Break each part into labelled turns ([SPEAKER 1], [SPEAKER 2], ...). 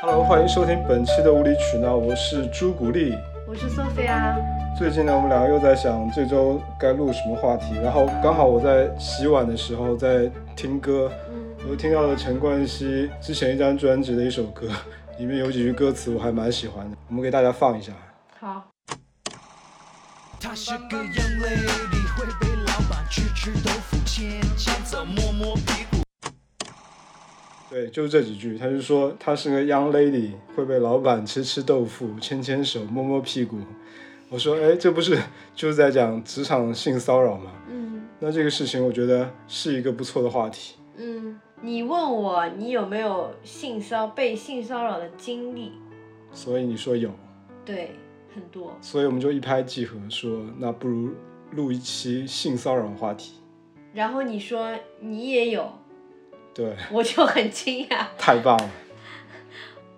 [SPEAKER 1] Hello，欢迎收听本期的无理取闹，我是朱古力。
[SPEAKER 2] 我是 Sophia。
[SPEAKER 1] 最近呢，我们两个又在想这周该录什么话题，然后刚好我在洗碗的时候在听歌，
[SPEAKER 2] 嗯，
[SPEAKER 1] 我就听到了陈冠希之前一张专辑的一首歌，里面有几句歌词我还蛮喜欢的，我们给大家放一下。
[SPEAKER 2] 好。
[SPEAKER 3] 她是个洋类，你会被老板吃吃豆腐，牵牵手，摸摸屁股。
[SPEAKER 1] 对，就是这几句。他就说她是个 young lady，会被老板吃吃豆腐、牵牵手、摸摸屁股。我说，哎，这不是就是在讲职场性骚扰吗？
[SPEAKER 2] 嗯
[SPEAKER 1] 那这个事情我觉得是一个不错的话题。
[SPEAKER 2] 嗯，你问我你有没有性骚被性骚扰的经历？
[SPEAKER 1] 所以你说有，
[SPEAKER 2] 对，很多。
[SPEAKER 1] 所以我们就一拍即合说，那不如录一期性骚扰话题。
[SPEAKER 2] 然后你说你也有，
[SPEAKER 1] 对，
[SPEAKER 2] 我就很惊讶。
[SPEAKER 1] 太棒了，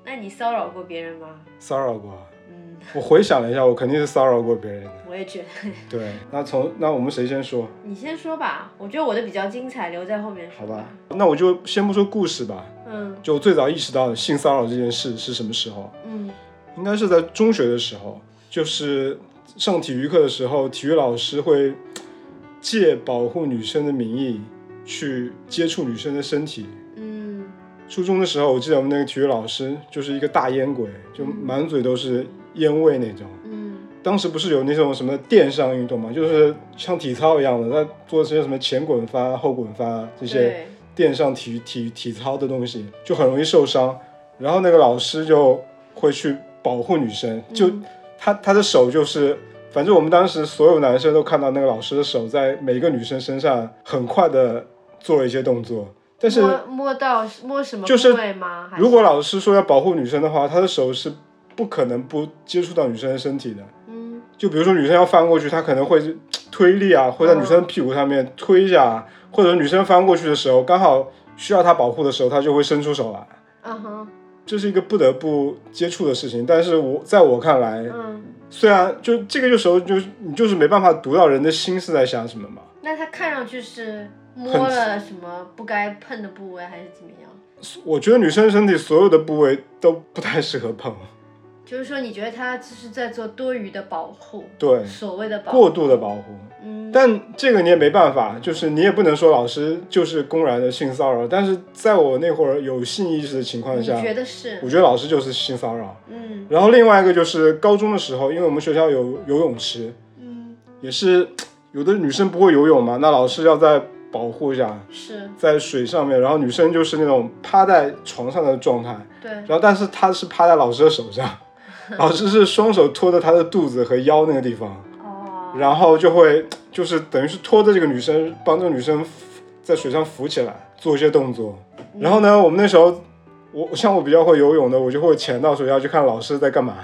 [SPEAKER 2] 那你骚扰过别人吗？
[SPEAKER 1] 骚扰过啊。
[SPEAKER 2] 嗯，
[SPEAKER 1] 我回想了一下，我肯定是骚扰过别人的。
[SPEAKER 2] 我也觉得。
[SPEAKER 1] 对，那从那我们谁先说？
[SPEAKER 2] 你先说吧，我觉得我的比较精彩，留在后面
[SPEAKER 1] 好
[SPEAKER 2] 说
[SPEAKER 1] 吧，那我就先不说故事吧。
[SPEAKER 2] 嗯
[SPEAKER 1] 就我最早意识到性骚扰这件事是什么时候？
[SPEAKER 2] 嗯
[SPEAKER 1] 应该是在中学的时候，就是上体育课的时候，体育老师会借保护女生的名义去接触女生的身体。
[SPEAKER 2] 嗯
[SPEAKER 1] 初中的时候，我记得我们那个体育老师就是一个大烟鬼，就满嘴都是烟味那种。
[SPEAKER 2] 嗯
[SPEAKER 1] 当时不是有那种什么电商运动嘛，就是像体操一样的，他做这些什么前滚翻、后滚翻这些
[SPEAKER 2] 对，
[SPEAKER 1] 电上体育体体操的东西，就很容易受伤。然后那个老师就会去保护女生，就、
[SPEAKER 2] 嗯
[SPEAKER 1] 他他的手就是，反正我们当时所有男生都看到那个老师的手在每个女生身上很快的做了一些动作。但是
[SPEAKER 2] 嗯摸摸到摸什么
[SPEAKER 1] 就是
[SPEAKER 2] 部位吗？还是
[SPEAKER 1] 如果老师说要保护女生的话，他的手是不可能不接触到女生的身体的。
[SPEAKER 2] 嗯
[SPEAKER 1] 就比如说女生要翻过去，他可能会推力啊，会在女生屁股上面推一下啊，或者女生翻过去的时候，刚好需要他保护的时候，他就会伸出手来。
[SPEAKER 2] 嗯哼
[SPEAKER 1] 这是一个不得不接触的事情，但是我在我看来，
[SPEAKER 2] 嗯，
[SPEAKER 1] 虽然就这个就时候就是你就是没办法读到人的心是在想什么嘛，
[SPEAKER 2] 那他看上去是摸
[SPEAKER 1] 很
[SPEAKER 2] 了什么不该碰的部位，还是怎么样？
[SPEAKER 1] 我觉得女生身体所有的部位都不太适合碰，
[SPEAKER 2] 就是说，你觉得他就是在做多余的保护，
[SPEAKER 1] 对，
[SPEAKER 2] 所谓的保护，
[SPEAKER 1] 过度的保护。
[SPEAKER 2] 嗯，
[SPEAKER 1] 但这个你也没办法，就是你也不能说老师就是公然的性骚扰。但是在我那会儿有性意识的情况
[SPEAKER 2] 你
[SPEAKER 1] 下，
[SPEAKER 2] 觉得是
[SPEAKER 1] 我？觉得老师就是性骚扰。
[SPEAKER 2] 嗯
[SPEAKER 1] 然后另外一个就是高中的时候，因为我们学校有游泳池，
[SPEAKER 2] 嗯，
[SPEAKER 1] 也是有的女生不会游泳嘛，那老师要在保护一下，
[SPEAKER 2] 是
[SPEAKER 1] 在水上面，然后女生就是那种趴在床上的状态，
[SPEAKER 2] 对
[SPEAKER 1] 然，后但是她是趴在老师的手上，老师是双手托着她的肚子和腰那个地方，
[SPEAKER 2] 哦，
[SPEAKER 1] 然后就会就是等于是拖着这个女生，帮这个女生浮在水上浮起来，做一些动作。然后
[SPEAKER 2] 嗯
[SPEAKER 1] 呢，我们那时候，我像我比较会游泳的，我就会潜到水下去看老师在干 嘛。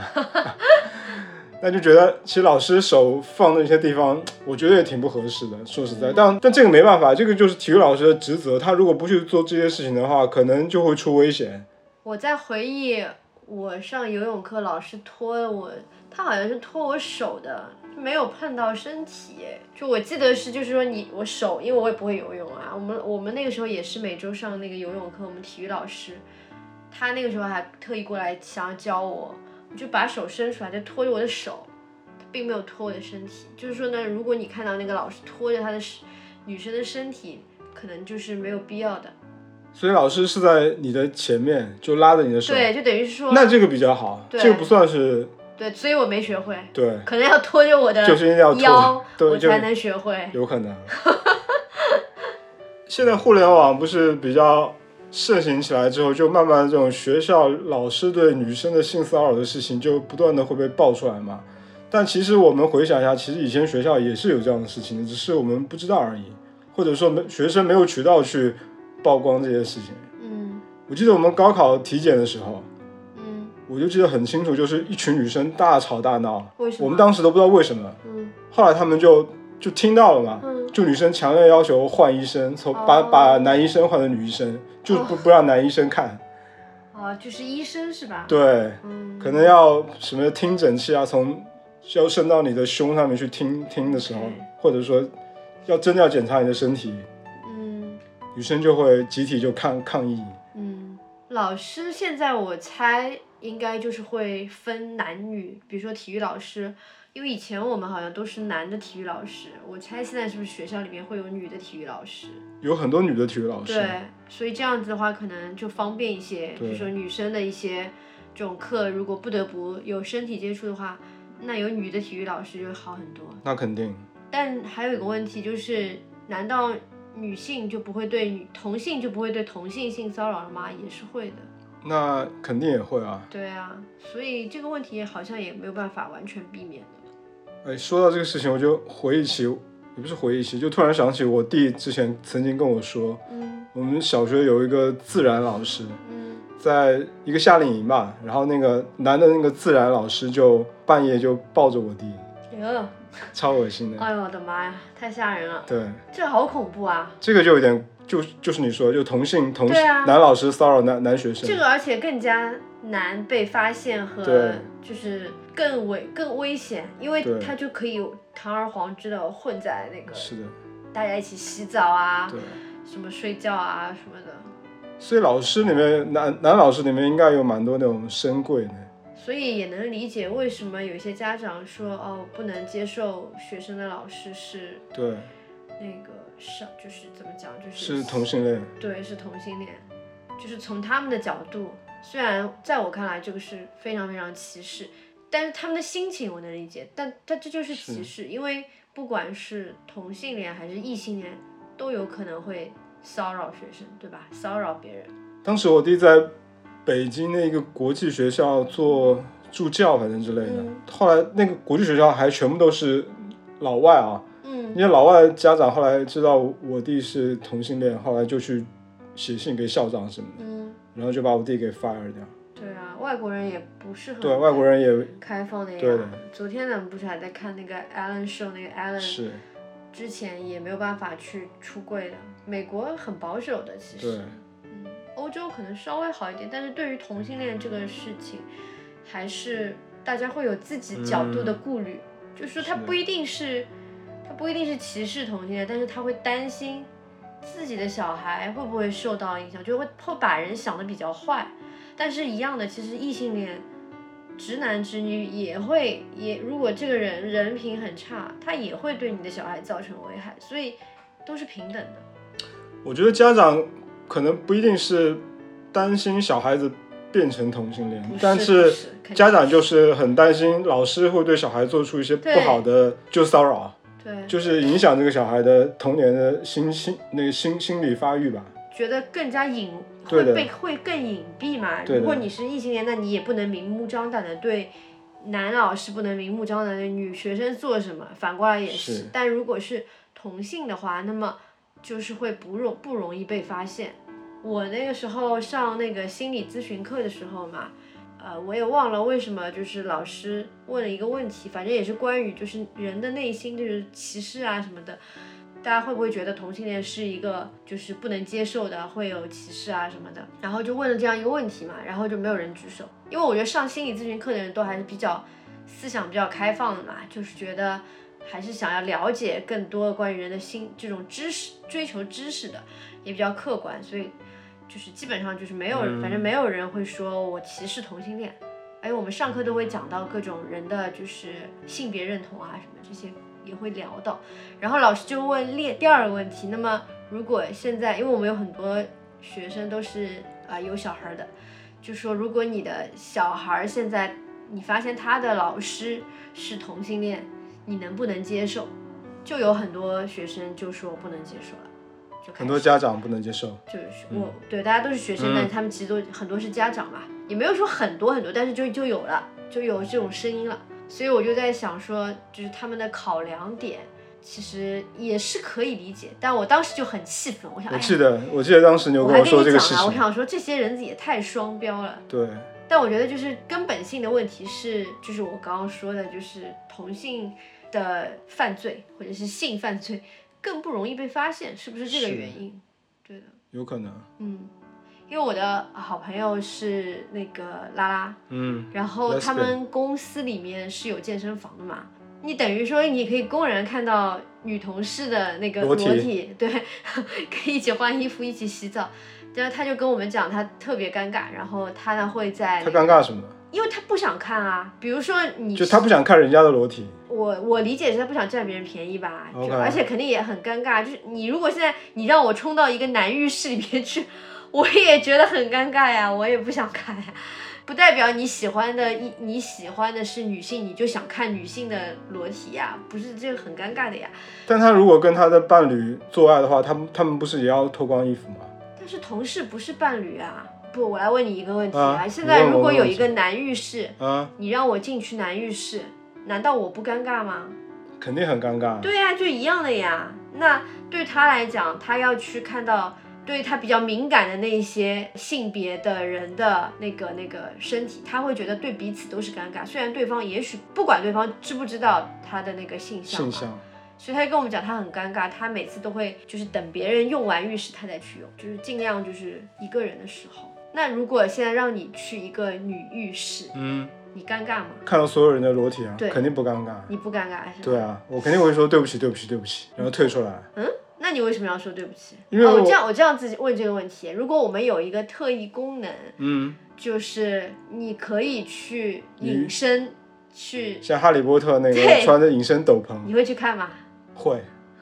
[SPEAKER 1] 那就觉得其实老师手放的一些地方，我觉得也挺不合适的。说
[SPEAKER 2] 嗯
[SPEAKER 1] 实在，但但这个没办法，这个就是体育老师的职责。他如果不去做这些事情的话，可能就会出危险。
[SPEAKER 2] 我在回忆我上游泳课，老师拖我，他好像是拖我手的，没有碰到身体。就我记得是，就是说你我手，因为我也不会游泳啊。我们我们那个时候也是每周上那个游泳课，我们体育老师，他那个时候还特意过来想要教我，我就把手伸出来，就拖着我的手，他并没有拖我的身体。就是说呢，如果你看到那个老师拖着他的身女生的身体，可能就是没有必要的。
[SPEAKER 1] 所以老师是在你的前面，就拉着你的手，
[SPEAKER 2] 对，就等于是说，
[SPEAKER 1] 啊那这个比较好，
[SPEAKER 2] 对
[SPEAKER 1] 这个不算是
[SPEAKER 2] 对，所以我没学会。
[SPEAKER 1] 对，
[SPEAKER 2] 可能要拖着我的
[SPEAKER 1] 就是要拖
[SPEAKER 2] 腰，
[SPEAKER 1] 对
[SPEAKER 2] 我
[SPEAKER 1] 就
[SPEAKER 2] 才能学会。
[SPEAKER 1] 有可能。 现在互联网不是比较盛行起来之后，就慢慢这种学校老师对女生的性骚扰的事情，就不断的会被爆出来嘛。但其实我们回想一下，其实以前学校也是有这样的事情的，只是我们不知道而已，或者说没学生没有渠道去曝光这些事情。
[SPEAKER 2] 嗯
[SPEAKER 1] 我记得我们高考体检的时候，
[SPEAKER 2] 嗯，
[SPEAKER 1] 我就记得很清楚，就是一群女生大吵大闹，
[SPEAKER 2] 为什么？
[SPEAKER 1] 我们当时都不知道为什么，
[SPEAKER 2] 嗯
[SPEAKER 1] 后来他们就就听到了嘛，
[SPEAKER 2] 嗯
[SPEAKER 1] 就女生强烈要求换医生，从把、
[SPEAKER 2] 哦
[SPEAKER 1] 把男医生换成女医生，就不、不让男医生看。
[SPEAKER 2] 哦，就是医生是吧？，
[SPEAKER 1] 对，
[SPEAKER 2] 嗯，
[SPEAKER 1] 可能要什么听诊器啊，从要伸到你的胸上面去听听的时候
[SPEAKER 2] OK
[SPEAKER 1] 或者说要真的要检查你的身体，
[SPEAKER 2] 嗯
[SPEAKER 1] 女生就会集体就抗抗议。
[SPEAKER 2] 嗯，老师现在我猜应该就是会分男女，比如说体育老师，因为以前我们好像都是男的体育老师，我猜现在是不是学校里面会有女的体育老师？
[SPEAKER 1] 有很多女的体育老师，
[SPEAKER 2] 对，所以这样子的话可能就方便一些，比
[SPEAKER 1] 对
[SPEAKER 2] 如说女生的一些这种课，如果不得不有身体接触的话，那有女的体育老师就好很多。
[SPEAKER 1] 那肯定
[SPEAKER 2] 但还有一个问题就是，难道女性就不会对女同性就不会对同性性骚扰了吗？也是会的。
[SPEAKER 1] 那肯定也会啊。
[SPEAKER 2] 对啊，所以这个问题好像也没有办法完全避免的。
[SPEAKER 1] 哎，说到这个事情，我就回忆起，也不是回忆起，就突然想起我弟之前曾经跟我说，
[SPEAKER 2] 嗯
[SPEAKER 1] 我们小学有一个自然老师，
[SPEAKER 2] 嗯
[SPEAKER 1] 在一个夏令营吧，然后那个男的那个自然老师就半夜就抱着我弟，
[SPEAKER 2] 哎呦，
[SPEAKER 1] 超恶心的。
[SPEAKER 2] 哎呦我的妈呀，太吓人了，
[SPEAKER 1] 对，
[SPEAKER 2] 这好恐怖啊！
[SPEAKER 1] 这个就有点就就是你说就同性同
[SPEAKER 2] 对啊
[SPEAKER 1] 男老师骚扰男男学生，
[SPEAKER 2] 这个而且更加难被发现和
[SPEAKER 1] 对
[SPEAKER 2] 就是更危更危险，因为
[SPEAKER 1] 对
[SPEAKER 2] 它就可以堂而皇之的混在那个
[SPEAKER 1] 是的，
[SPEAKER 2] 大家一起洗澡啊、
[SPEAKER 1] 对。
[SPEAKER 2] 什么睡觉啊什么的。
[SPEAKER 1] 所以老师里面男男老师里面应该有蛮多那种深贵的，
[SPEAKER 2] 所以也能理解为什么有些家长说哦，不能接受学生的老师是
[SPEAKER 1] 对，
[SPEAKER 2] 那个上就是怎么讲，就是
[SPEAKER 1] 是同性恋，
[SPEAKER 2] 对，是同性恋，就是从他们的角度，虽然在我看来这个是非常非常歧视，但是他们的心情我能理解，但但这就是歧视，因为不管是同性恋还是异性恋，都有可能会骚扰学生，对吧？骚扰别人，
[SPEAKER 1] 当时我弟在北京那个国际学校做助教，反正之类的。
[SPEAKER 2] 嗯
[SPEAKER 1] 后来那个国际学校还全部都是老外啊，
[SPEAKER 2] 嗯
[SPEAKER 1] 因为老外家长后来知道我弟是同性恋，后来就去写信给校长什么的，
[SPEAKER 2] 嗯，
[SPEAKER 1] 然后就把我弟给 fire 掉。
[SPEAKER 2] 对啊，外国人也不是很
[SPEAKER 1] 对，外国人也
[SPEAKER 2] 开放的呀。
[SPEAKER 1] 对的
[SPEAKER 2] 昨天咱们不是还在看那个 Alan Show 那个 Alan
[SPEAKER 1] 是，
[SPEAKER 2] 之前也没有办法去出柜的。美国很保守的，其实
[SPEAKER 1] 对，
[SPEAKER 2] 嗯，欧洲可能稍微好一点，但是对于同性恋这个事情，还是大家会有自己角度的顾虑，就是说他
[SPEAKER 1] 是的
[SPEAKER 2] 不一定是，他不一定是歧视同性恋，但是他会担心自己的小孩会不会受到影响，就会会把人想的比较坏。但是一样的，其实异性恋。直男直女也会也，如果这个人人品很差，他也会对你的小孩造成危害，所以都是平等的。
[SPEAKER 1] 我觉得家长可能不一定是担心小孩子变成同性恋
[SPEAKER 2] 不，是
[SPEAKER 1] 但
[SPEAKER 2] 不
[SPEAKER 1] 是
[SPEAKER 2] 是肯定
[SPEAKER 1] 家长就是很担心老师会对小孩做出一些不
[SPEAKER 2] 对
[SPEAKER 1] 好的，就骚扰啊，
[SPEAKER 2] 对，
[SPEAKER 1] 就是影响这个小孩的童年的心心那个心心理发育吧。
[SPEAKER 2] 觉得更加隐，
[SPEAKER 1] 对
[SPEAKER 2] 会
[SPEAKER 1] 的
[SPEAKER 2] 被会更隐蔽嘛。
[SPEAKER 1] 对的
[SPEAKER 2] 如果你是异性恋，那你也不能明目张胆的对男老师不能明目张胆的对女学生做什么，反过来也是。
[SPEAKER 1] 是
[SPEAKER 2] 但如果是同性的话，那么就是会不容不容易被发现。我那个时候上那个心理咨询课的时候嘛，呃，我也忘了为什么，就是老师问了一个问题，反正也是关于就是人的内心就是歧视啊什么的，大家会不会觉得同性恋是一个就是不能接受的，会有歧视啊什么的？然后就问了这样一个问题嘛，然后就没有人举手，因为我觉得上心理咨询课的人都还是比较思想比较开放的嘛，就是觉得还是想要了解更多关于人的心这种知识追求知识的，也比较客观，所以就是基本上就是没有，
[SPEAKER 1] 嗯
[SPEAKER 2] 反正没有人会说我歧视同性恋。哎，我们上课都会讲到各种人的就是性别认同啊什么这些也会聊到。然后老师就问列第二个问题，那么如果现在，因为我们有很多学生都是啊、呃有小孩儿的，就说如果你的小孩儿现在你发现他的老师是同性恋，你能不能接受？就有很多学生就说不能接受了，就开始
[SPEAKER 1] 很多家长不能接受，
[SPEAKER 2] 就是
[SPEAKER 1] 嗯
[SPEAKER 2] 我、对大家都是学
[SPEAKER 1] 嗯
[SPEAKER 2] 生，但是他们其实都很多是家长嘛，也没有说很多很多，但是就就有了，就有这种声音了。所以我就在想说，就是他们的考量点其实也是可以理解，但我当时就很气愤，我想，
[SPEAKER 1] 我
[SPEAKER 2] 哎
[SPEAKER 1] 记
[SPEAKER 2] 呀，
[SPEAKER 1] 得我记得当时你有
[SPEAKER 2] 我
[SPEAKER 1] 跟
[SPEAKER 2] 还
[SPEAKER 1] 我
[SPEAKER 2] 跟
[SPEAKER 1] 说
[SPEAKER 2] 你
[SPEAKER 1] 这
[SPEAKER 2] 讲啊
[SPEAKER 1] 个事
[SPEAKER 2] 了，我
[SPEAKER 1] 情，
[SPEAKER 2] 想说这些人也太双标了。
[SPEAKER 1] 对，
[SPEAKER 2] 但我觉得就是根本性的问题是，就是我刚刚说的，就是同性的犯罪或者是性犯罪更不容易被发现，是不是这个
[SPEAKER 1] 是
[SPEAKER 2] 原因？对的。
[SPEAKER 1] 有可能，
[SPEAKER 2] 嗯，因为我的好朋友是那个拉拉，
[SPEAKER 1] 嗯，
[SPEAKER 2] 然后
[SPEAKER 1] Lesbian
[SPEAKER 2] 他们公司里面是有健身房的嘛，你等于说你可以公然看到女同事的那个
[SPEAKER 1] 裸
[SPEAKER 2] 裸
[SPEAKER 1] 体
[SPEAKER 2] 体，对，可以一起换衣服，一起洗澡。然后他就跟我们讲他特别尴尬，然后他呢会在
[SPEAKER 1] 他，尴尬什么？
[SPEAKER 2] 因为他不想看啊，比如说你
[SPEAKER 1] 就他不想看人家的裸体，
[SPEAKER 2] 我我理解是他不想占别人便宜吧，就
[SPEAKER 1] OK
[SPEAKER 2] 而且肯定也很尴尬。就是你如果现在你让我冲到一个男浴室里面去， 我也觉得很尴尬呀，我也不想看呀。不代表你喜欢的一你喜欢的是女性，你就想看女性的裸体呀，不是这个很尴尬的呀。
[SPEAKER 1] 但他如果跟他的伴侣做爱的话，他们他们不是也要脱光衣服吗？
[SPEAKER 2] 但是同事不是伴侣啊。不，我来问你一个问题
[SPEAKER 1] 啊
[SPEAKER 2] 现
[SPEAKER 1] 你
[SPEAKER 2] 在
[SPEAKER 1] 问
[SPEAKER 2] 如
[SPEAKER 1] 我
[SPEAKER 2] 果
[SPEAKER 1] 问
[SPEAKER 2] 有
[SPEAKER 1] 我
[SPEAKER 2] 一个男浴室，
[SPEAKER 1] 啊，
[SPEAKER 2] 你让我进去男浴室，难道我不尴尬吗？
[SPEAKER 1] 肯定很尴尬。
[SPEAKER 2] 对呀、就一样的呀。那对他来讲，他要去看到对他比较敏感的那些性别的人的那个那个身体，他会觉得对彼此都是尴尬。虽然对方也许不管对方知不知道他的那个性向吧，
[SPEAKER 1] 性向，
[SPEAKER 2] 所以他就跟我们讲他很尴尬，他每次都会就是等别人用完浴室他再去用，就是尽量就是一个人的时候。那如果现在让你去一个女浴室，
[SPEAKER 1] 嗯，
[SPEAKER 2] 你尴尬吗？
[SPEAKER 1] 看到所有人的裸体啊，
[SPEAKER 2] 对
[SPEAKER 1] 肯定不尴尬。
[SPEAKER 2] 你不尴尬是吧？
[SPEAKER 1] 对啊，我肯定会说对不起，对不起，对不
[SPEAKER 2] 嗯
[SPEAKER 1] 起，然后退出来。
[SPEAKER 2] 那你为什么要说对不起？
[SPEAKER 1] 因为
[SPEAKER 2] 哦、
[SPEAKER 1] 我
[SPEAKER 2] 我这样我这样自己问这个问题，如果我们有一个特异功能，
[SPEAKER 1] 嗯，
[SPEAKER 2] 就是你可以去
[SPEAKER 1] 你
[SPEAKER 2] 隐身去，
[SPEAKER 1] 像哈利波特那个
[SPEAKER 2] 对嗯
[SPEAKER 1] 穿着隐身斗篷，
[SPEAKER 2] 你会去看吗？
[SPEAKER 1] 会，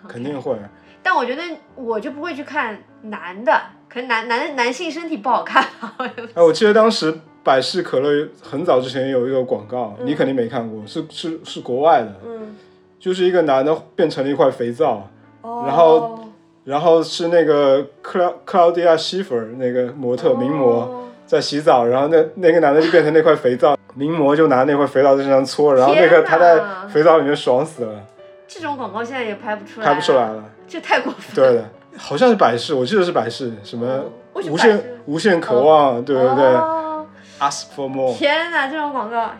[SPEAKER 1] 肯定会。啊
[SPEAKER 2] 但我觉得我就不会去看男的，可能男男男性身体不好看吧，我也不
[SPEAKER 1] 哎，我记得当时百事可乐很早之前有一个广告，
[SPEAKER 2] 嗯
[SPEAKER 1] 你肯定没看过，是是是国外的，
[SPEAKER 2] 嗯，
[SPEAKER 1] 就是一个男的变成了一块肥皂，
[SPEAKER 2] 哦
[SPEAKER 1] 然后然后是那个克劳克劳迪亚希弗尔那个模特名模
[SPEAKER 2] 哦
[SPEAKER 1] 在洗澡，然后那那个男的就变成那块肥皂，名模就拿那块肥皂在身上搓，然后那个
[SPEAKER 2] 天哪
[SPEAKER 1] 他在肥皂里面爽死了，
[SPEAKER 2] 这种广告现在也拍不出来、啊
[SPEAKER 1] 拍不出来，了。
[SPEAKER 2] 这太过分
[SPEAKER 1] 对的，好像是百事，我记得是百事，什么
[SPEAKER 2] 哦为什么
[SPEAKER 1] 无
[SPEAKER 2] 百事
[SPEAKER 1] 限无限渴望，对对对
[SPEAKER 2] 哦
[SPEAKER 1] ，ask for more，
[SPEAKER 2] 天哪，这种广告，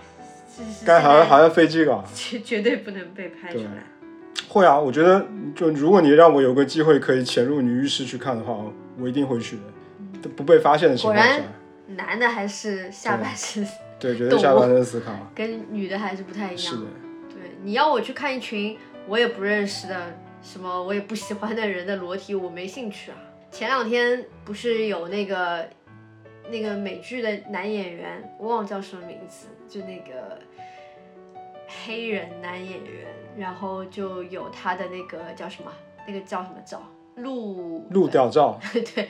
[SPEAKER 2] 是是
[SPEAKER 1] 刚才好像
[SPEAKER 2] 现在
[SPEAKER 1] 好像飞机稿。
[SPEAKER 2] 绝绝对不能被拍出
[SPEAKER 1] 对
[SPEAKER 2] 来。
[SPEAKER 1] 会啊，我觉得就如果你让我有个机会可以潜入女浴室去看的话，我一定会去的，都不被发现的情况
[SPEAKER 2] 果
[SPEAKER 1] 下
[SPEAKER 2] 然，男的还是下半身
[SPEAKER 1] 对，绝
[SPEAKER 2] 懂
[SPEAKER 1] 对
[SPEAKER 2] 我
[SPEAKER 1] 下半身思考。
[SPEAKER 2] 跟女的还是不太一样。
[SPEAKER 1] 是的，
[SPEAKER 2] 对，你要我去看一群我也不认识的、什么我也不喜欢的人的裸体，我没兴趣啊。前两天不是有那个那个美剧的男演员，我忘了叫什么名字，就那个黑人男演员，然后就有他的那个叫什么，那个叫什么照，录
[SPEAKER 1] 录，屌照
[SPEAKER 2] 对，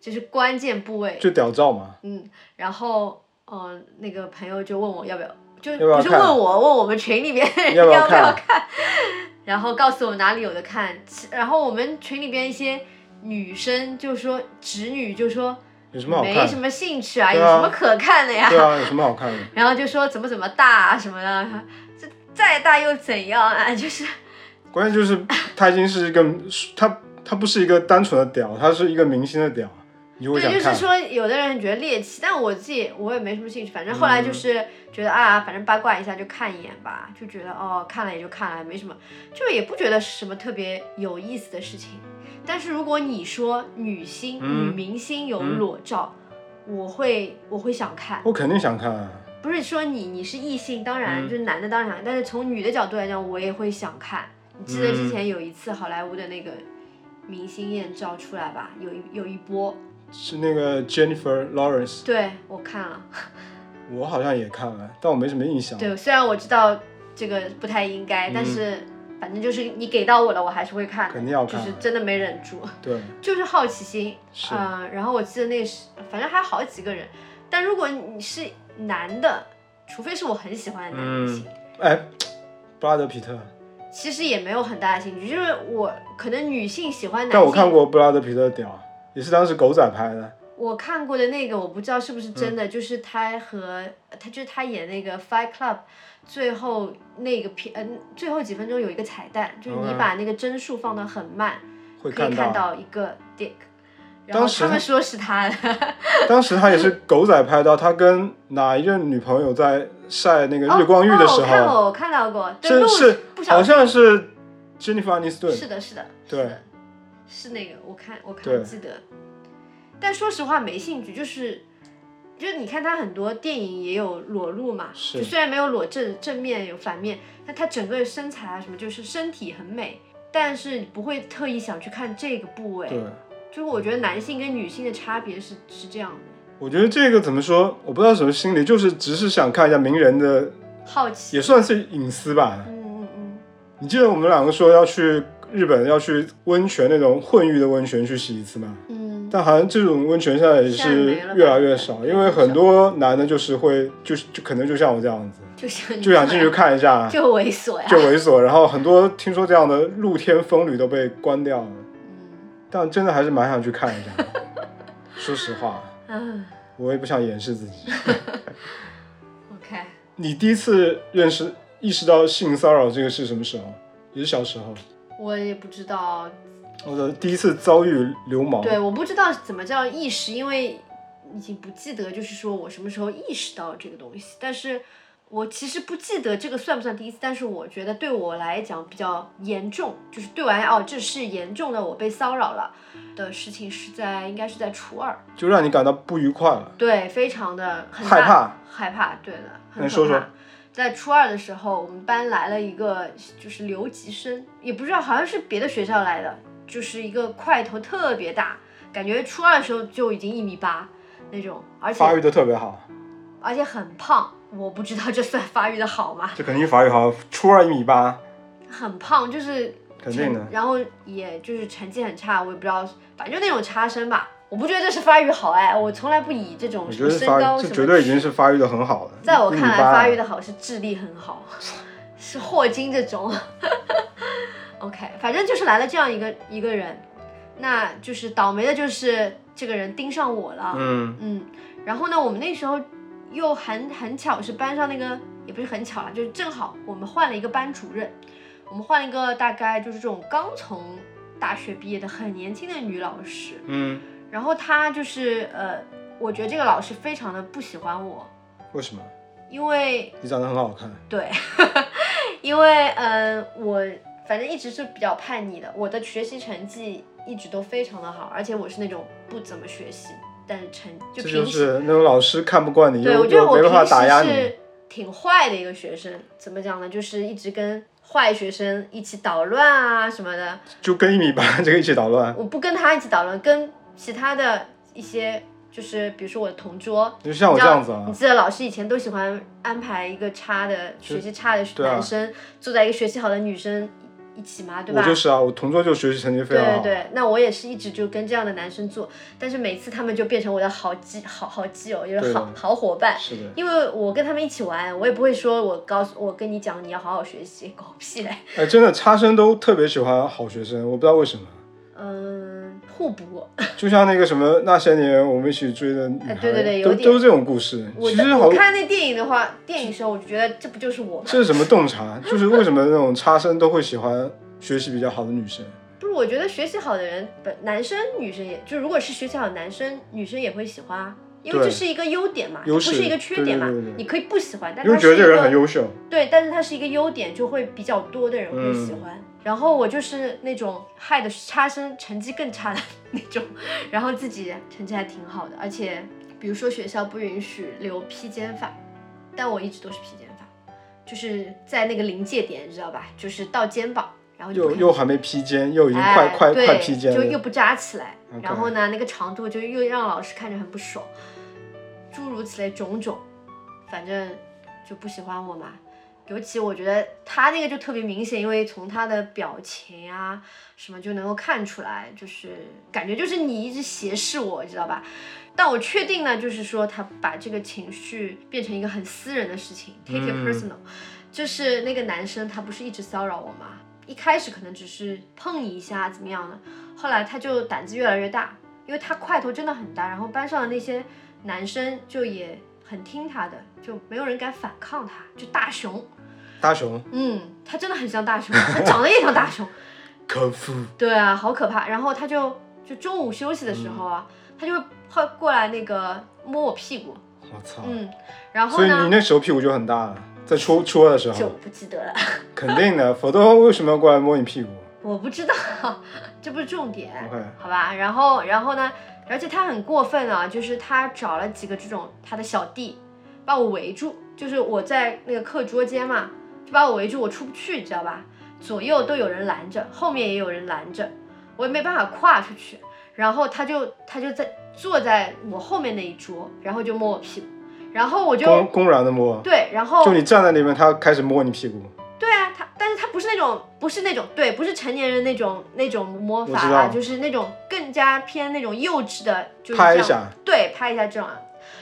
[SPEAKER 2] 就是关键部位，
[SPEAKER 1] 就屌照嘛，
[SPEAKER 2] 嗯，然后嗯、呃那个朋友就问我要不要，就
[SPEAKER 1] 要不要
[SPEAKER 2] 不是
[SPEAKER 1] 看
[SPEAKER 2] 问我，问我们群里面
[SPEAKER 1] 要不要
[SPEAKER 2] 不 要
[SPEAKER 1] 看啊
[SPEAKER 2] 看，然后告诉我哪里有的看，然后我们群里边一些女生就说直女就说
[SPEAKER 1] 有什么好
[SPEAKER 2] 没
[SPEAKER 1] 看？
[SPEAKER 2] 什么兴趣啊，有
[SPEAKER 1] 对啊
[SPEAKER 2] 什么可看的呀？
[SPEAKER 1] 对啊，有什么好看的？
[SPEAKER 2] 然后就说怎么怎么大啊什么的，这再大又怎样啊？就是
[SPEAKER 1] 关键就是他已经是一个，他他不是一个单纯的屌，他是一个明星的屌，你就会想
[SPEAKER 2] 对，就是
[SPEAKER 1] 看。
[SPEAKER 2] 说有的人觉得猎奇，但我自己我也没什么兴趣。反正后来
[SPEAKER 1] 嗯
[SPEAKER 2] 就是觉得、啊，反正八卦一下就看一眼吧，就觉得哦，看了也就看了，没什么，就也不觉得是什么特别有意思的事情。但是如果你说女星、
[SPEAKER 1] 嗯
[SPEAKER 2] 女明星有
[SPEAKER 1] 嗯
[SPEAKER 2] 裸照，我会我会想看。
[SPEAKER 1] 我肯定想看啊，
[SPEAKER 2] 不是说你你是异性，当然、
[SPEAKER 1] 嗯
[SPEAKER 2] 就是男的当然想看，但是从女的角度来讲，我也会想看。你记得之
[SPEAKER 1] 嗯
[SPEAKER 2] 前有一次好莱坞的那个明星艳照出来吧，有一有一波，
[SPEAKER 1] 是那个 Jennifer Lawrence，
[SPEAKER 2] 对我看了。
[SPEAKER 1] 我好像也看了，但我没什么印象。
[SPEAKER 2] 对，虽然我知道这个不太应该，
[SPEAKER 1] 嗯
[SPEAKER 2] 但是反正就是你给到我了，我还是会看的，
[SPEAKER 1] 肯定要看
[SPEAKER 2] 就是真的没忍住，
[SPEAKER 1] 对，
[SPEAKER 2] 就是好奇心。
[SPEAKER 1] 是
[SPEAKER 2] 嗯、然后我记得那是，反正还好几个人，但如果你是男的，除非是我很喜欢的男明星，
[SPEAKER 1] 哎，布拉德皮特。
[SPEAKER 2] 其实也没有很大的兴趣，就是我可能女性喜欢男 性，
[SPEAKER 1] 但我看，过布拉德皮特的屌，也是当时狗仔拍的，
[SPEAKER 2] 我看过的那个我不知道是
[SPEAKER 1] 嗯
[SPEAKER 2] 不是真的，就是他和他就是他演那个《Fight Club》。最后那个片，嗯、最后几分钟有一个彩蛋，就是你
[SPEAKER 1] OK
[SPEAKER 2] 把那个帧数放到很慢，
[SPEAKER 1] 哦会
[SPEAKER 2] 可以看
[SPEAKER 1] 到。
[SPEAKER 2] 到一个 Dick，然后
[SPEAKER 1] 当时
[SPEAKER 2] 他们说 是他的，
[SPEAKER 1] 当时他也是狗仔拍到他跟哪一任女朋友在晒那个
[SPEAKER 2] 哦
[SPEAKER 1] 日光浴的时
[SPEAKER 2] 哦我看
[SPEAKER 1] 候，
[SPEAKER 2] 过，我看到过，对，
[SPEAKER 1] 真
[SPEAKER 2] 路
[SPEAKER 1] 是
[SPEAKER 2] 不小
[SPEAKER 1] 好
[SPEAKER 2] 心，
[SPEAKER 1] 像是 Jennifer
[SPEAKER 2] 是
[SPEAKER 1] Aniston，
[SPEAKER 2] 的，是的，
[SPEAKER 1] 对
[SPEAKER 2] 是的，是那个，我看我看
[SPEAKER 1] 对
[SPEAKER 2] 记得，但说实话没兴趣，就是。就是你看他很多电影也有裸露嘛，
[SPEAKER 1] 是
[SPEAKER 2] 就虽然没有裸正正面有反面，但他整个身材啊什么就是身体很美，但是你不会特意想去看这个部位，
[SPEAKER 1] 对，
[SPEAKER 2] 就是我觉得男性跟女性的差别是是这样的，
[SPEAKER 1] 我觉得这个怎么说，我不知道什么心理，就是只是想看一下名人的，
[SPEAKER 2] 好奇，
[SPEAKER 1] 也算是隐私吧。
[SPEAKER 2] 嗯嗯嗯，
[SPEAKER 1] 你记得我们两个说要去日本要去温泉那种混浴的温泉去洗一次吗？
[SPEAKER 2] 嗯，
[SPEAKER 1] 但好像这种温泉现在也
[SPEAKER 2] 现在
[SPEAKER 1] 是
[SPEAKER 2] 没了吧
[SPEAKER 1] 越来越少，因为很多男的就是会，就是就可能就像我这样子，
[SPEAKER 2] 就想
[SPEAKER 1] 啊就想进去，看一下，
[SPEAKER 2] 就猥琐呀，
[SPEAKER 1] 就猥琐。然后很多听说这样的露天风吕都被关掉了，
[SPEAKER 2] 嗯
[SPEAKER 1] 但真的还是蛮想去看一下的。 说实话，
[SPEAKER 2] 嗯
[SPEAKER 1] 我也不想掩饰自己。
[SPEAKER 2] ，OK，
[SPEAKER 1] 你第一次认识、意识到性骚扰这个是什么时候？也是小时候。
[SPEAKER 2] 我也不知道，
[SPEAKER 1] 我的第一次遭遇流氓，
[SPEAKER 2] 对，我不知道怎么叫意识，因为已经不记得，就是说我什么时候意识到这个东西，但是。我其实不记得这个算不算第一次，但是我觉得对我来讲比较严重，就是对我来哦，这是严重的，我被骚扰了的事情是在应该是在初二，
[SPEAKER 1] 就让你感到不愉快了。
[SPEAKER 2] 对，非常的很
[SPEAKER 1] 害
[SPEAKER 2] 大
[SPEAKER 1] 怕，
[SPEAKER 2] 害怕，对的，
[SPEAKER 1] 那
[SPEAKER 2] 很可
[SPEAKER 1] 说说
[SPEAKER 2] 怕。在初二的时候，我们班来了一个就是留级生，也不知道好像是别的学校来的，就是一个块头特别大，感觉初二的时候就已经一米八那种，而
[SPEAKER 1] 发育
[SPEAKER 2] 且
[SPEAKER 1] 的特别好，
[SPEAKER 2] 而且很胖，我不知道这算发育的好吗？
[SPEAKER 1] 这肯定发育好。初二一米八，
[SPEAKER 2] 很胖，就是
[SPEAKER 1] 肯定的
[SPEAKER 2] 成然后也就是成绩很差，我也不知道，反正就那种差生吧。我不觉得这是发育好哎，我从来不以这种
[SPEAKER 1] 我
[SPEAKER 2] 什
[SPEAKER 1] 觉
[SPEAKER 2] 么
[SPEAKER 1] 得
[SPEAKER 2] 身
[SPEAKER 1] 发
[SPEAKER 2] 高
[SPEAKER 1] 育
[SPEAKER 2] 什
[SPEAKER 1] 这
[SPEAKER 2] 么
[SPEAKER 1] 绝对已经是发育的很好了。
[SPEAKER 2] 在我看来，
[SPEAKER 1] 1.58
[SPEAKER 2] 发育的好是智力很好，是霍金这种。OK，反正就是来了这样一个一个人，那就是倒霉的就是这个人盯上我了。
[SPEAKER 1] 嗯，
[SPEAKER 2] 嗯，然后呢，我们那时候又很很巧是班上那个也不是很巧啦，就是正好我们换了一个班主任，我们换了一个大概就是这种刚从大学毕业的很年轻的女老师。
[SPEAKER 1] 嗯，
[SPEAKER 2] 然后她就是呃，我觉得这个老师非常的不喜欢我，
[SPEAKER 1] 为什么？
[SPEAKER 2] 因为
[SPEAKER 1] 你长得很好看，
[SPEAKER 2] 对， 因为嗯、呃我反正一直是比较叛逆的，我的学习成绩一直都非常的好，而且我是那种不怎么学习，但是成
[SPEAKER 1] 这
[SPEAKER 2] 就平
[SPEAKER 1] 就
[SPEAKER 2] 时
[SPEAKER 1] 是那种老师看不惯你，又
[SPEAKER 2] 对我觉得
[SPEAKER 1] 又
[SPEAKER 2] 我
[SPEAKER 1] 没办法打压
[SPEAKER 2] 平时
[SPEAKER 1] 你。
[SPEAKER 2] 是挺坏的一个学生，怎么讲呢？就是一直跟坏学生一起捣乱啊什么的，
[SPEAKER 1] 就跟一米八 这个一起捣乱，
[SPEAKER 2] 我不跟他一起捣乱，跟其他的一些就是比如说我的同桌，
[SPEAKER 1] 就像我
[SPEAKER 2] 你
[SPEAKER 1] 这
[SPEAKER 2] 知道
[SPEAKER 1] 样子啊
[SPEAKER 2] 你，记得老师以前都喜欢安排一个差的学习差的
[SPEAKER 1] 对啊
[SPEAKER 2] 男生、坐在一个学习好的女生一起嘛，对吧？
[SPEAKER 1] 我就是啊，我同桌就学习成绩非
[SPEAKER 2] 对
[SPEAKER 1] 常好，
[SPEAKER 2] 对对，那我也是一直就跟这样的男生坐，但是每次他们就变成我的好基好好基友，也是
[SPEAKER 1] 对
[SPEAKER 2] 好
[SPEAKER 1] 的
[SPEAKER 2] 好伙伴。
[SPEAKER 1] 是的。
[SPEAKER 2] 因为我跟他们一起玩，我也不会说我告诉我跟你讲你要好好学习，狗屁嘞。
[SPEAKER 1] 哎，真的差生都特别喜欢好学生，我不知道为什么。
[SPEAKER 2] 嗯，互补。
[SPEAKER 1] 就像那个什么那些年我们一起追的女孩，
[SPEAKER 2] 哎对对对有
[SPEAKER 1] 都
[SPEAKER 2] 点
[SPEAKER 1] 都是这种故事。
[SPEAKER 2] 我
[SPEAKER 1] 其
[SPEAKER 2] 的
[SPEAKER 1] 实
[SPEAKER 2] 我
[SPEAKER 1] 好，
[SPEAKER 2] 看那电影的话，电影时候我就觉得这不就是我吗？
[SPEAKER 1] 这是什么洞察？就是为什么那种差生都会喜欢学习比较好的女生？
[SPEAKER 2] 不是，我觉得学习好的人，本男生女生也就如果是学习好的男生，女生也会喜欢啊，因为
[SPEAKER 1] 对
[SPEAKER 2] 这是一个优点嘛，这
[SPEAKER 1] 优
[SPEAKER 2] 不
[SPEAKER 1] 势
[SPEAKER 2] 是一个缺点嘛
[SPEAKER 1] 对对对对，
[SPEAKER 2] 你可以不喜欢，但
[SPEAKER 1] 因为
[SPEAKER 2] 它
[SPEAKER 1] 觉得
[SPEAKER 2] 是一
[SPEAKER 1] 这个人很
[SPEAKER 2] 个
[SPEAKER 1] 优秀，
[SPEAKER 2] 对，但是它是一个优点，就会比较多的人会喜
[SPEAKER 1] 嗯
[SPEAKER 2] 欢。然后我就是那种害的差生成绩更差的 那种，然后自己成绩还挺好的，而且比如说学校不允许留披肩发，但我一直都是披肩发，就是在那个临界点，你知道吧？就是到肩膀，然后就不
[SPEAKER 1] 又
[SPEAKER 2] 可以
[SPEAKER 1] 又还没披肩，又已经
[SPEAKER 2] 嗯哎，
[SPEAKER 1] 快快
[SPEAKER 2] 对
[SPEAKER 1] 快披肩
[SPEAKER 2] 就又
[SPEAKER 1] 了。啊
[SPEAKER 2] 不扎起来。
[SPEAKER 1] OK
[SPEAKER 2] 然后呢，那个长度就又让老师看着很不爽，诸如此类种种，反正就不喜欢我嘛。尤其我觉得他那个就特别明显，因为从他的表情啊什么就能够看出来，就是感觉就是你一直斜视我，知道吧？但我确定呢，就是说他把这个情绪变成一个很私人的事情，take it
[SPEAKER 1] 嗯
[SPEAKER 2] personal，、就是那个男生他不是一直骚扰我吗？一开始可能只是碰你一下怎么样的，后来他就胆子越来越大，因为他块头真的很大，然后班上的那些男生就也很听他的，就没有人敢反抗他，就大熊，
[SPEAKER 1] 大熊
[SPEAKER 2] 嗯，他真的很像大熊，他长得也像大熊，
[SPEAKER 1] 可夫，
[SPEAKER 2] 对啊，好可怕。然后他就就中午休息的时候啊，他就会会过来那个摸我屁股，
[SPEAKER 1] 我操！
[SPEAKER 2] 嗯，然后
[SPEAKER 1] 所以你
[SPEAKER 2] 呢
[SPEAKER 1] 那时候屁股就很大了，在初初二的时
[SPEAKER 2] 就
[SPEAKER 1] 候，
[SPEAKER 2] 不记得了，
[SPEAKER 1] 肯定的，否则为什么要过来摸你屁股？
[SPEAKER 2] 我不知道，这不是重点
[SPEAKER 1] OK
[SPEAKER 2] 好吧？然后然后呢，而且他很过分啊，就是他找了几个这种他的小弟把我围住，就是我在那个课桌间嘛，就把我围住，我出不去，你知道吧？左右都有人拦着，后面也有人拦着，我也没办法跨出去。然后他就他就在坐在我后面那一桌，然后就摸我屁股，然后我
[SPEAKER 1] 公
[SPEAKER 2] 就
[SPEAKER 1] 公然的摸，
[SPEAKER 2] 对，然后
[SPEAKER 1] 就你站在那边，他开始摸你屁股，
[SPEAKER 2] 对啊，他但是他不是那种不是那种对，不是成年人那种那种摸法
[SPEAKER 1] 我知道
[SPEAKER 2] 啊，就是那种更加偏那种幼稚的，就是
[SPEAKER 1] 拍
[SPEAKER 2] 这
[SPEAKER 1] 一
[SPEAKER 2] 样
[SPEAKER 1] 下，
[SPEAKER 2] 对，拍一下这种啊。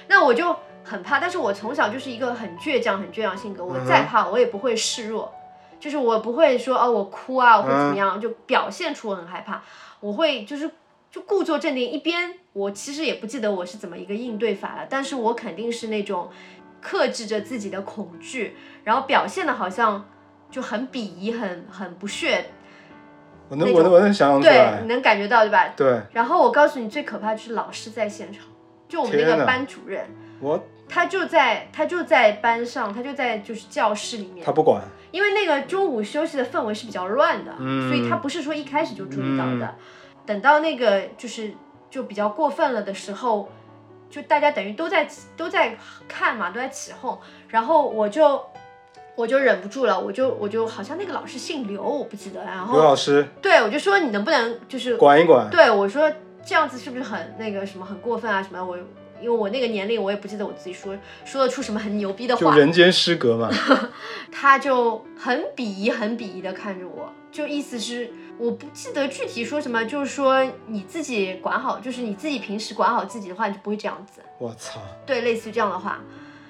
[SPEAKER 2] 那我就很怕，但是我从小就是一个很倔强、很倔强性格，我
[SPEAKER 1] 嗯哼
[SPEAKER 2] 再怕我也不会示弱，就是我不会说哦我哭啊，我会怎么
[SPEAKER 1] 嗯
[SPEAKER 2] 样，就表现出我很害怕，我会就是就故作镇定。一边我其实也不记得我是怎么一个应对法了，但是我肯定是那种克制着自己的恐惧，然后表现的好像就很鄙夷、很很不屑，
[SPEAKER 1] 我能
[SPEAKER 2] 那
[SPEAKER 1] 我能
[SPEAKER 2] 种
[SPEAKER 1] 我能想象出
[SPEAKER 2] 对，
[SPEAKER 1] 来
[SPEAKER 2] 你，能感觉到对吧？
[SPEAKER 1] 对，
[SPEAKER 2] 然后我告诉你，最可怕就是老师在现场，就我们那
[SPEAKER 1] 天哪
[SPEAKER 2] 个班主任，
[SPEAKER 1] 我
[SPEAKER 2] 他就在他就在班上，他就在就是教室里面
[SPEAKER 1] 他，不管，
[SPEAKER 2] 因为那个中午休息的氛围是比较乱的，
[SPEAKER 1] 嗯
[SPEAKER 2] 所以他不是说一开始就注意到的。等到那个就是就比较过分了的时候，就大家等于都在都在看嘛，都在起哄，然后我就我就忍不住了，我就我就好像那个老师姓刘，我不记得，然
[SPEAKER 1] 刘老
[SPEAKER 2] 后
[SPEAKER 1] 师
[SPEAKER 2] 对我就说你能不能就是
[SPEAKER 1] 管一管，
[SPEAKER 2] 对，我说这样子是不是很那个什么很过分啊什么？我因为我那个年龄，我也不记得我自己说说得出什么很牛逼的
[SPEAKER 1] 就
[SPEAKER 2] 话，
[SPEAKER 1] 人间失格 嘛，
[SPEAKER 2] 他就很鄙夷、很鄙夷的看着我，就意思是我不记得具体说什么，就是说你自己管好，就是你自己平时管好自己的话，你就不会这样子。
[SPEAKER 1] 我操，
[SPEAKER 2] 对，类似于这样的话，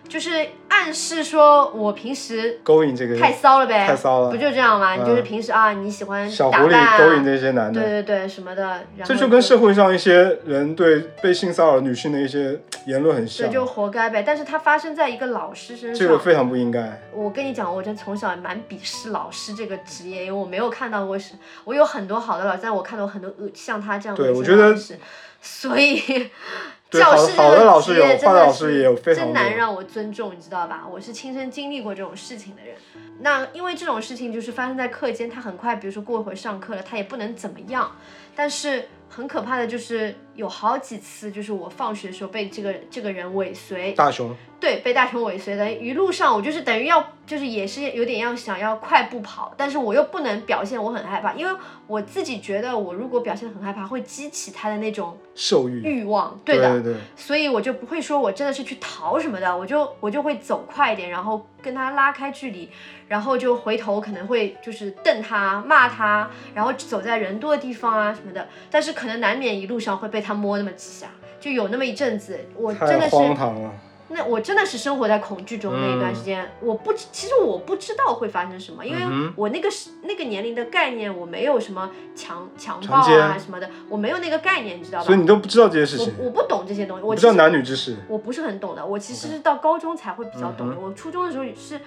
[SPEAKER 2] 就是暗示说我平时
[SPEAKER 1] 勾引这个
[SPEAKER 2] 太骚了呗，
[SPEAKER 1] 太骚了
[SPEAKER 2] 不就这样吗？你就是
[SPEAKER 1] 嗯
[SPEAKER 2] 平时啊，你喜欢
[SPEAKER 1] 小
[SPEAKER 2] 打
[SPEAKER 1] 狐
[SPEAKER 2] 扮啊
[SPEAKER 1] 狸勾引这些男
[SPEAKER 2] 对
[SPEAKER 1] 的，
[SPEAKER 2] 对对什么的，然后
[SPEAKER 1] 这就跟社会上一些人对被性骚扰女性的一些言论很
[SPEAKER 2] 这
[SPEAKER 1] 像，
[SPEAKER 2] 就活该呗。但是它发生在一个老师身上，
[SPEAKER 1] 这个非常不应该。
[SPEAKER 2] 我跟你讲，我真从小蛮鄙视老师这个职业，因为我没有看到过是，我有很多好的老师，但我看到很多恶像他这样的
[SPEAKER 1] 对
[SPEAKER 2] 恶
[SPEAKER 1] 我
[SPEAKER 2] 心
[SPEAKER 1] 觉得
[SPEAKER 2] 老师，所以
[SPEAKER 1] 对
[SPEAKER 2] 教
[SPEAKER 1] 好
[SPEAKER 2] 师这
[SPEAKER 1] 好的老
[SPEAKER 2] 个
[SPEAKER 1] 师
[SPEAKER 2] 职
[SPEAKER 1] 有
[SPEAKER 2] 业真
[SPEAKER 1] 坏的老
[SPEAKER 2] 的
[SPEAKER 1] 师也有
[SPEAKER 2] 是
[SPEAKER 1] 非常
[SPEAKER 2] 真
[SPEAKER 1] 多
[SPEAKER 2] 难让我尊重，你知道吧？我是亲身经历过这种事情的人。那因为这种事情就是发生在课间，他很快，比如说过一会儿上课了，他也不能怎么样。但是很可怕的就是有好几次，就是我放学的时候被这个这个人尾随，
[SPEAKER 1] 大熊，
[SPEAKER 2] 对，被大熊尾随的，一路上我就是等于要，就是也是有点要想要快步跑，但是我又不能表现我很害怕，因为我自己觉得我如果表现得很害怕，会激起他的那种
[SPEAKER 1] 兽欲，
[SPEAKER 2] 欲望，
[SPEAKER 1] 对
[SPEAKER 2] 的，
[SPEAKER 1] 对对，
[SPEAKER 2] 所以我就不会说我真的是去逃什么的，我就我就会走快一点，然后跟他拉开距离，然后就回头可能会就是瞪他、骂他，然后走在人多的地方啊什么的，但是可能难免一路上会被他摸那么几下，就有那么一阵子，我真
[SPEAKER 1] 太
[SPEAKER 2] 的是
[SPEAKER 1] 荒唐了。
[SPEAKER 2] 那我真的是生活在恐惧中那一段时间，我不知其实我不知道会发生什么，因为
[SPEAKER 1] 嗯嗯哼
[SPEAKER 2] 我那个时那个年龄的概念，我没有什么强强暴
[SPEAKER 1] 强
[SPEAKER 2] 啊
[SPEAKER 1] 奸
[SPEAKER 2] 什么的，我没有那个概念，你知道吧？
[SPEAKER 1] 所以你都不知道这些事情，
[SPEAKER 2] 我我不懂这些东西，
[SPEAKER 1] 不
[SPEAKER 2] 我
[SPEAKER 1] 知道
[SPEAKER 2] 其实
[SPEAKER 1] 男女之事。
[SPEAKER 2] 我不是很懂的，我其实是到高中才会比较懂的。
[SPEAKER 1] 嗯
[SPEAKER 2] 我初中的时候也是，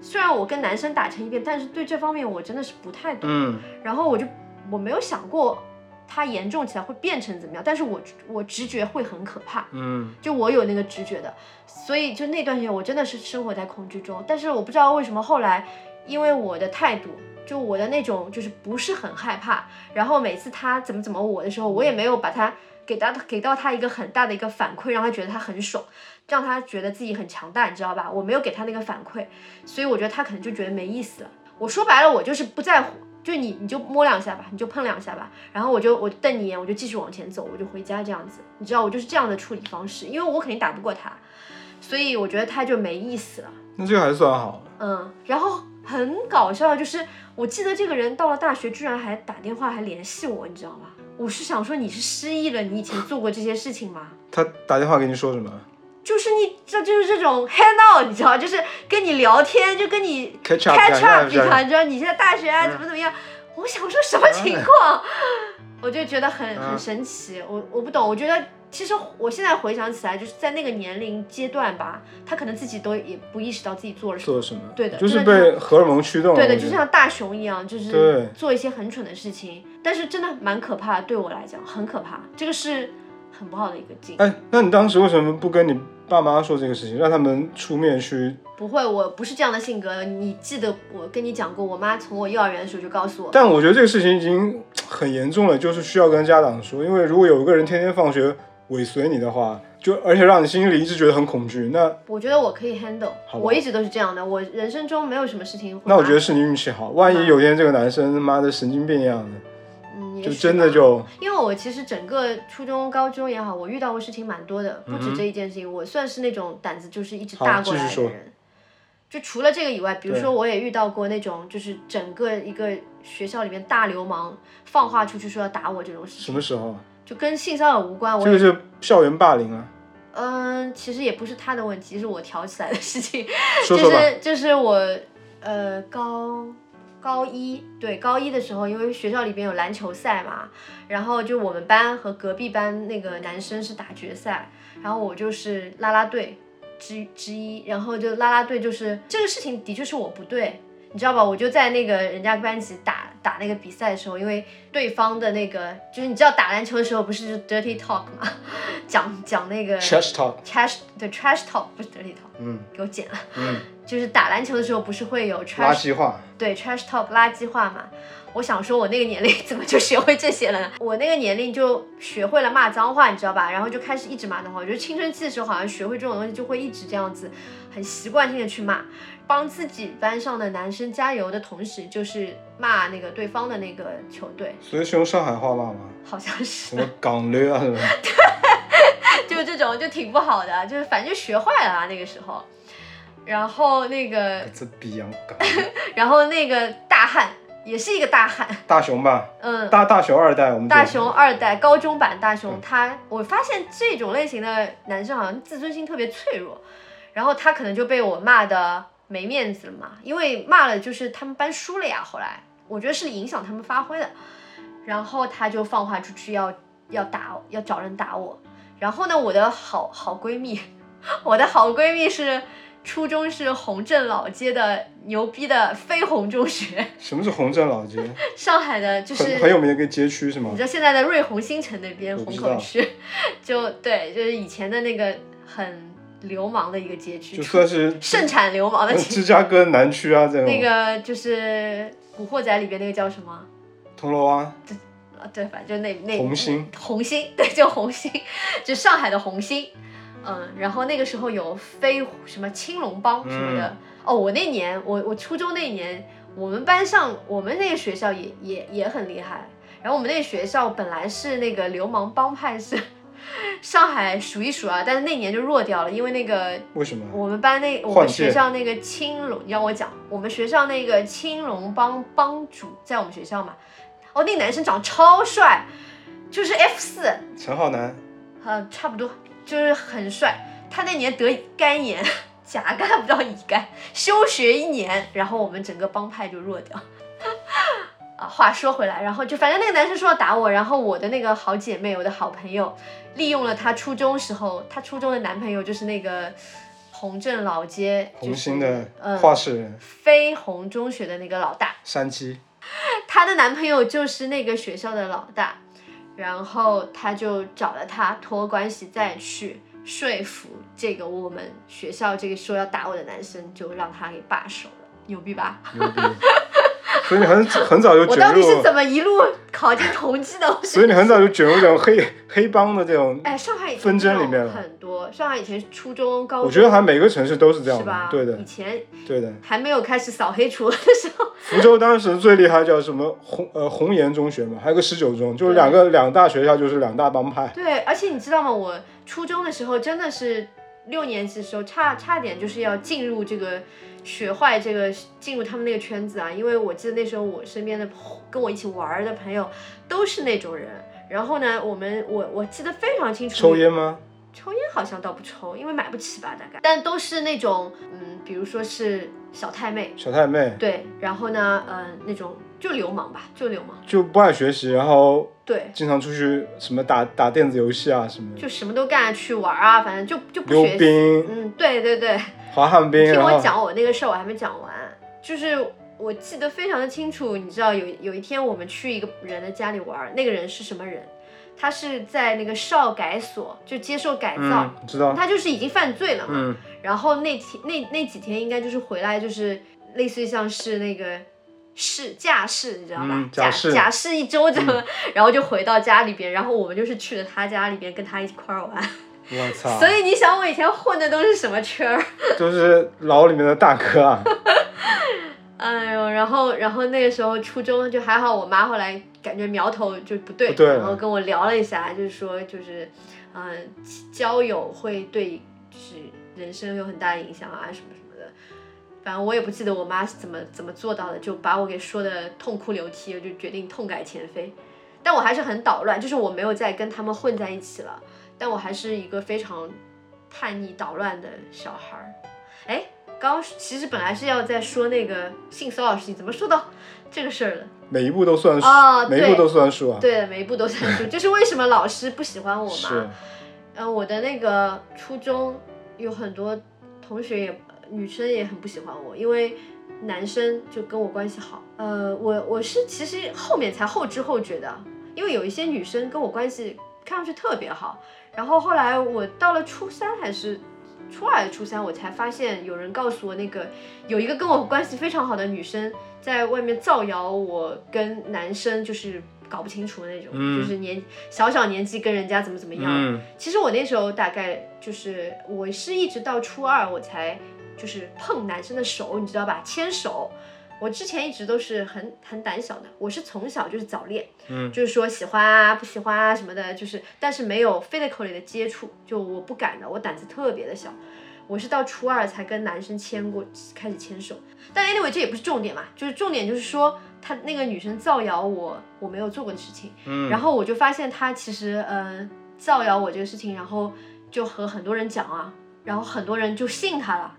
[SPEAKER 2] 虽然我跟男生打成一片，但是对这方面我真的是不太懂。
[SPEAKER 1] 嗯，
[SPEAKER 2] 然后我就我没有想过它严重起来会变成怎么样，但是我我直觉会很可怕。
[SPEAKER 1] 嗯，
[SPEAKER 2] 就我有那个直觉的，所以就那段时间我真的是生活在恐惧中。但是我不知道为什么后来，因为我的态度，就我的那种就是不是很害怕，然后每次他怎么怎么我的时候，我也没有把他给到给到他一个很大的一个反馈，让他觉得他很爽，让他觉得自己很强大，你知道吧？我没有给他那个反馈，所以我觉得他可能就觉得没意思了。我说白了，我就是不在乎。就你，你就摸两下吧，你就碰两下吧，然后我就我瞪你一眼，我就继续往前走，我就回家这样子，你知道，我就是这样的处理方式，因为我肯定打不过他，所以我觉得他就没意思了，
[SPEAKER 1] 那这个还算好。
[SPEAKER 2] 嗯，然后很搞笑的就是，我记得这个人到了大学居然还打电话还联系我，你知道吗？我是想说你是失忆了，你以前做过这些事情吗？
[SPEAKER 1] 他打电话给你说什么
[SPEAKER 2] 就是你，这就是这种 hang out，你知道，就是跟你聊天，就跟你
[SPEAKER 1] Catch up，
[SPEAKER 2] catch up 一
[SPEAKER 1] 这样这样
[SPEAKER 2] 场，你知道你现在大学啊
[SPEAKER 1] 嗯
[SPEAKER 2] 怎么怎么样？我想说什么情况？ 我就觉得很很
[SPEAKER 1] 嗯
[SPEAKER 2] 神奇，我我不懂，我觉得其实我现在回想起来，就是在那个年龄阶段吧，他可能自己都也不意识到自己做了什么
[SPEAKER 1] 做。什么？
[SPEAKER 2] 对的
[SPEAKER 1] 就是
[SPEAKER 2] 真的
[SPEAKER 1] 被荷尔蒙驱动了。
[SPEAKER 2] 对的，
[SPEAKER 1] 我觉
[SPEAKER 2] 就
[SPEAKER 1] 得
[SPEAKER 2] 像大熊一样，就是
[SPEAKER 1] 对
[SPEAKER 2] 做一些很蠢的事情，但是真的蛮可怕的，对我来讲很可怕，这个是很不好的一个经历。
[SPEAKER 1] 哎，那你当时为什么不跟你爸妈说这个事情，让他们出面去？
[SPEAKER 2] 不会，我不是这样的性格。你记得我跟你讲过，我妈从我幼儿园的时候就告诉我，
[SPEAKER 1] 但我觉得这个事情已经很严重了，就是需要跟家长说，因为如果有一个人天天放学尾随你的话，就而且让你心里一直觉得很恐惧，那
[SPEAKER 2] 我觉得我可以 handle。
[SPEAKER 1] 好吧
[SPEAKER 2] 我一直都是这样的，我人生中没有什么事情会。
[SPEAKER 1] 那我觉得，是你运气好。万一有天这个男生他妈的神经病一样的，
[SPEAKER 2] 嗯，也
[SPEAKER 1] 就
[SPEAKER 2] 许
[SPEAKER 1] 真的
[SPEAKER 2] 吧
[SPEAKER 1] 就
[SPEAKER 2] 因为我其实整个初中、高中也好，我遇到过事情蛮多的，不
[SPEAKER 1] 嗯哼
[SPEAKER 2] 止这一件事情。我算是那种胆子就是一直
[SPEAKER 1] 好
[SPEAKER 2] 大过
[SPEAKER 1] 继续
[SPEAKER 2] 来的
[SPEAKER 1] 说
[SPEAKER 2] 人。就除了这个以外，比如
[SPEAKER 1] 对
[SPEAKER 2] 说我也遇到过那种，就是整个一个学校里面大流氓放话出去说要打我这种事
[SPEAKER 1] 什
[SPEAKER 2] 情，
[SPEAKER 1] 么时候啊？
[SPEAKER 2] 就跟性骚扰无关。我
[SPEAKER 1] 这
[SPEAKER 2] 也
[SPEAKER 1] 个是校园霸凌啊，
[SPEAKER 2] 嗯，其实也不是他的问题，是我挑起来的事情。
[SPEAKER 1] 说说吧。
[SPEAKER 2] 就是就是我呃高高一对高一的时候，因为学校里边有篮球赛嘛，然后就我们班和隔壁班那个男生是打决赛，然后我就是啦啦队之之一，然后就啦啦队就是这个事情的确是我不对。你知道吧？我就在那个人家班级打打那个比赛的时候，因为对方的那个就是你知道打篮球的时候不是就 dirty talk 嘛， 讲讲那个
[SPEAKER 1] Trash talk，
[SPEAKER 2] trash 对 trash talk 不是 dirty talk，
[SPEAKER 1] 嗯
[SPEAKER 2] 给我剪了。啊
[SPEAKER 1] 嗯，
[SPEAKER 2] 就是打篮球的时候不是会有
[SPEAKER 1] 垃
[SPEAKER 2] trash
[SPEAKER 1] 圾话，
[SPEAKER 2] 对 trash talk 垃圾话嘛？我想说，我那个年龄 怎么就学会这些了呢？我那个年龄就学会了骂脏话，你知道吧？然后就开始一直骂脏话。我觉得青春期的时候好像学会这种东西，就会一直这样子，很习惯性的去骂，帮自己班上的男生加油的同时，就是骂那个对方的那个球队，
[SPEAKER 1] 所以是用上海话骂吗？
[SPEAKER 2] 好像是
[SPEAKER 1] 什么港女啊什么？
[SPEAKER 2] 就这种就挺不好的，啊就是反正就学坏了啊那个时候。然后那个
[SPEAKER 1] 这逼样港，
[SPEAKER 2] 然后那个大汉也是一个大汉，
[SPEAKER 1] 大熊吧，
[SPEAKER 2] 嗯，
[SPEAKER 1] 大大熊二代，我们
[SPEAKER 2] 大
[SPEAKER 1] 这
[SPEAKER 2] 熊二代高中版大
[SPEAKER 1] 嗯
[SPEAKER 2] 熊，他我发现这种类型的男生好像自尊心特别脆弱，然后他可能就被我骂的没面子了嘛，因为骂了就是他们班输了呀，后来我觉得是影响他们发挥的，然后他就放话出去要要打要找人打我，然后呢，我的好好闺蜜， 我的好闺蜜是。初中是洪镇老街的牛逼的非红中学，
[SPEAKER 1] 什么是洪镇老街？
[SPEAKER 2] 上海的就是
[SPEAKER 1] 很很有名的一个街区是吗
[SPEAKER 2] 你知？道现在的瑞虹新城那边
[SPEAKER 1] 我不
[SPEAKER 2] 虹
[SPEAKER 1] 知
[SPEAKER 2] 口
[SPEAKER 1] 道
[SPEAKER 2] 区，就对，就是以前的那个很流氓的一个街区，
[SPEAKER 1] 就算是
[SPEAKER 2] 盛产 流氓的
[SPEAKER 1] 呃
[SPEAKER 2] 街区。
[SPEAKER 1] 芝加哥南区啊这种。
[SPEAKER 2] 那个就是《古惑仔》里边那个叫什么？
[SPEAKER 1] 铜锣湾，
[SPEAKER 2] 啊，对，反正就那那
[SPEAKER 1] 红星，
[SPEAKER 2] 红星， 对，就红星，就上海的红星。嗯，然后那个时候有飞什么青龙帮什么的。
[SPEAKER 1] 嗯
[SPEAKER 2] 哦，我那年，我我初中那一年，我们班上我们那个学校也也也很厉害。然后我们那个学校本来是那个流氓帮派是 上海数一数二、但是那年就弱掉了，因为那个
[SPEAKER 1] 为什么？
[SPEAKER 2] 我们班那我
[SPEAKER 1] 换
[SPEAKER 2] 们
[SPEAKER 1] 届
[SPEAKER 2] 学校那个青龙，你让我讲，我们学校那个青龙帮帮主在我们学校嘛，哦，那个男生长超帅，就是 F 四，
[SPEAKER 1] 陈浩南，
[SPEAKER 2] 呃，差不多，就是很帅。他那年得肝炎，甲肝不到乙肝，休学一年，然后我们整个帮派就弱掉。 啊，话说回来，然后就反正那个男生说要打我，然后我的那个好姐妹，我的好朋友，利用了她初中时候，她初中的男朋友就是那个洪镇老街，
[SPEAKER 1] 红星的
[SPEAKER 2] 嗯
[SPEAKER 1] 画室人，
[SPEAKER 2] 飞鸿中学的那个老大，
[SPEAKER 1] 山鸡，
[SPEAKER 2] 她的男朋友就是那个学校的老大，然后她就找了他托关系再去说服这个我们学校这个说要打我的男生，就让他给罢手了，牛逼吧？
[SPEAKER 1] 牛逼。 所以你很很早就
[SPEAKER 2] 我
[SPEAKER 1] 卷
[SPEAKER 2] 到底是
[SPEAKER 1] 入，
[SPEAKER 2] 怎么一路考进同济的？我是
[SPEAKER 1] 所以你很早就卷入这种黑黑帮的这种，
[SPEAKER 2] 哎，上海以前
[SPEAKER 1] 纷争
[SPEAKER 2] 这种
[SPEAKER 1] 里面了
[SPEAKER 2] 很多，上海以前初中、高中，
[SPEAKER 1] 我觉得好像每个城市都是这样
[SPEAKER 2] 是吧
[SPEAKER 1] 的，？对的
[SPEAKER 2] 以，前
[SPEAKER 1] 对的。
[SPEAKER 2] 还没有开始扫黑除恶的时候，
[SPEAKER 1] 福州当时最厉害叫什么红呃红岩中学嘛，还有个十九中，就是两个两大学校，就是两大帮派。
[SPEAKER 2] 对，而且你知道吗？我初中的时候真的是六年级的时候，差差点就是要进入这个学坏这个进入他们那个圈子啊，因为我记得那时候我身边的朋跟我一起玩儿的朋友都是那种人。然后呢，我们我我记得非常清 楚，
[SPEAKER 1] 抽烟吗？
[SPEAKER 2] 抽烟好像倒不抽，因为买不起吧，大概，但都是那种嗯，比如说是小太妹，
[SPEAKER 1] 小太妹
[SPEAKER 2] 对，然后呢，嗯、那种就流氓吧，就流氓，
[SPEAKER 1] 就不爱学习，然后
[SPEAKER 2] 对，
[SPEAKER 1] 经常出去什么打打电子游戏啊什么的，
[SPEAKER 2] 就什么都干去玩儿啊，反正就就不
[SPEAKER 1] 溜
[SPEAKER 2] 学习。
[SPEAKER 1] 冰、
[SPEAKER 2] 嗯，对对对，
[SPEAKER 1] 滑旱冰，
[SPEAKER 2] 听
[SPEAKER 1] 然
[SPEAKER 2] 我
[SPEAKER 1] 后
[SPEAKER 2] 讲我那个事儿，我还没讲完，就是我记得非常的清楚，你知道有有一天我们去一个人的家里玩儿，那个人是什么人？他是在那个少改所就接受改造
[SPEAKER 1] 嗯，，你知道，
[SPEAKER 2] 他就是已经犯罪了嘛。
[SPEAKER 1] 嗯，
[SPEAKER 2] 然后那天那那几天应该就是回来就是类似于像是那个试假释，你知道吧？
[SPEAKER 1] 嗯假
[SPEAKER 2] 假
[SPEAKER 1] 释
[SPEAKER 2] 假释一周这么， 然后就回到家里边，然后我们就是去了他家里边跟他一块儿玩。
[SPEAKER 1] 我操，
[SPEAKER 2] 所以你想我以前混的都是什么圈儿？
[SPEAKER 1] 就是牢里面的大哥啊，
[SPEAKER 2] 哎呦，然后然后那个时候初中就还好，我妈后来感觉苗头就不对，
[SPEAKER 1] 不对
[SPEAKER 2] 然后跟我聊了一下，就是说就是，嗯、交友会对就是人生有很大的影响啊，什么什么的。反正我也不记得我妈是怎么怎么做到的，就把我给说的痛哭流涕，我就决定痛改前非。但我还是很捣乱，就是我没有再跟他们混在一起了，但我还是一个非常叛逆捣乱的小孩儿。哎，刚其实本来是要在说那个性骚扰事情，怎么说到这个事儿了？
[SPEAKER 1] 每一步都算数，
[SPEAKER 2] 哦
[SPEAKER 1] 每一
[SPEAKER 2] 对
[SPEAKER 1] 步都算数啊。
[SPEAKER 2] 对，每一步都算 数，就是为什么老师不喜欢我
[SPEAKER 1] 是
[SPEAKER 2] 嘛？嗯，我的那个初中有很多同学也女生也很不喜欢我，因为男生就跟我关系好。呃，我我是其实后面才后知后觉的，因为有一些女生跟我关系看上去特别好，然后后来我到了初三还是。初二还是初三，我才发现有人告诉我，那个有一个跟我关系非常好的女生在外面造谣，我跟男生就是搞不清楚的那种，
[SPEAKER 1] 嗯
[SPEAKER 2] 就是年小小年纪跟人家怎么怎么样，
[SPEAKER 1] 嗯，
[SPEAKER 2] 其实我那时候大概就是，我是一直到初二我才就是碰男生的手，你知道吧？牵手。我之前一直都是很很胆小的，我是从小就是早恋，
[SPEAKER 1] 嗯
[SPEAKER 2] 就是说喜欢啊、不喜欢啊什么的，就是但是没有 physically 的接触，就我不敢的，我胆子特别的小。我是到初二才跟男生牵过，开始牵手。但 anyway 这也不是重点嘛，就是重点就是说他那个女生造谣我我没有做过的事情，
[SPEAKER 1] 嗯
[SPEAKER 2] 然后我就发现他其实嗯、呃造谣我这个事情，然后就和很多人讲啊，然后很多人就信他了，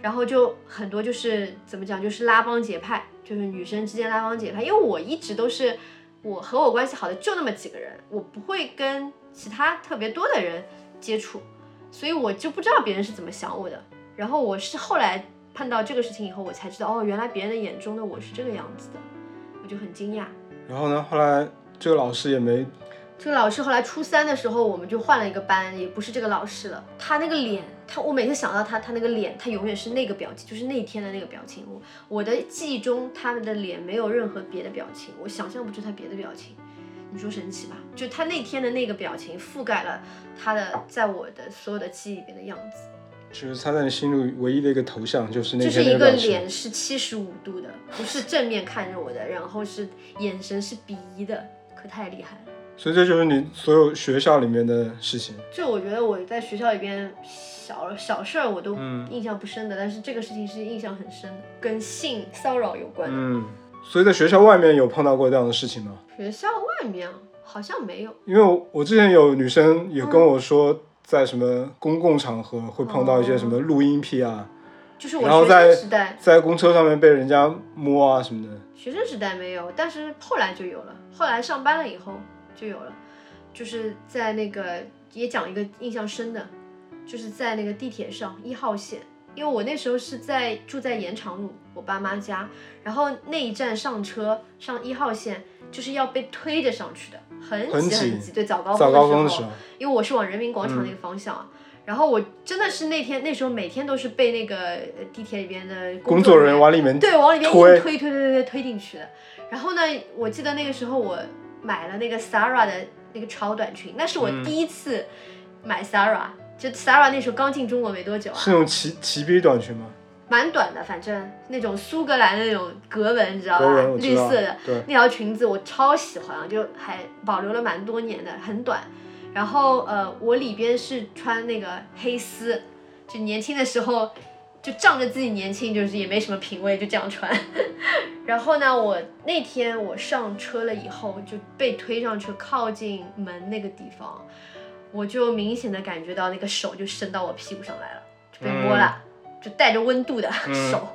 [SPEAKER 2] 然后就很多就是怎么讲，就是拉帮结派，就是女生之间拉帮结派，因为我一直都是我和我关系好的就那么几个人，我不会跟其他特别多的人接触，所以我就不知道别人是怎么想我的。然后我是后来碰到这个事情以后，我才知道哦，原来别人的眼中的我是这个样子的，我就很惊讶。
[SPEAKER 1] 然后呢，后来这个老师也没，
[SPEAKER 2] 这个老师后来初三的时候，我们就换了一个班，也不是这个老师了。他那个脸，他我每次想到他，他那个脸，他永远是那个表情，就是那一天的那个表情。我我的记忆中，他们的脸没有任何别的表情，我想象不出他别的表情。你说神奇吧？就他那天的那个表情覆盖了他的在我的所有的记忆里面的样子，
[SPEAKER 1] 就是他在你心里唯一的一个头像就是那
[SPEAKER 2] 就是
[SPEAKER 1] 天那
[SPEAKER 2] 一个
[SPEAKER 1] 表情。
[SPEAKER 2] 脸是七十五度的，不是正面看着我的，然后是眼神是鄙夷的，可太厉害了。
[SPEAKER 1] 所以这就是你所有学校里面的事情。
[SPEAKER 2] 就我觉得我在学校里边小小事儿我都
[SPEAKER 1] 嗯
[SPEAKER 2] 印象不深的，但是这个事情是印象很深的，跟性骚扰有关的。
[SPEAKER 1] 嗯，所以在学校外面有碰到过这样的事情吗？
[SPEAKER 2] 学校外面好像没有，
[SPEAKER 1] 因为我我之前有女生也跟我说，在什么公共场合会碰到一些什么录音癖啊，
[SPEAKER 2] 就是
[SPEAKER 1] 然后
[SPEAKER 2] 我学
[SPEAKER 1] 在
[SPEAKER 2] 生时代，
[SPEAKER 1] 在公车上面被人家摸啊什么的。
[SPEAKER 2] 学生时代没有，但是后来就有了，后来上班了以后就有了，就是在那个也讲一个印象深的，就是在那个地铁上一号线，因为我那时候是在住在延长路我爸妈家，然后那一站上车上一号线就是要被推着上去的，很
[SPEAKER 1] 很
[SPEAKER 2] 挤很
[SPEAKER 1] 挤
[SPEAKER 2] 挤，对，早高
[SPEAKER 1] 早高峰
[SPEAKER 2] 的
[SPEAKER 1] 的
[SPEAKER 2] 时
[SPEAKER 1] 时
[SPEAKER 2] 候
[SPEAKER 1] 候，，嗯
[SPEAKER 2] 因为我是往人民广场那个方向啊。然后我真的是那天那时候每天都是被那个呃地铁里边的
[SPEAKER 1] 工
[SPEAKER 2] 作
[SPEAKER 1] 作
[SPEAKER 2] 人
[SPEAKER 1] 人员往里面
[SPEAKER 2] 对，往里面硬
[SPEAKER 1] 推
[SPEAKER 2] 推推推推推推进去的。然后呢，我记得那个时候我买了那个 Sara 的那个超短裙，那是我
[SPEAKER 1] 嗯
[SPEAKER 2] 第一次买 Sara，、就 Sara 那时候刚进中国没多久啊，
[SPEAKER 1] 是那种齐齐逼短裙吗？
[SPEAKER 2] 蛮短的，反正那种苏格兰那种格纹，你知道吧
[SPEAKER 1] 格纹我？
[SPEAKER 2] 啊绿
[SPEAKER 1] 知道
[SPEAKER 2] 色的，
[SPEAKER 1] 对，
[SPEAKER 2] 那条裙子我超喜欢，啊就还保留了蛮多年的，很短。然后呃，我里边是穿那个黑丝，就年轻的时候就仗着自己年轻，就是也没什么品味，就这样穿。 然后呢，我那天我上车了以后就被推上车，靠近门那个地方，我就明显的感觉到那个手就伸到我屁股上来了，就被摸了，就带着温度的
[SPEAKER 1] 嗯
[SPEAKER 2] 手。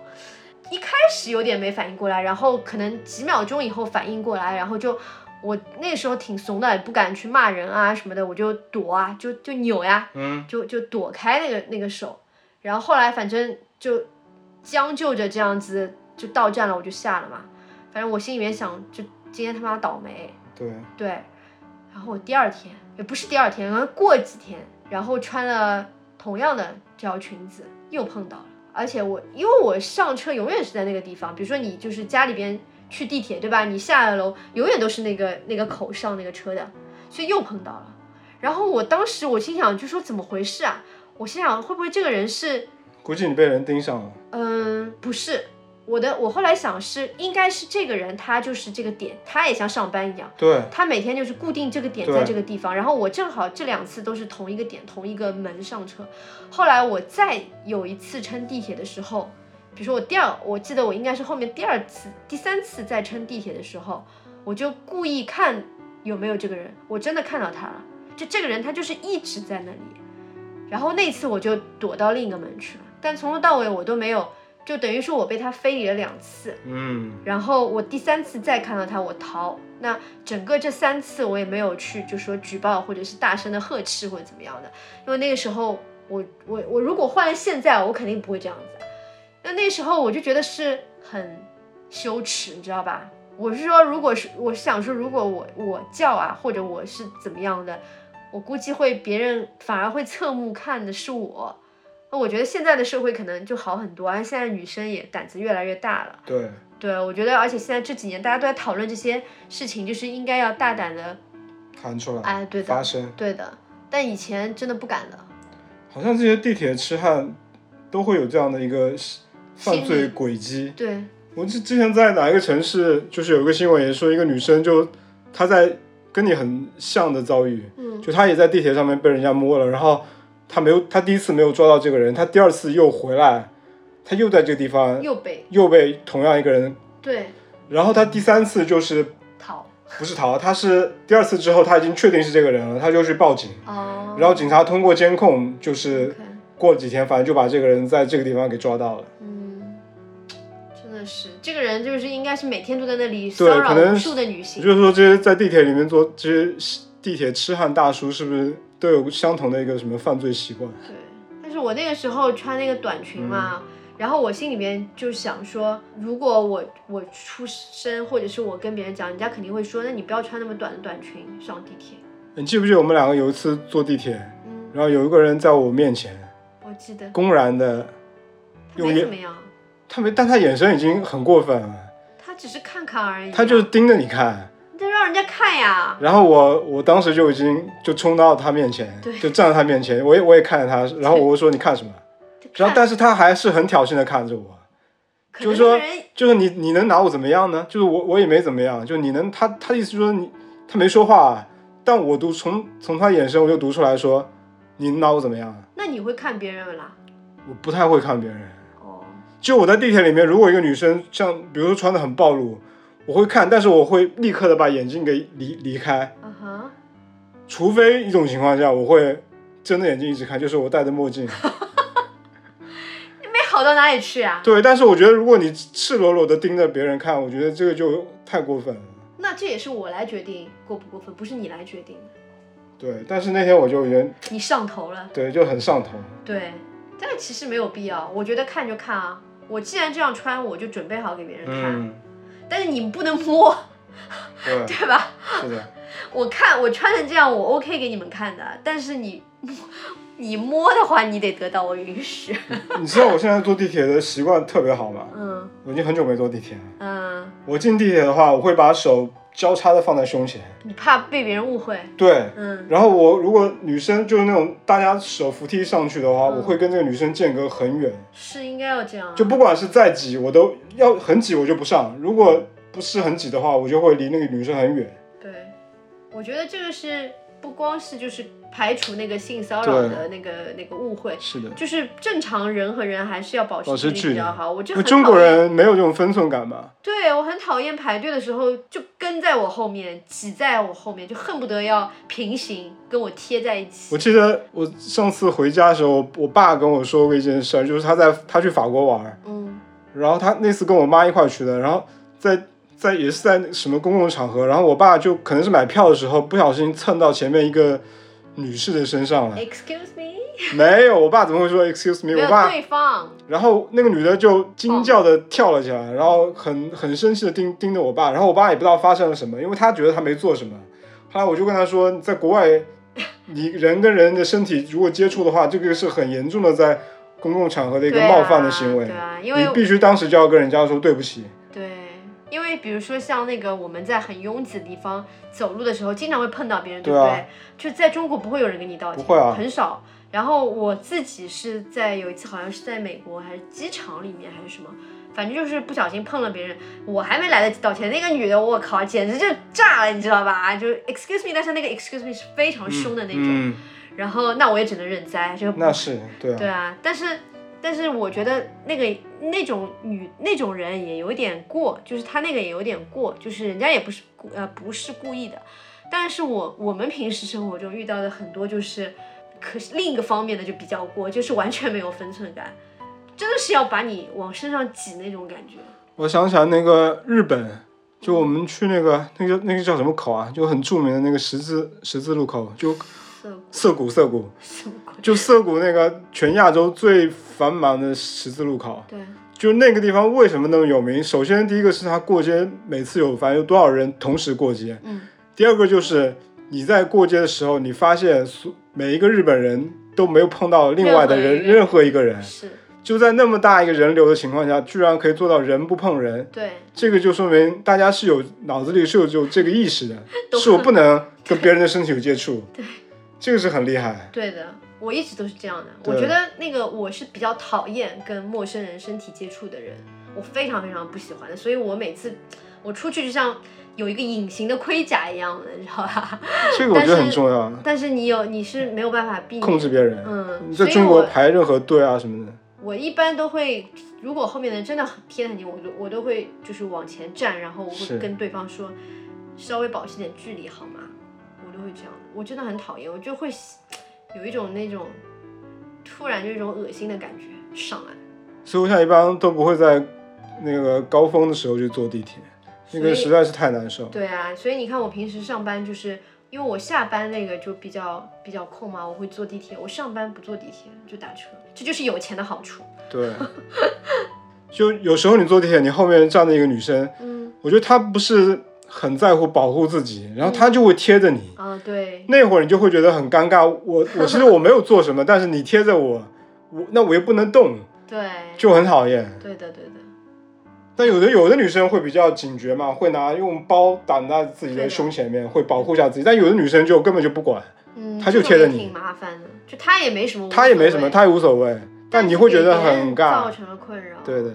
[SPEAKER 2] 一开始有点没反应过来，然后可能几秒钟以后反应过来，然后就我那时候挺怂的，也不敢去骂人啊什么的，我就躲啊，就就扭呀，
[SPEAKER 1] 嗯，
[SPEAKER 2] 就就躲开那个那个手，然后后来反正就将就着这样子就到站了，我就下了嘛。反正我心里面想，就今天他妈倒霉，
[SPEAKER 1] 对，
[SPEAKER 2] 对。然后我第二天也不是第二天，然后过几天，然后穿了同样的这条裙子，又碰到了。而且我因为我上车永远是在那个地方，比如说你就是家里边去地铁对吧？你下了楼永远都是那个那个口上那个车的，所以又碰到了。然后我当时我心想，就说怎么回事啊？我心想会不会这个人是
[SPEAKER 1] 估计你被人盯上了。
[SPEAKER 2] 嗯，不是，我的我后来想是应该是这个人他就是这个点，他也像上班一样，
[SPEAKER 1] 对
[SPEAKER 2] 他每天就是固定这个点
[SPEAKER 1] 对
[SPEAKER 2] 在这个地方，然后我正好这两次都是同一个点同一个门上车。后来我再有一次乘地铁的时候，比如说我第二，我记得我应该是后面第二次、第三次再乘地铁的时候，我就故意看有没有这个人，我真的看到他了，就这个人他就是一直在那里。然后那次我就躲到另一个门去了，但从头到尾我都没有，就等于说我被他非礼了两次。
[SPEAKER 1] 嗯，
[SPEAKER 2] 然后我第三次再看到他，我逃。那整个这三次我也没有去就说举报或者是大声的呵斥或者怎么样的，因为那个时候我我我如果换了现在，我肯定不会这样子。那那时候我就觉得是很羞耻，你知道吧？我是说，如果是我是想说，如果我我叫啊，或者我是怎么样的，我估计会别人反而会侧目看的是我。那我觉得现在的社会可能就好很多啊，现在女生也胆子越来越大了。
[SPEAKER 1] 对，
[SPEAKER 2] 对，我觉得，而且现在这几年大家都在讨论这些事情，就是应该要大胆的，
[SPEAKER 1] 弹出来，
[SPEAKER 2] 哎，对
[SPEAKER 1] 发
[SPEAKER 2] 的，
[SPEAKER 1] 声。
[SPEAKER 2] 对的。但以前真的不敢的，
[SPEAKER 1] 好像这些地铁痴汉都会有这样的一个犯
[SPEAKER 2] 心
[SPEAKER 1] 罪
[SPEAKER 2] 理
[SPEAKER 1] 轨迹。
[SPEAKER 2] 对，
[SPEAKER 1] 我之之前在哪一个城市，就是有一个新闻也说，一个女生就她在跟你很像的遭遇，
[SPEAKER 2] 嗯，
[SPEAKER 1] 就她也在地铁上面被人家摸了，然后她没有，她第一次没有抓到这个人，她第二次又回来，她又在这个地方
[SPEAKER 2] 又被
[SPEAKER 1] 又被同样一个人，
[SPEAKER 2] 对
[SPEAKER 1] 然后她第三次就是
[SPEAKER 2] 讨
[SPEAKER 1] 不是逃，她是第二次之后她已经确定是这个人了，她就去报警，
[SPEAKER 2] 哦，
[SPEAKER 1] 然后警察通过监控就是。
[SPEAKER 2] OK，
[SPEAKER 1] 过了几天，反正就把这个人在这个地方给抓到了。
[SPEAKER 2] 嗯，真的是这个人就是应该是每天都在那里
[SPEAKER 1] 对
[SPEAKER 2] 骚扰
[SPEAKER 1] 可能
[SPEAKER 2] 无数的女
[SPEAKER 1] 也
[SPEAKER 2] 性，
[SPEAKER 1] 就是说，这些在地铁里面做这些地铁痴汉大叔，是不是都有相同的一个什么犯罪习惯？
[SPEAKER 2] 对，但是我那个时候穿那个短裙嘛，
[SPEAKER 1] 嗯
[SPEAKER 2] 然后我心里面就想说，如果我我出声或者是我跟别人讲，人家肯定会说，那你不要穿那么短的短裙上地铁。
[SPEAKER 1] 你记不记得我们两个有一次坐地铁，
[SPEAKER 2] 嗯，
[SPEAKER 1] 然后有一个人在我面前
[SPEAKER 2] 我记得
[SPEAKER 1] 公然的，
[SPEAKER 2] 他
[SPEAKER 1] 用
[SPEAKER 2] 没
[SPEAKER 1] 眼
[SPEAKER 2] 怎么样，
[SPEAKER 1] 他没，但他眼神已经很过分了，
[SPEAKER 2] 他只是看看而已。
[SPEAKER 1] 他就是盯着你看。
[SPEAKER 2] 你得让人家看呀。
[SPEAKER 1] 然后我我当时就已经就冲到他面前
[SPEAKER 2] 对，
[SPEAKER 1] 就站在他面前，我也我也看着他，然后我就说你看什么？然后但
[SPEAKER 2] 是
[SPEAKER 1] 是他还是很挑衅的看着我。就是说就是你你能拿我怎么样呢？就是我我也没怎么样，就你能他他的意思就是说你他没说话，但我读从从他眼神我就读出来说，你能拿我怎么样啊？
[SPEAKER 2] 那你会看别人啦。
[SPEAKER 1] 我不太会看别人，
[SPEAKER 2] 哦，
[SPEAKER 1] 就我在地铁里面，如果一个女生像比如说穿的很暴露，我会看，但是我会立刻的把眼睛给离离开，
[SPEAKER 2] 啊哈，
[SPEAKER 1] 除非一种情况下我会睁着眼睛一直看，就是我戴着墨镜。
[SPEAKER 2] 没好到哪里去啊。
[SPEAKER 1] 对，但是我觉得如果你赤裸裸的盯着别人看，我觉得这个就太过分了。
[SPEAKER 2] 那这也是我来决定过不过分，不是你来决定的。
[SPEAKER 1] 对，但是那天我就有点
[SPEAKER 2] 你上头了，
[SPEAKER 1] 对就很上头。
[SPEAKER 2] 对，但其实没有必要。我觉得看就看啊，我既然这样穿，我就准备好给别人看。
[SPEAKER 1] 嗯，
[SPEAKER 2] 但是你们不能摸，
[SPEAKER 1] 对，
[SPEAKER 2] 对吧？
[SPEAKER 1] 是的，
[SPEAKER 2] 我看我穿成这样，我 OK 给你们看的。但是你 你摸的话，你得得到我允许。
[SPEAKER 1] 你知道我现在坐地铁的习惯特别好吗？
[SPEAKER 2] 嗯
[SPEAKER 1] 我已经很久没坐地铁了。
[SPEAKER 2] 嗯。
[SPEAKER 1] 我进地铁的话，我会把手交叉的放在胸前，
[SPEAKER 2] 你怕被别人误会，
[SPEAKER 1] 对。
[SPEAKER 2] 嗯，
[SPEAKER 1] 然后我如果女生就是那种大家手扶梯上去的话，
[SPEAKER 2] 嗯
[SPEAKER 1] 我会跟这个女生间隔很远，
[SPEAKER 2] 是应该要这样啊，
[SPEAKER 1] 就不管是再挤，我都要很挤我就不上，如果不是很挤的话，我就会离那个女生很远。
[SPEAKER 2] 对，我觉得这个是不光是就是排除那个性骚扰的那个那个误会，
[SPEAKER 1] 是的，
[SPEAKER 2] 就是正常人和人还是要保
[SPEAKER 1] 保持
[SPEAKER 2] 持
[SPEAKER 1] 距
[SPEAKER 2] 距
[SPEAKER 1] 离
[SPEAKER 2] 离比较好。我就
[SPEAKER 1] 因为
[SPEAKER 2] 很
[SPEAKER 1] 中
[SPEAKER 2] 讨
[SPEAKER 1] 国
[SPEAKER 2] 厌，
[SPEAKER 1] 人没有这种分寸感吧？
[SPEAKER 2] 对我很讨厌排队的时候就跟在我后面，挤在我后面，就恨不得要平行跟我贴在一起
[SPEAKER 1] 我。记得我上次回家的时候，我爸跟我说过一件事儿，就是他在他去法国玩儿，
[SPEAKER 2] 嗯
[SPEAKER 1] 然后他那次跟我妈一块儿去的，然后在在也是在什么公共场合，然后我爸就可能是买票的时候不小心蹭到前面一个女士的身上了。
[SPEAKER 2] ，Excuse me，
[SPEAKER 1] 没有，我爸怎么会说 excuse
[SPEAKER 2] 没
[SPEAKER 1] me？
[SPEAKER 2] 有
[SPEAKER 1] 啊我爸，
[SPEAKER 2] 对方，
[SPEAKER 1] 然后那个女的就惊叫的跳了起来，然后很很生气的盯盯着我爸，然后我爸也不知道发生了什么，因为他觉得他没做什么。后来我就跟他说，在国外，你人跟人的身体如果接触的话，这个是很严重的在公共场合的一个
[SPEAKER 2] 对啊
[SPEAKER 1] 冒犯的行为。
[SPEAKER 2] 对啊，因
[SPEAKER 1] 你
[SPEAKER 2] 为
[SPEAKER 1] 必须当时就要跟人家说对不起，
[SPEAKER 2] 对，因为比如说像那个我们在很拥挤的地方走路的时候，经常会碰到别人，对不
[SPEAKER 1] 对
[SPEAKER 2] 对？
[SPEAKER 1] 啊
[SPEAKER 2] 就在中国不会有人跟你道歉，
[SPEAKER 1] 不会啊
[SPEAKER 2] 很少。然后我自己是在有一次好像是在美国还是机场里面还是什么，反正就是不小心碰了别人，我还没来得及道歉，那个女的我靠，简直就炸了，你知道吧？就是 excuse me，但是那个 excuse me 是非常凶的那种。
[SPEAKER 1] 嗯，
[SPEAKER 2] 然后那我也只能认栽，就
[SPEAKER 1] 那是对啊，
[SPEAKER 2] 对啊，但是但是我觉得那个那种女那种人也有点过，就是他那个也有点过，就是人家也不是故呃不是故意的，但是我我们平时生活中遇到的很多就是，可是另一个方面的就比较过，就是完全没有分寸感，真的是要把你往身上挤那种感觉。
[SPEAKER 1] 我想起来那个日本，就我们去那个那个那个叫什么口啊，就很著名的那个十字十字路口，就
[SPEAKER 2] 涩谷
[SPEAKER 1] 涩谷涩谷，
[SPEAKER 2] 什么鬼？
[SPEAKER 1] 就涩谷那个全亚洲最繁忙的十字路口。
[SPEAKER 2] 对，
[SPEAKER 1] 就那个地方为什么那么有名？首先第一个是它过街每次有反正有多少人同时过街，
[SPEAKER 2] 嗯，
[SPEAKER 1] 第二个就是你在过街的时候，你发现所每一个日本人都没有碰到另外的人，任
[SPEAKER 2] 任
[SPEAKER 1] 何一个人
[SPEAKER 2] 是
[SPEAKER 1] 就在那么大一个人流的情况下，居然可以做到人不碰人，
[SPEAKER 2] 对，
[SPEAKER 1] 这个就说明大家是有脑子里是有有这个意 识的
[SPEAKER 2] 懂，
[SPEAKER 1] 是我不能跟别人的身体有接 触，这个是很厉害。
[SPEAKER 2] 对的，我一直都是这样的。
[SPEAKER 1] 对
[SPEAKER 2] 我觉得那个我是比较讨厌跟陌生人身体接触的人，我非常非常不喜欢的。所以我每次我出去就像有一个隐形的盔甲一样的，你知道吧？
[SPEAKER 1] 这个我觉得
[SPEAKER 2] 但是
[SPEAKER 1] 很重要，
[SPEAKER 2] 但是你有你是没有办法避免
[SPEAKER 1] 控制别人。
[SPEAKER 2] 嗯，
[SPEAKER 1] 你
[SPEAKER 2] 所
[SPEAKER 1] 在
[SPEAKER 2] 以
[SPEAKER 1] 中国
[SPEAKER 2] 我
[SPEAKER 1] 排任何队啊什么的，
[SPEAKER 2] 我一般都会，如果后面的人真的很偏很近，我都我都会就是往前站，然后我
[SPEAKER 1] 是
[SPEAKER 2] 会跟对方说，稍微保持点距离好吗？我都会这样，我真的很讨厌，我就会有一种那种突然就一种恶心的感觉上来。
[SPEAKER 1] 所以我现在一般都不会在那个高峰的时候去坐地铁，那
[SPEAKER 2] 所
[SPEAKER 1] 个
[SPEAKER 2] 以
[SPEAKER 1] 实在是太难受。
[SPEAKER 2] 对啊，所以你看我平时上班就是。因为我下班那个就比较比较空嘛，我会坐地铁。我上班不坐地铁，就打车，这就是有钱的好处。
[SPEAKER 1] 对，就有时候你坐地铁，你后面站着一个女生，
[SPEAKER 2] 嗯，
[SPEAKER 1] 我觉得她不是很在乎保护自己，然后她就会贴着你，
[SPEAKER 2] 啊，对，
[SPEAKER 1] 那会儿你就会觉得很尴尬。我我其实我没有做什么，但是你贴着我，我那我又不能动，
[SPEAKER 2] 对，
[SPEAKER 1] 就很讨厌。
[SPEAKER 2] 对的，对的。
[SPEAKER 1] 但有的有的女生会比较警觉嘛，会拿用包挡在自己的胸前面，会保护一下自己。但有的女生就根本就不管，
[SPEAKER 2] 嗯，
[SPEAKER 1] 他就
[SPEAKER 2] 这种
[SPEAKER 1] 贴着
[SPEAKER 2] 也
[SPEAKER 1] 你
[SPEAKER 2] 挺麻烦的。就他也没什么，
[SPEAKER 1] 她也没什么，，她也无所谓。但你
[SPEAKER 2] 是
[SPEAKER 1] 会觉
[SPEAKER 2] 给
[SPEAKER 1] 得
[SPEAKER 2] 别人
[SPEAKER 1] 很
[SPEAKER 2] 造
[SPEAKER 1] 尬，
[SPEAKER 2] 成了困扰。
[SPEAKER 1] 对，的。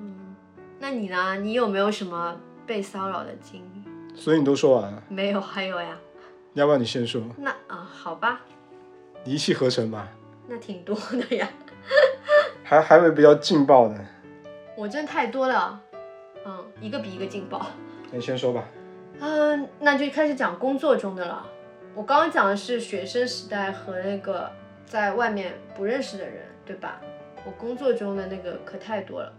[SPEAKER 2] 嗯，那你呢？你有没有什么被骚扰的经历？
[SPEAKER 1] 所以你都说完了，
[SPEAKER 2] 没有，还有呀。
[SPEAKER 1] 要不然你先说，
[SPEAKER 2] 那啊、好吧，
[SPEAKER 1] 你一气呵成吧。
[SPEAKER 2] 那挺多的呀。
[SPEAKER 1] 还还有比较劲爆的，
[SPEAKER 2] 我真的太多了，嗯，一个比一个劲爆。
[SPEAKER 1] 你先说吧。
[SPEAKER 2] 嗯，那就开始讲工作中的了。我刚刚讲的是学生时代和那个在外面不认识的人，对吧？我工作中的那个可太多了。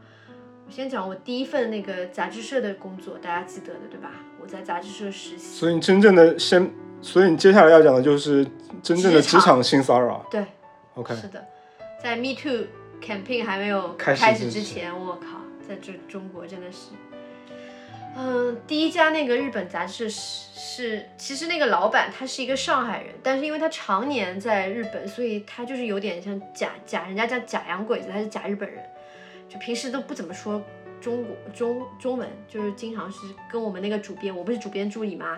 [SPEAKER 2] 我先讲我第一份那个杂志社的工作，大家记得的对吧？我在杂志社实习，
[SPEAKER 1] 所以你真正的先，所以你接下来要讲的就是真正的职
[SPEAKER 2] 职
[SPEAKER 1] 场
[SPEAKER 2] 场
[SPEAKER 1] 性骚扰。
[SPEAKER 2] 对，
[SPEAKER 1] OK，
[SPEAKER 2] 是的，在 Me Too campaign 还没有
[SPEAKER 1] 开始
[SPEAKER 2] 开始
[SPEAKER 1] 之
[SPEAKER 2] 之前，我靠，在这中国真的是，嗯、第一家那个日本杂志是是，其实那个老板他是一个上海人，但是因为他常年在日本，所以他就是有点像假假人家叫假洋鬼子，他是假日本人，就平时都不怎么说。中国中中文就是经常是跟我们那个主编，我不是主编助理吗？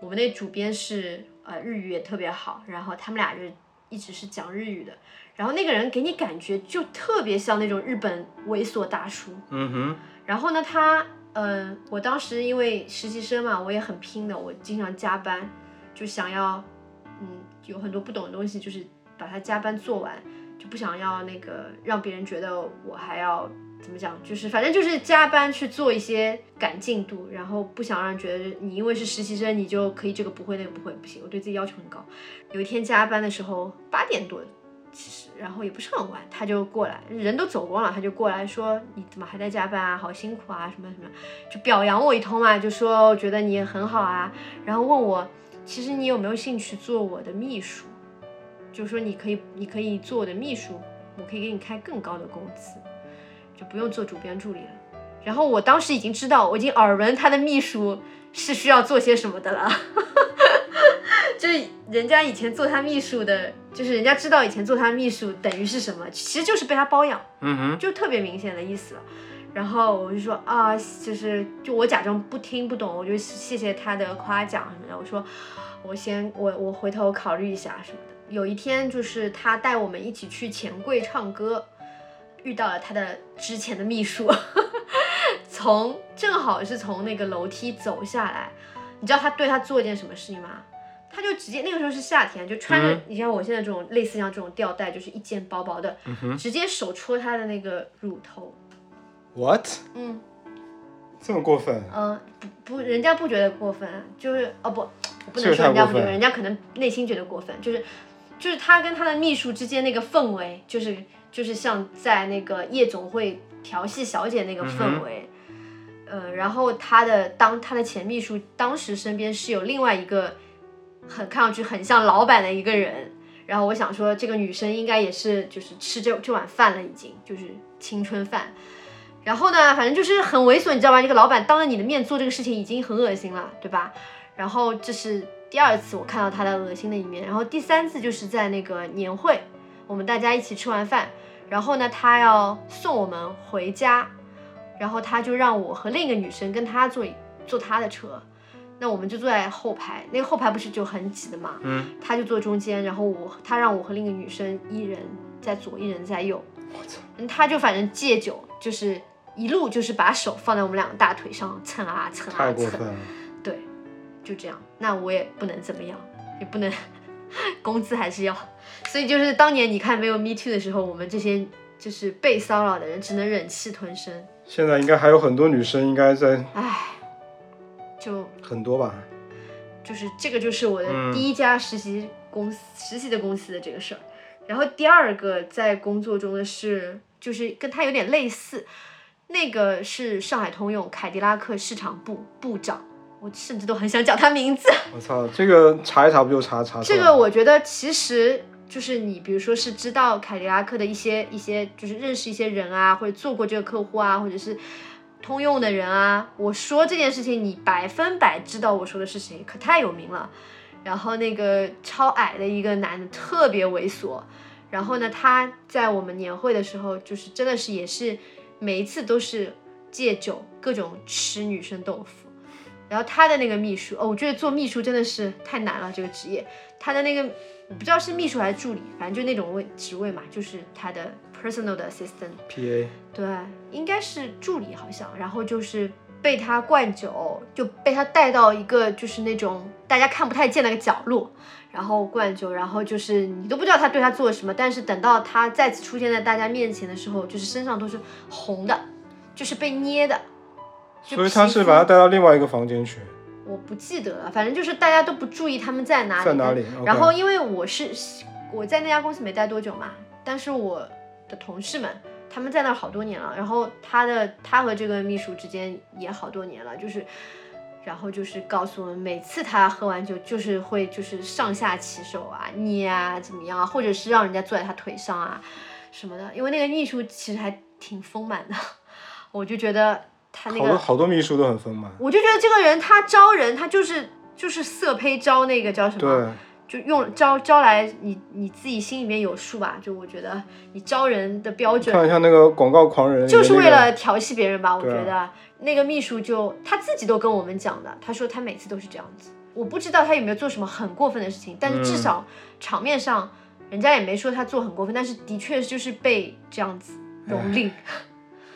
[SPEAKER 2] 我们那主编是呃日语也特别好，然后他们俩就一直是讲日语的，然后那个人给你感觉就特别像那种日本猥琐大叔。
[SPEAKER 1] 嗯哼，
[SPEAKER 2] 然后呢，他嗯、呃我当时因为实习生嘛，我也很拼的，我经常加班，就想要嗯有很多不懂的东西，就是把它加班做完，就不想要那个让别人觉得我还要。怎么讲？就是反正就是加班去做一些赶进度，然后不想让人觉得你因为是实习生，你就可以这个不会那个不会，不行，我对自己要求很高。有一天加班的时候，八点多其实然后也不是很晚，他就过来，人都走光了，他就过来说你怎么还在加班啊，好辛苦啊，什么什么，就表扬我一通嘛，就说觉得你很好啊，然后问我其实你有没有兴趣做我的秘书，就说你可以你可以做我的秘书，我可以给你开更高的工资，就不用做主编助理了。然后我当时已经知道，我已经耳闻他的秘书是需要做些什么的了。就是人家以前做他秘书的，就是人家知道以前做他秘书等于是什么，其实就是被他包养，
[SPEAKER 1] 嗯哼，
[SPEAKER 2] 就特别明显的意思了。然后我就说啊，就是就我假装不听不懂，我就谢谢他的夸奖什么的。我说我先我我回头考虑一下什么的。有一天，就是他带我们一起去钱柜唱歌，遇到了他的之前的秘书， 从正好是从那个楼梯走下来，你知道他对他做一件什么事情吗？他就直接那个时候是夏天，就穿着、
[SPEAKER 1] 嗯
[SPEAKER 2] 你像我现在这种类似像这种吊带，就是一件薄薄的，直接手戳他的那个乳头，
[SPEAKER 1] What？
[SPEAKER 2] 嗯
[SPEAKER 1] 这么过分？
[SPEAKER 2] 嗯、呃不不，人家不觉得过分，就是哦不，我不
[SPEAKER 1] 这
[SPEAKER 2] 能
[SPEAKER 1] 个
[SPEAKER 2] 说
[SPEAKER 1] 太
[SPEAKER 2] 人家
[SPEAKER 1] 过
[SPEAKER 2] 不觉得，
[SPEAKER 1] 分
[SPEAKER 2] 人家可能内心觉得过分，就是就是他跟他的秘书之间那个氛围，就是就是像在那个夜总会调戏小姐那个
[SPEAKER 1] 嗯
[SPEAKER 2] 氛
[SPEAKER 1] 哼
[SPEAKER 2] 围。呃，然后他的当他的前秘书当时身边是有另外一个很看上去很像老板的一个人，然后我想说这个女生应该也是就是吃这这碗饭了，已经就是青春饭。然后呢，反正就是很猥琐，你知道吧？这个老板当着你的面做这个事情已经很恶心了，对吧？然后这是第二次我看到他的恶心的一面，然后第三次就是在那个年会，我们大家一起吃完饭，然后呢，他要送我们回家，然后他就让我和另一个女生跟他坐一坐他的车，那我们就坐在后排，那个后排不是就很挤的嘛，
[SPEAKER 1] 嗯，
[SPEAKER 2] 他就坐中间，然后我他让我和另一个女生一人在左，一人在右。嗯他就反正戒酒，就是一路就是把手放在我们两个大腿上蹭啊蹭
[SPEAKER 1] 太
[SPEAKER 2] 啊
[SPEAKER 1] 过分
[SPEAKER 2] 蹭，
[SPEAKER 1] 了。
[SPEAKER 2] 对，就这样。那我也不能怎么样，也不能工资还是要。所以就是当年你看没有 Me Too 的时候，我们这些就是被骚扰的人只能忍气吞声，
[SPEAKER 1] 现在应该还有很多女生，应该在
[SPEAKER 2] 唉，就
[SPEAKER 1] 很多吧？
[SPEAKER 2] 就是这个就是我的
[SPEAKER 1] 嗯
[SPEAKER 2] 第一家实习公司、实习的公司的这个事儿。然后第二个在工作中的是，就是跟他有点类似，那个是上海通用凯迪拉克市场部部长，我甚至都很想讲他名字。
[SPEAKER 1] 我操，这个查一查不就查查出
[SPEAKER 2] 这
[SPEAKER 1] 来
[SPEAKER 2] 个
[SPEAKER 1] 了？
[SPEAKER 2] 我觉得其实就是你，比如说是知道凯迪拉克的一些一些，就是认识一些人啊，或者做过这个客户啊，或者是通用的人啊。我说这件事情，你百分百知道我说的是谁，可太有名了。然后那个超矮的一个男的特别猥琐，然后呢，他在我们年会的时候，就是真的是也是每一次都是戒酒，各种吃女生豆腐。然后他的那个秘书，哦，我觉得做秘书真的是太难了，这个职业。他的那
[SPEAKER 1] 嗯
[SPEAKER 2] 个我不知道是秘书还是助理，反正就那种位职位嘛，就是他的 personal 的 assistant，
[SPEAKER 1] PA
[SPEAKER 2] 对，应该是助理好像。然后就是被他灌酒，就被他带到一个就是那种大家看不太见的一个角落，然后灌酒，然后就是你都不知道他对他做了什么，但是等到他再次出现在大家面前的时候，就是身上都是红的，就是被捏的。就
[SPEAKER 1] 所以他
[SPEAKER 2] 皮
[SPEAKER 1] 是
[SPEAKER 2] 肤
[SPEAKER 1] 把他带到另外一个房间去，
[SPEAKER 2] 我不记得了，反正就是大家都不注意他们在哪里。
[SPEAKER 1] 在哪里
[SPEAKER 2] 然后
[SPEAKER 1] OK
[SPEAKER 2] 因为我是我在那家公司没待多久嘛，但是我的同事们他们在那儿好多年了，然后他的他和这个秘书之间也好多年了，就是。然后就是告诉我们，每次他喝完酒，就是会就是上下其手啊、捏啊、怎么样啊，或者是让人家坐在他腿上啊什么的。因为那个秘书其实还挺丰满的， 我就觉得他那
[SPEAKER 1] 好
[SPEAKER 2] 个
[SPEAKER 1] 多好多秘书都很丰满。
[SPEAKER 2] 我就觉得这个人他招人，他就是就是色胚招那个叫什么？
[SPEAKER 1] 对，
[SPEAKER 2] 就用招招来你你自己心里面有数吧。就我觉得你招人的标
[SPEAKER 1] 看一
[SPEAKER 2] 准
[SPEAKER 1] 下那个广告狂人里面那
[SPEAKER 2] 就
[SPEAKER 1] 个，
[SPEAKER 2] 是为了调戏别人吧。我觉
[SPEAKER 1] 对啊
[SPEAKER 2] 得那个秘书就他自己都跟我们讲的，他说他每次都是这样子。我不知道他有没有做什么很过分的事情，但是至
[SPEAKER 1] 嗯
[SPEAKER 2] 少场面上人家也没说他做很过分，但是的确就是被这样子
[SPEAKER 1] 哎
[SPEAKER 2] 蹂躏，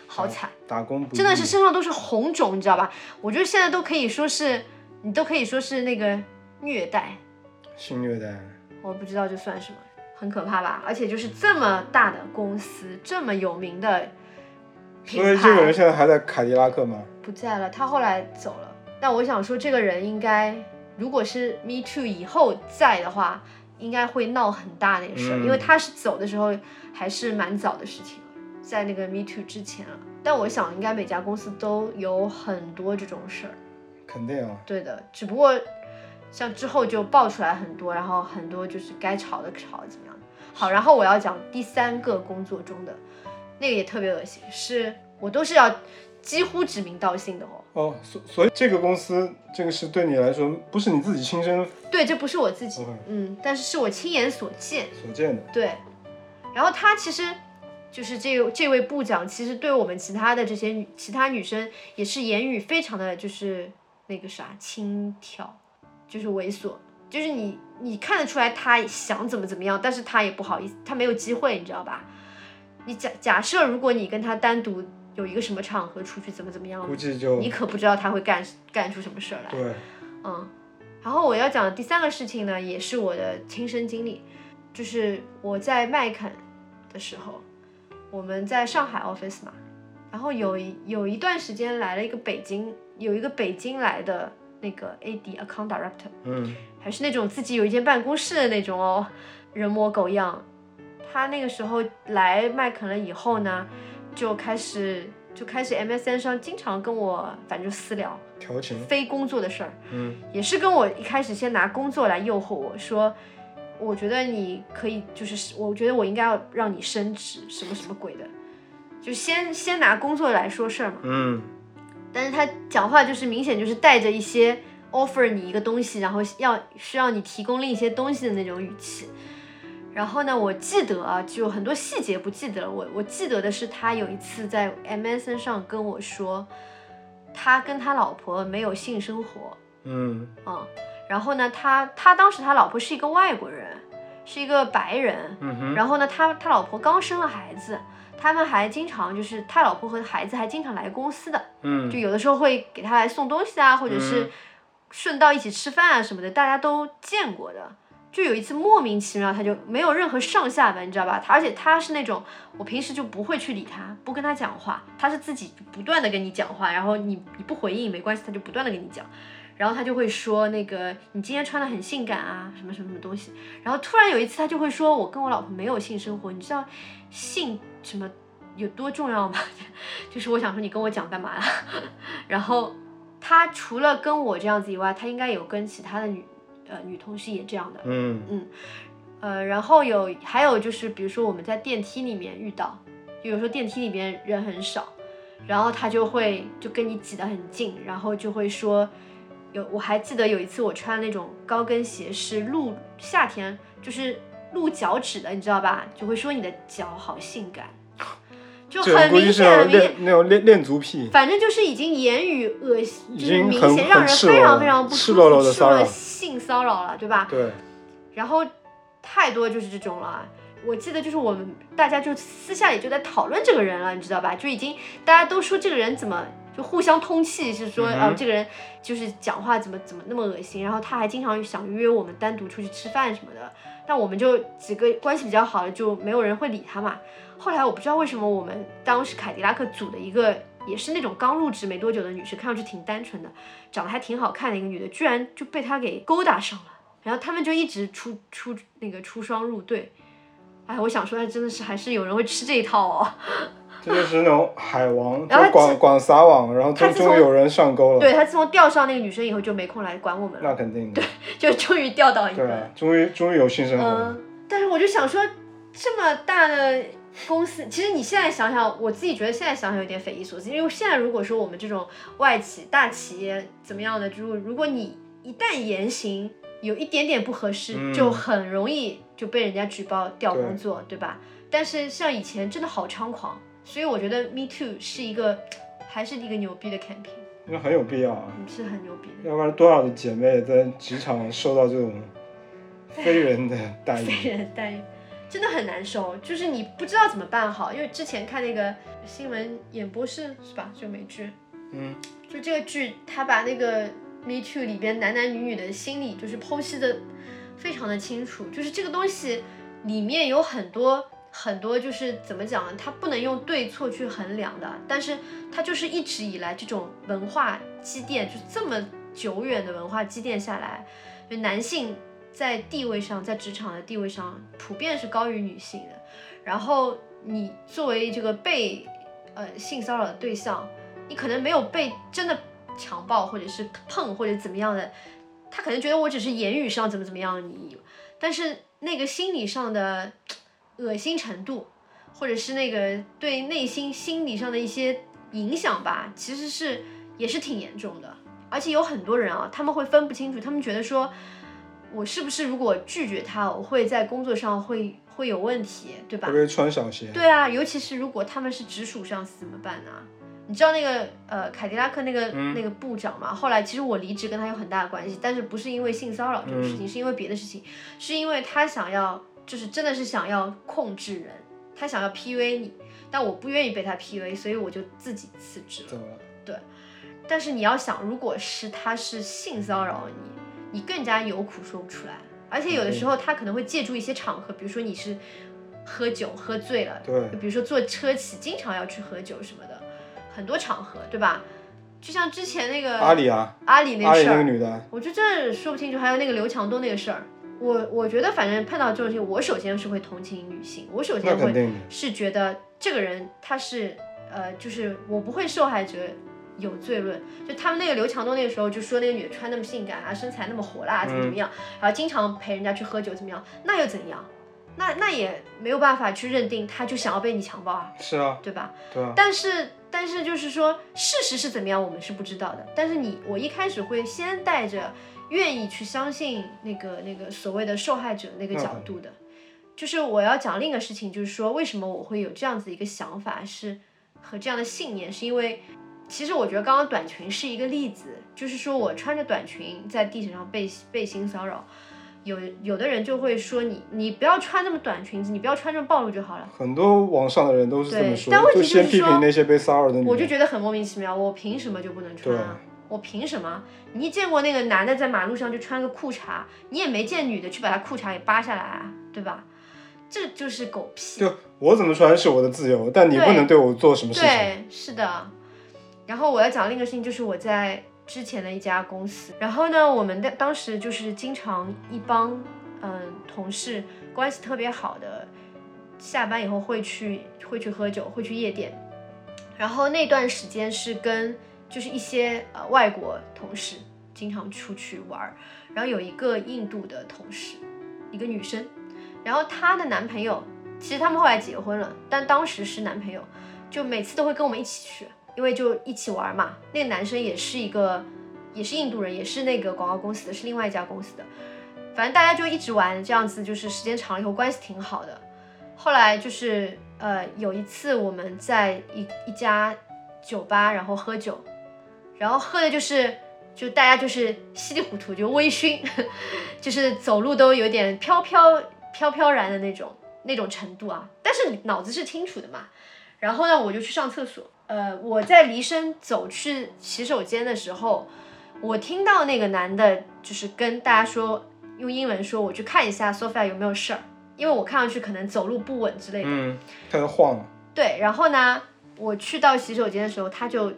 [SPEAKER 2] 好惨。
[SPEAKER 1] 打工不
[SPEAKER 2] 真的
[SPEAKER 1] 易
[SPEAKER 2] 是身上都是红肿，你知道吧？我觉得现在都可以说是，你都可以说是那个虐待，
[SPEAKER 1] 性虐待。
[SPEAKER 2] 我不知道这算什么，很可怕吧？而且就是这么大的公司，这么有名的品
[SPEAKER 1] 所以这个
[SPEAKER 2] 牌
[SPEAKER 1] 人现在还在凯迪拉克吗？
[SPEAKER 2] 不在了，他后来走了。但我想说，这个人应该，如果是 Me Too 以后在的话，应该会闹很大那个事儿，
[SPEAKER 1] 嗯
[SPEAKER 2] 因为他是走的时候还是蛮早的事情了，在那个 Me Too 之前了。但我想，应该每家公司都有很多这种事儿。
[SPEAKER 1] 肯定啊。
[SPEAKER 2] 对的，只不过像之后就爆出来很多，然后很多就是该吵的吵怎么样的。好，然后我要讲第三个工作中的那个也特别恶心，是我都是要几乎指名道姓的哦。
[SPEAKER 1] 哦，所所以这个公司，这个是对你来说不是你自己亲身
[SPEAKER 2] 对，这不是我自己
[SPEAKER 1] OK
[SPEAKER 2] 嗯，但是是我亲眼所见。
[SPEAKER 1] 所见的。
[SPEAKER 2] 对，然后他其实就是这个这位部长，其实对我们其他的这些女其他女生也是言语非常的就是那个啥轻佻，就是猥琐，就是你你看得出来他想怎么怎么样，但是他也不好意思，他没有机会，你知道吧？你假假设如果你跟他单独有一个什么场合出去怎么怎么样
[SPEAKER 1] 估，计就
[SPEAKER 2] 你可不知道他会干干出什么事儿来。
[SPEAKER 1] 对，
[SPEAKER 2] 嗯，然后我要讲的第三个事情呢，也是我的亲身经历，就是我在麦肯的时候，我们在上海 office 嘛，然后有一有一段时间来了一个北京，有一个北京来的那个 AD account director，
[SPEAKER 1] 嗯，
[SPEAKER 2] 还是那种自己有一间办公室的那种哦，人模狗样。他那个时候来麦肯了以后呢，就开始就开始 MSN 上经常跟我反正私聊
[SPEAKER 1] 调情，
[SPEAKER 2] 非工作的事儿，
[SPEAKER 1] 嗯
[SPEAKER 2] 也是跟我一开始先拿工作来诱惑我说，我觉得你可以，就是我觉得我应该要让你升职，什么什么鬼的，就先先拿工作来说事儿嘛。
[SPEAKER 1] 嗯，
[SPEAKER 2] 但是他讲话就是明显就是带着一些 offer 你一个东西，然后要需要你提供另一些东西的那种语气。然后呢，我记得啊，就很多细节不记得了。我我记得的是，他有一次在 MSN 上跟我说，他跟他老婆没有性生活，
[SPEAKER 1] 嗯
[SPEAKER 2] 嗯，然后呢，他他当时他老婆是一个外国人，是一个白人，
[SPEAKER 1] 嗯哼，
[SPEAKER 2] 然后呢，他他老婆刚生了孩子，他们还经常就是他老婆和孩子还经常来公司的，
[SPEAKER 1] 嗯
[SPEAKER 2] 就有的时候会给他来送东西啊，或者
[SPEAKER 1] 嗯
[SPEAKER 2] 是顺道一起吃饭啊什么的，大家都见过的。就有一次莫名其妙，他就没有任何上下文，你知道吧？他而且他是那种我平时就不会去理他，不跟他讲话，他是自己不断的跟你讲话，然后你你不回应没关系，他就不断的跟你讲，然后他就会说那个你今天穿的很性感啊，什么什么什么东西，然后突然有一次他就会说我跟我老婆没有性生活，你知道性什么有多重要吗？ 就是我想说你跟我讲干嘛呀？啊 然后他除了跟我这样子以外，他应该有跟其他的女呃女同事也这样的。
[SPEAKER 1] 嗯
[SPEAKER 2] 呃，然后有还有就是，比如说我们在电梯里面遇到，就有时候电梯里面人很少，然后他就会就跟你挤得很近，然后就会说，有我还记得有一次我穿那种高跟鞋是露夏天就是露脚趾的，你知道吧？就会说你的脚好 性感，就
[SPEAKER 1] 嗯这人
[SPEAKER 2] 很
[SPEAKER 1] 估
[SPEAKER 2] 明
[SPEAKER 1] 计是
[SPEAKER 2] 显
[SPEAKER 1] 那
[SPEAKER 2] 很
[SPEAKER 1] 种
[SPEAKER 2] 明显
[SPEAKER 1] 恋，那种恋恋足癖，
[SPEAKER 2] 反正就是已经言语恶心，
[SPEAKER 1] 已
[SPEAKER 2] 就是
[SPEAKER 1] 经
[SPEAKER 2] 明
[SPEAKER 1] 很
[SPEAKER 2] 显让
[SPEAKER 1] 很
[SPEAKER 2] 人
[SPEAKER 1] 赤
[SPEAKER 2] 非
[SPEAKER 1] 裸
[SPEAKER 2] 常
[SPEAKER 1] 了
[SPEAKER 2] 非常不
[SPEAKER 1] 赤
[SPEAKER 2] 舒
[SPEAKER 1] 裸裸
[SPEAKER 2] 服，
[SPEAKER 1] 地
[SPEAKER 2] 赤
[SPEAKER 1] 骚
[SPEAKER 2] 裸
[SPEAKER 1] 扰
[SPEAKER 2] 的性骚扰了，对吧？
[SPEAKER 1] 对，
[SPEAKER 2] 然后太多就是这种了。我记得就是我们大家就私下里就在讨论这个人了，你知道吧？就已经大家都说这个人怎么就互相通气，是说
[SPEAKER 1] 嗯
[SPEAKER 2] 啊、
[SPEAKER 1] 哼
[SPEAKER 2] 呃这个人就是讲话怎么怎么那么恶心，然后他还经常想约我们单独出去吃饭什么的。但我们就几个关系比较好的就没有人会理他嘛。后来我不知道为什么我们当时凯迪拉克组的一个也是那种刚入职没多久的女生，看上去挺单纯的，长得还挺好看的一个女的，居然就被他给勾搭上了。然后他们就一直出出那个出双入对。哎，我想说，哎真的是还是有人会吃这一套哦。
[SPEAKER 1] 这就是那种海王，
[SPEAKER 2] 然后
[SPEAKER 1] 就广广撒网，然后
[SPEAKER 2] 他
[SPEAKER 1] 终
[SPEAKER 2] 自
[SPEAKER 1] 终
[SPEAKER 2] 从
[SPEAKER 1] 于有人上钩了，
[SPEAKER 2] 对他自从钓上那个女生以后，就没空来管我们
[SPEAKER 1] 那
[SPEAKER 2] 了，
[SPEAKER 1] 肯定的，
[SPEAKER 2] 就终于钓到一
[SPEAKER 1] 对
[SPEAKER 2] 个
[SPEAKER 1] 啊。，终于终于有性生活了，
[SPEAKER 2] 嗯，但是我就想说，这么大的公司，其实你现在想想，我自己觉得现在想想有点匪夷所思，因为现在如果说我们这种外企、大企业怎么样的，如果如果你一旦言行有一点点不合适，
[SPEAKER 1] 嗯
[SPEAKER 2] 就很容易就被人家举报调
[SPEAKER 1] 对
[SPEAKER 2] 工作，对吧？但是像以前真的好猖狂，所以我觉得 Me Too 是一个还是一个牛逼的 campaign，嗯
[SPEAKER 1] 那很有必要啊，
[SPEAKER 2] 是很牛逼的。
[SPEAKER 1] 要不然多少的姐妹在职场受到这种非人的待
[SPEAKER 2] 被
[SPEAKER 1] 遇，
[SPEAKER 2] 人待遇，真的很难受，就是你不知道怎么办好。因为之前看那个新闻演播室是吧，就美剧，
[SPEAKER 1] 嗯，
[SPEAKER 2] 就这个剧，他把那个 Me Too 里边男男女女的心理就是剖析的非常的清楚，就是这个东西里面有很多。很多就是怎么讲呢？它不能用对错去衡量的，但是它就是一直以来这种文化积淀，就这么久远的文化积淀下来，就男性在地位上，在职场的地位上，普遍是高于女性的。然后你作为这个被呃性骚扰的对象，你可能没有被真的强暴或者是碰或者怎么样的，他可能觉得我只是言语上怎么怎么样你，但是那个心理上的恶心程度，或者是那个对内心心理上的一些影响吧，其实是也是挺严重的。而且有很多人啊，他们会分不清楚，他们觉得说，我是不是如果拒绝他，我会在工作上会会有问题，对吧？
[SPEAKER 1] 会不会穿小鞋？
[SPEAKER 2] 对啊，尤其是如果他们是直属上司怎么办呢、你知道那个呃凯迪拉克那个、
[SPEAKER 1] 嗯
[SPEAKER 2] 那个部长嘛？后来其实我离职跟他有很大的关系，但是不是因为性骚扰这个事情，是因为别的事情，是因为他想要就是真的是想要控制人，他想要 PUA 你，但我不愿意被他 PUA，所以我就自己辞职了
[SPEAKER 1] 怎。么了？
[SPEAKER 2] 但是你要想，如果是他是性骚扰你，你更加有苦说不出来。而且有的时候他可能会借助一些场合，比如说你是喝酒喝醉了，
[SPEAKER 1] 对
[SPEAKER 2] 比如说坐车起，经常要去喝酒什么的，很多场合，对吧？就像之前那个
[SPEAKER 1] 阿里啊，
[SPEAKER 2] 阿里
[SPEAKER 1] 阿
[SPEAKER 2] 那
[SPEAKER 1] 里
[SPEAKER 2] 事
[SPEAKER 1] 那个
[SPEAKER 2] 儿，
[SPEAKER 1] 女的，
[SPEAKER 2] 我就真的说不清楚。还有那个刘强东那个事儿，我我觉得反正碰到这种事情，我首先是会同情女性，我首
[SPEAKER 1] 那
[SPEAKER 2] 先
[SPEAKER 1] 肯
[SPEAKER 2] 会
[SPEAKER 1] 定的。
[SPEAKER 2] 是觉得这个人他是呃，就是我不会受害者有罪论。就他们那个刘强东那个时候就说那个女的穿那么性感啊，身材那么火辣啊，
[SPEAKER 1] 嗯
[SPEAKER 2] 怎么怎么样，然后经常陪人家去喝酒怎么样，那又怎样？那那也没有办法去认定他就想要被你强暴啊，
[SPEAKER 1] 是啊，
[SPEAKER 2] 对吧？
[SPEAKER 1] 对啊，
[SPEAKER 2] 但是但是就是说事实是怎么样，我们是不知道的。但是你我一开始会先带着愿意去相信那个那个所谓的受害者那个角度的，就是我要讲另一个事情，就是说为什么我会有这样子一个想法是和这样的信念，是因为。其实我觉得刚刚短裙是一个例子，就是说我穿着短裙在地铁上被被性骚扰，有有的人就会说你你不要穿那么短裙子，你不要穿这么暴露就好了。
[SPEAKER 1] 很多网上的人都是这么
[SPEAKER 2] 对
[SPEAKER 1] 说
[SPEAKER 2] 但
[SPEAKER 1] 的，
[SPEAKER 2] 问
[SPEAKER 1] 就
[SPEAKER 2] 题
[SPEAKER 1] 先
[SPEAKER 2] 就是
[SPEAKER 1] 批评
[SPEAKER 2] 说
[SPEAKER 1] 那些被骚扰的女
[SPEAKER 2] 我就
[SPEAKER 1] 人。
[SPEAKER 2] 觉得很莫名其妙，我凭什么就不能穿啊？我凭什么？你见过那个男的在马路上就穿个裤衩，你也没见女的去把他裤衩给扒下来啊，对吧？这就是狗屁。
[SPEAKER 1] 就我怎么穿是我的自由，但你
[SPEAKER 2] 对
[SPEAKER 1] 不能对我做什么事情。
[SPEAKER 2] 对，是的。然后我要讲另一个事情，就是我在之前的一家公司，然后呢，我们的当时就是经常一帮嗯、同事关系特别好的，下班以后会去会去喝酒，会去夜店。然后那段时间是跟就是一些呃外国同事经常出去玩儿，然后有一个印度的同事，一个女生，然后她的男朋友，其实他们后来结婚了，但当时是男朋友，就每次都会跟我们一起去，因为就一起玩儿嘛。那个男生也是一个，也是印度人，也是那个广告公司的，是另外一家公司的。反正大家就一直玩，这样子就是时间长了以后关系挺好的。后来就是呃，有一次我们在一一家酒吧，然后喝酒，然后喝的就是就大家就是稀里糊涂，就微醺， 就是走路都有点飘飘飘飘然的那种那种程度啊。但是你脑子是清楚的嘛。然后呢，我就去上厕所。呃，我在离身走去洗手间的时候，我听到那个男的，就是跟大家说，用英文说，我去看一下 Sophia 有没有事儿，因为我看上去可能走路不稳之类的。
[SPEAKER 1] 嗯，他就晃了，
[SPEAKER 2] 对，然后呢，我去到洗手间的时候，他就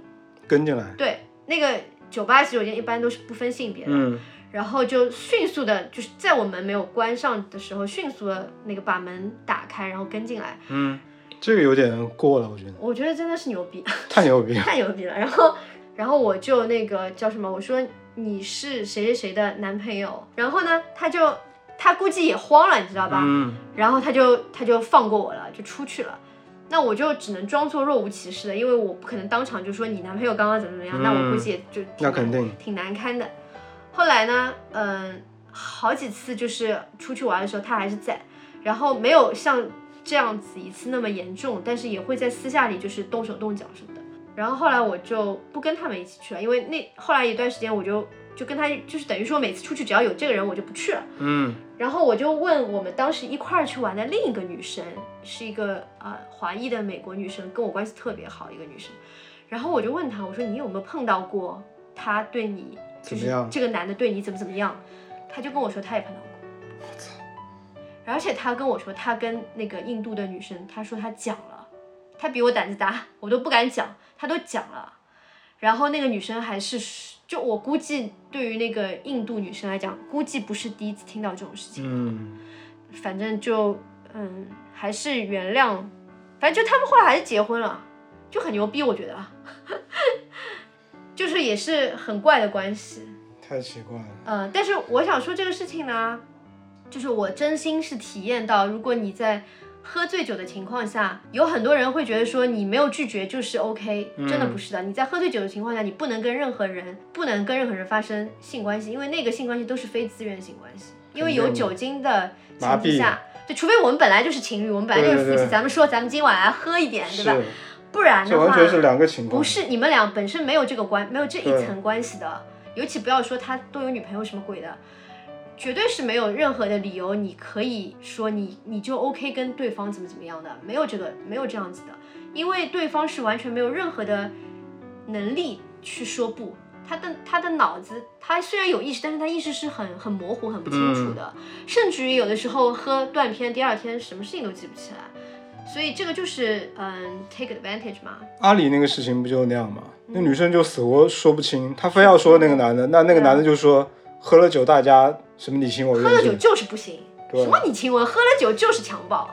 [SPEAKER 1] 跟进来。
[SPEAKER 2] 对那个酒吧洗手间一般都是不分性别的，
[SPEAKER 1] 嗯，
[SPEAKER 2] 然后就迅速的，就是在我门没有关上的时候，迅速的那个把门打开，然后跟进来。
[SPEAKER 1] 嗯，这个有点过了，我觉得
[SPEAKER 2] 我觉得真的是牛逼，
[SPEAKER 1] 太牛逼了。
[SPEAKER 2] 太牛逼了。然后，然后我就那个叫什么，我说你是谁谁谁的男朋友，然后呢，他就他估计也慌了，你知道吧？
[SPEAKER 1] 嗯，
[SPEAKER 2] 然后他就他就放过我了，就出去了。那我就只能装作若无其事的，因为我不可能当场就说你男朋友刚刚怎么怎么样，
[SPEAKER 1] 嗯
[SPEAKER 2] 那我估计也就挺
[SPEAKER 1] 那肯定
[SPEAKER 2] 挺难堪的。后来呢，嗯，好几次就是出去玩的时候他还是在，然后没有像这样子一次那么严重，但是也会在私下里就是动手动脚什么的。然后后来我就不跟他们一起去了，因为那后来一段时间我就就跟他就是等于说每次出去只要有这个人我就不去了。
[SPEAKER 1] 嗯，
[SPEAKER 2] 然后我就问我们当时一块儿去玩的另一个女生，是一个呃华裔的美国女生，跟我关系特别好一个女生。然后我就问她，我说你有没有碰到过他对你就
[SPEAKER 1] 怎么
[SPEAKER 2] 是
[SPEAKER 1] 样
[SPEAKER 2] 这个男的对你怎么怎么样？她就跟我说她也碰到过。而且她跟我说，她跟那个印度的女生，她说她讲了，她比我胆子大，我都不敢讲，她都讲了。然后那个女生还是，就我估计对于那个印度女生来讲，估计不是第一次听到这种事情。
[SPEAKER 1] 嗯，
[SPEAKER 2] 反正就嗯，还是原谅，反正就他们后来还是结婚了，就很牛逼，我觉得，啊 就是也是很怪的关系。
[SPEAKER 1] 太奇怪了。
[SPEAKER 2] 呃，但是我想说这个事情呢，就是我真心是体验到，如果你在喝醉酒的情况下，有很多人会觉得说你没有拒绝就是 OK，真的
[SPEAKER 1] 嗯
[SPEAKER 2] 不是的。你在喝醉酒的情况下，你不能跟任何人，不能跟任何人发生性关系，因为那个性关系都是非自愿性关系，因
[SPEAKER 1] 肯
[SPEAKER 2] 为
[SPEAKER 1] 定
[SPEAKER 2] 有
[SPEAKER 1] 的
[SPEAKER 2] 酒精的
[SPEAKER 1] 麻
[SPEAKER 2] 情
[SPEAKER 1] 痹
[SPEAKER 2] 况下。对，除非我们本来就是情侣，我们本来就是
[SPEAKER 1] 对对
[SPEAKER 2] 夫妻，
[SPEAKER 1] 对
[SPEAKER 2] 咱们说咱们今晚来喝一点，对吧？
[SPEAKER 1] 是，
[SPEAKER 2] 不然
[SPEAKER 1] 这
[SPEAKER 2] 的
[SPEAKER 1] 完
[SPEAKER 2] 话，
[SPEAKER 1] 全是两个情况。
[SPEAKER 2] 不是你们俩本身没有这个关，没有这
[SPEAKER 1] 对
[SPEAKER 2] 一层关系的，尤其不要说他都有女朋友什么鬼的，绝对是没有任何的理由，你可以说你你就 OK 跟对方怎么怎么样的，没有这个没有这样子的，因为对方是完全没有任何的能力去说不。他的他的脑子，他虽然有意识，但是他意识是很很模糊、很不
[SPEAKER 1] 嗯
[SPEAKER 2] 清楚的，甚至于有的时候喝断片，第二天什么事情都记不起来，所以这个就是嗯 take advantage 嘛，
[SPEAKER 1] 阿里那个事情不就那样吗？
[SPEAKER 2] 嗯
[SPEAKER 1] 那女生就死活说不清，她非要说那个男
[SPEAKER 2] 啊
[SPEAKER 1] 的，那那个男的就说喝了酒大家什么你情我
[SPEAKER 2] 喝了
[SPEAKER 1] 愿
[SPEAKER 2] 酒
[SPEAKER 1] 意，
[SPEAKER 2] 就是不行，
[SPEAKER 1] 对
[SPEAKER 2] 什么你亲吻，喝了酒就是强暴，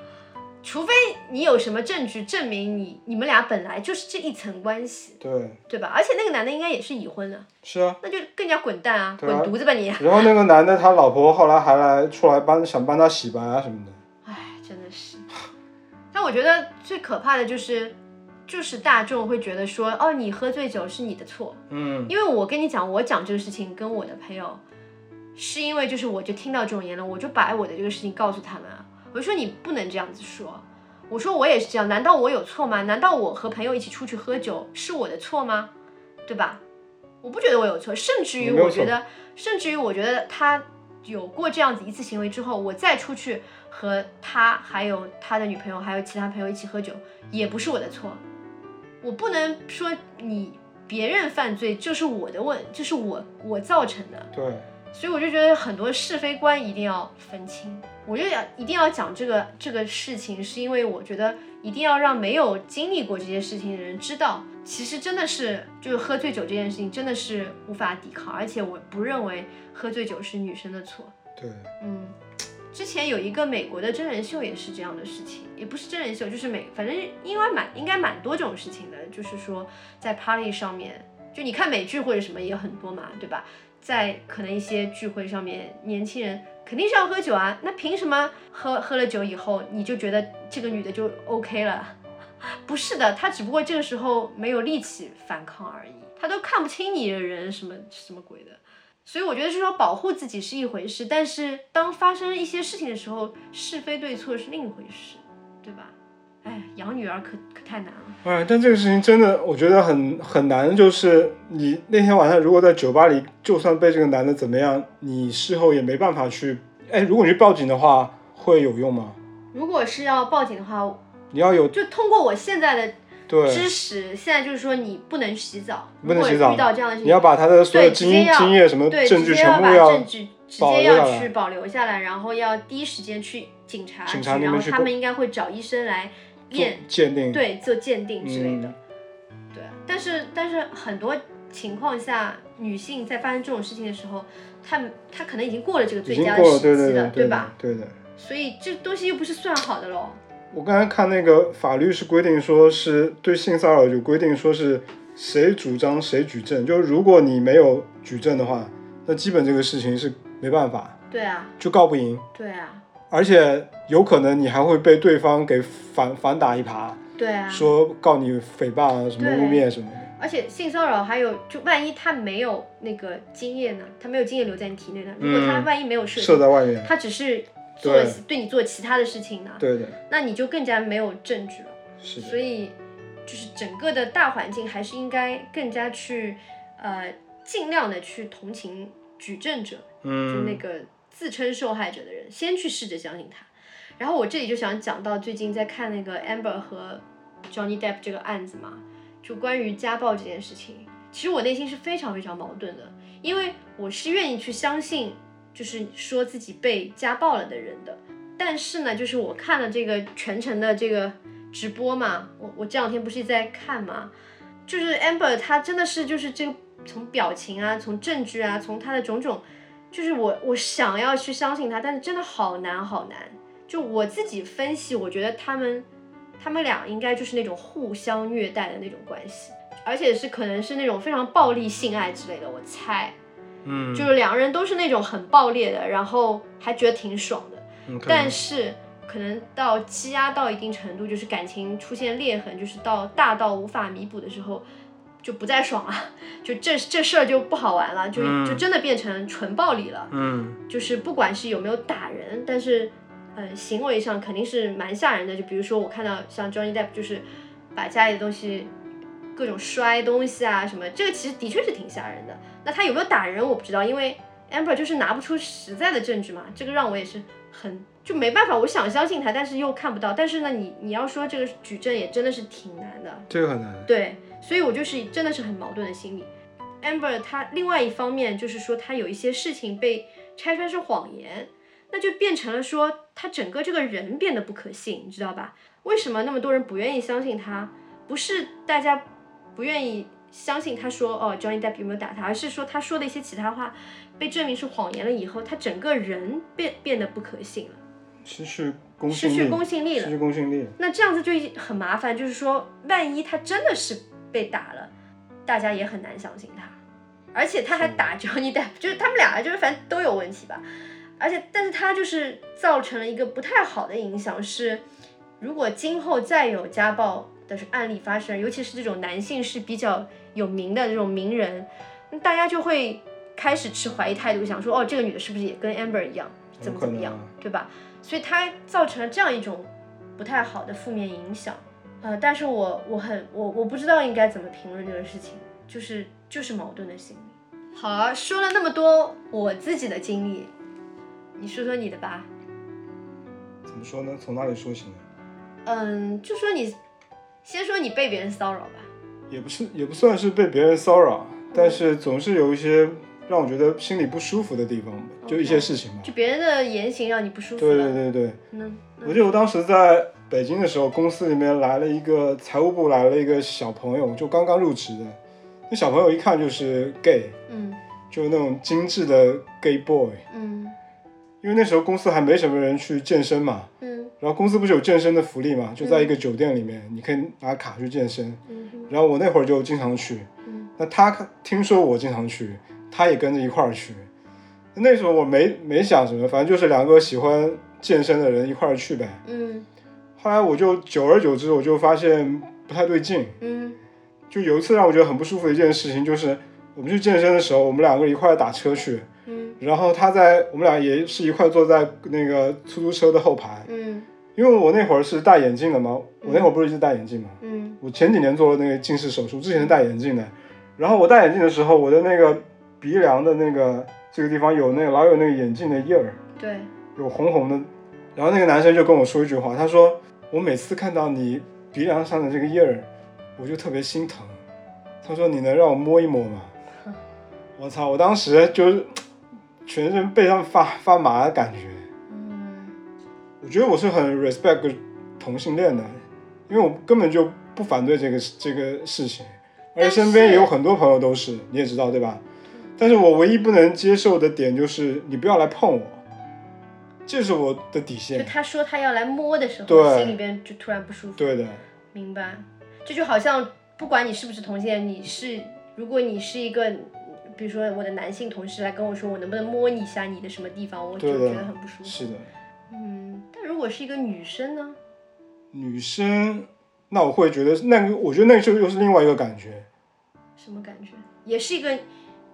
[SPEAKER 2] 除非你有什么证据证明你你们俩本来就是这一层关系，
[SPEAKER 1] 对，
[SPEAKER 2] 对吧？而且那个男的应该也是已婚的，
[SPEAKER 1] 是啊。
[SPEAKER 2] 那就更加滚蛋啊，
[SPEAKER 1] 对啊
[SPEAKER 2] 滚犊子吧你！
[SPEAKER 1] 然后那个男的他老婆后来还来出来帮想帮他洗白啊什么的，
[SPEAKER 2] 唉，真的是。但我觉得最可怕的就是，就是大众会觉得说，哦，你喝醉酒是你的错，
[SPEAKER 1] 嗯，
[SPEAKER 2] 因为我跟你讲，我讲这个事情跟我的朋友，是因为就是我就听到这种言论，我就把我的这个事情告诉他们啊，我就说你不能这样子说，我说我也是这样，难道我有错吗？难道我和朋友一起出去喝酒是我的错吗？对吧？我不觉得我有错，甚至于
[SPEAKER 1] 你没有
[SPEAKER 2] 我觉
[SPEAKER 1] 错
[SPEAKER 2] 得，甚至于我觉得他有过这样子一次行为之后，我再出去和他还有他的女朋友还有其他朋友一起喝酒，也不是我的错。我不能说你别人犯罪就是我的问，就是我我造成的。
[SPEAKER 1] 对，
[SPEAKER 2] 所以我就觉得很多是非观一定要分清。我就要一定要讲这个这个事情，是因为我觉得一定要让没有经历过这些事情的人知道，其实真的是就是喝醉酒这件事情真的是无法抵抗，而且我不认为喝醉酒是女生的错。
[SPEAKER 1] 对，
[SPEAKER 2] 嗯，之前有一个美国的真人秀也是这样的事情，也不是真人秀，就是美，反正应该蛮应该蛮多这种事情的，就是说在 party 上面，就你看美剧或者什么也很多嘛，对吧？在可能一些聚会上面，年轻人肯定是要喝酒啊，那凭什么喝喝了酒以后你就觉得这个女的就 OK 了？ 不是的，她只不过这个时候没有力气反抗而已，她都看不清你的人什么什么鬼的。所以我觉得是说保护自己是一回事，但是当发生一些事情的时候，是非对错是另一回事，对吧？哎，养女儿可可太难了。
[SPEAKER 1] 哎，但这个事情真的我觉得很很难，就是你那天晚上如果在酒吧里，就算被这个男的怎么样，你事后也没办法去，哎，如果你去报警的话会有用吗？
[SPEAKER 2] 如果是要报警的话，
[SPEAKER 1] 你要有
[SPEAKER 2] 就通过我现在的
[SPEAKER 1] 对，
[SPEAKER 2] 知识，现在就是说你不能洗澡，
[SPEAKER 1] 不能洗
[SPEAKER 2] 如
[SPEAKER 1] 澡
[SPEAKER 2] 果遇到这样的事情，
[SPEAKER 1] 你要把他的所有
[SPEAKER 2] 对直
[SPEAKER 1] 精
[SPEAKER 2] 接要
[SPEAKER 1] 精液什么
[SPEAKER 2] 对
[SPEAKER 1] 证据
[SPEAKER 2] 直接
[SPEAKER 1] 全
[SPEAKER 2] 要
[SPEAKER 1] 部
[SPEAKER 2] 把
[SPEAKER 1] 要
[SPEAKER 2] 证据直
[SPEAKER 1] 保留
[SPEAKER 2] 接
[SPEAKER 1] 下
[SPEAKER 2] 要
[SPEAKER 1] 来
[SPEAKER 2] 去保留下来，然后要第一时间去警察
[SPEAKER 1] 警
[SPEAKER 2] 局，
[SPEAKER 1] 察那边
[SPEAKER 2] 然后
[SPEAKER 1] 去
[SPEAKER 2] 他
[SPEAKER 1] 过
[SPEAKER 2] 们应该会找医生来
[SPEAKER 1] 做
[SPEAKER 2] 验
[SPEAKER 1] 鉴定，
[SPEAKER 2] 对，做鉴定之类的。
[SPEAKER 1] 嗯
[SPEAKER 2] 对，啊但是但是很多情况下，女性在发生这种事情的时候，她她可能已经过了这个
[SPEAKER 1] 已
[SPEAKER 2] 最
[SPEAKER 1] 经
[SPEAKER 2] 佳的
[SPEAKER 1] 过了，
[SPEAKER 2] 时期
[SPEAKER 1] 对
[SPEAKER 2] 了，
[SPEAKER 1] 对对对的
[SPEAKER 2] 吧？？
[SPEAKER 1] 对的。
[SPEAKER 2] 所以这东西又不是算好的喽。
[SPEAKER 1] 我刚才看那个法律是规定说是对性骚扰有规定说是谁主张谁举证，就是如果你没有举证的话，那基本这个事情是没办法，
[SPEAKER 2] 对啊，
[SPEAKER 1] 就告不赢，
[SPEAKER 2] 对啊，
[SPEAKER 1] 而且有可能你还会被对方给反反打一耙，
[SPEAKER 2] 对啊。
[SPEAKER 1] 说告你诽谤啊，什么
[SPEAKER 2] 对
[SPEAKER 1] 污蔑什么的。
[SPEAKER 2] 而且性骚扰还有，就万一他没有那个精液呢？他没有精液留在你体内呢？如果他
[SPEAKER 1] 嗯
[SPEAKER 2] 万一没有射
[SPEAKER 1] 射在外面，
[SPEAKER 2] 他只是做了
[SPEAKER 1] 对
[SPEAKER 2] 对你做其他的事情呢，
[SPEAKER 1] 对的，
[SPEAKER 2] 那你就更加没有证据了。
[SPEAKER 1] 是
[SPEAKER 2] 所
[SPEAKER 1] 的，
[SPEAKER 2] 以就是整个的大环境还是应该更加去呃尽量的去同情举证者，就那
[SPEAKER 1] 嗯，
[SPEAKER 2] 个自称受害者的人，先去试着相信他。然后我这里就想讲到最近在看那个 Amber 和 Johnny Depp 这个案子嘛，就关于家暴这件事情，其实我内心是非常非常矛盾的，因为我是愿意去相信，就是说自己被家暴了的人的，但是呢，就是我看了这个全程的这个直播嘛，我我这两天不是在看嘛，就是 Amber 她真的是就是这个从表情啊，从证据啊，从她的种种，就是我我想要去相信她，但是真的好难好难。就我自己分析，我觉得他们他们俩应该就是那种互相虐待的那种关系，而且是可能是那种非常暴力性爱之类的，我猜，
[SPEAKER 1] 嗯，
[SPEAKER 2] 就是两个人都是那种很暴烈的，然后还觉得挺爽的。
[SPEAKER 1] 嗯可能
[SPEAKER 2] 但是可能到积压到一定程度，就是感情出现裂痕，就是到大到无法弥补的时候，就不再爽了， 就这这事儿就不好玩了，就、
[SPEAKER 1] 嗯
[SPEAKER 2] 就真的变成纯暴力了。
[SPEAKER 1] 嗯，
[SPEAKER 2] 就是不管是有没有打人，但是嗯、呃行为上肯定是蛮吓人的。就比如说我看到像 Johnny Depp 就是把家里的东西各种摔东西啊什么，这个其实的确是挺吓人的。那他有没有打人我不知道，因为 Amber 就是拿不出实在的证据嘛，这个让我也是很就没办法，我想相信他，但是又看不到。但是呢，你你要说这个举证也真的是挺难的，
[SPEAKER 1] 这个很难。
[SPEAKER 2] 对，所以我就是真的是很矛盾的心理。Amber 她另外一方面就是说，她有一些事情被拆穿是谎言，那就变成了说她整个这个人变得不可信，你知道吧？为什么那么多人不愿意相信她？不是大家不愿意相信她说哦 Johnny Depp 有没有打她，而是说她说的一些其他话被证明是谎言了以后，她整个人变变得不可信了，
[SPEAKER 1] 失去公
[SPEAKER 2] 失
[SPEAKER 1] 信力，
[SPEAKER 2] 去公信力了
[SPEAKER 1] 失。去公信力。
[SPEAKER 2] 那这样子就很麻烦，就是说，万一他真的是被打了，大家也很难相信他，而且他还打 Johnny Depp，就是他们俩就是反正都有问题吧。而且，但是他就是造成了一个不太好的影响是，如果今后再有家暴的案例发生，尤其是这种男性是比较有名的这种名人，那大家就会开始持怀疑态度，想说哦，这个女的是不是也跟 Amber 一样，怎么怎么样
[SPEAKER 1] 有可能啊，
[SPEAKER 2] 对吧？所以它造成了这样一种不太好的负面影响。呃，但是我我很我我不知道应该怎么评论这个事情，就是就是矛盾的心理。好啊，说了那么多我自己的经历，你说说你的吧。
[SPEAKER 1] 怎么说呢？从哪里说起呢？
[SPEAKER 2] 嗯，就说你，先说你被别人骚扰吧。
[SPEAKER 1] 也不是，也不算是被别人骚扰，但是总是有一些让我觉得心里不舒服的地方吧，就一些事情吧。
[SPEAKER 2] 嗯就别人的言行让你不舒服
[SPEAKER 1] 对
[SPEAKER 2] 了。
[SPEAKER 1] 对
[SPEAKER 2] 嗯
[SPEAKER 1] 对对，
[SPEAKER 2] 那
[SPEAKER 1] 我记得我当时在北京的时候，公司里面来了一个财务部来了一个小朋友，就刚刚入职的。那小朋友一看就是 gay，
[SPEAKER 2] 嗯
[SPEAKER 1] 就那种精致的 gay boy。
[SPEAKER 2] 嗯
[SPEAKER 1] 因为那时候公司还没什么人去健身嘛，
[SPEAKER 2] 嗯
[SPEAKER 1] 然后公司不是有健身的福利嘛，就在一个酒店里面，你可以拿卡去健身。
[SPEAKER 2] 嗯
[SPEAKER 1] 然后我那会儿就经常去，
[SPEAKER 2] 嗯
[SPEAKER 1] 那他看听说我经常去，他也跟着一块儿去。那时候我没没想什么，反正就是两个喜欢健身的人一块儿去呗。
[SPEAKER 2] 嗯
[SPEAKER 1] 后来我就久而久之，我就发现不太对劲。
[SPEAKER 2] 嗯
[SPEAKER 1] 就有一次让我觉得很不舒服的一件事情，就是我们去健身的时候，我们两个一块儿打车去，
[SPEAKER 2] 嗯
[SPEAKER 1] 然后他在我们俩也是一块坐在那个出租车的后排，
[SPEAKER 2] 嗯
[SPEAKER 1] 因为我那会儿是戴眼镜的嘛，我那会儿不是一直戴眼镜嘛，
[SPEAKER 2] 嗯
[SPEAKER 1] 我前几年做了那个近视手术，之前是戴眼镜的。然后我戴眼镜的时候，我的那个鼻梁的那个这个地方有那个老有那个眼镜的印儿，
[SPEAKER 2] 对，
[SPEAKER 1] 有红红的。然后那个男生就跟我说一句话，他说：“我每次看到你鼻梁上的这个印儿，我就特别心疼。”他说：“你能让我摸一摸吗？” 我操！我当时就是全身背上发发麻的感觉。
[SPEAKER 2] 嗯
[SPEAKER 1] 我觉得我是很 respect 同性恋的，因为我根本就不反对这个这个事情，而且
[SPEAKER 2] 但是
[SPEAKER 1] 身边也有很多朋友都是，你也知道对吧？但是我唯一不能接受的点就是你不要来碰我，这是我的底
[SPEAKER 2] 就
[SPEAKER 1] 线。
[SPEAKER 2] 他说他要来摸的时候，
[SPEAKER 1] 对
[SPEAKER 2] 心里边就突然不舒服。
[SPEAKER 1] 对的，
[SPEAKER 2] 明白，这就好像不管你是不是同性恋，你是如果你是一个，比如说我的男性同事来跟我说我能不能摸你一下你的什么地方，我就
[SPEAKER 1] 对的
[SPEAKER 2] 觉得很不舒服。
[SPEAKER 1] 是的，
[SPEAKER 2] 嗯，但如果是一个女生呢？
[SPEAKER 1] 女生，那我会觉得那个，我觉得那个就又是另外一个感觉。
[SPEAKER 2] 什么感觉？也是一个，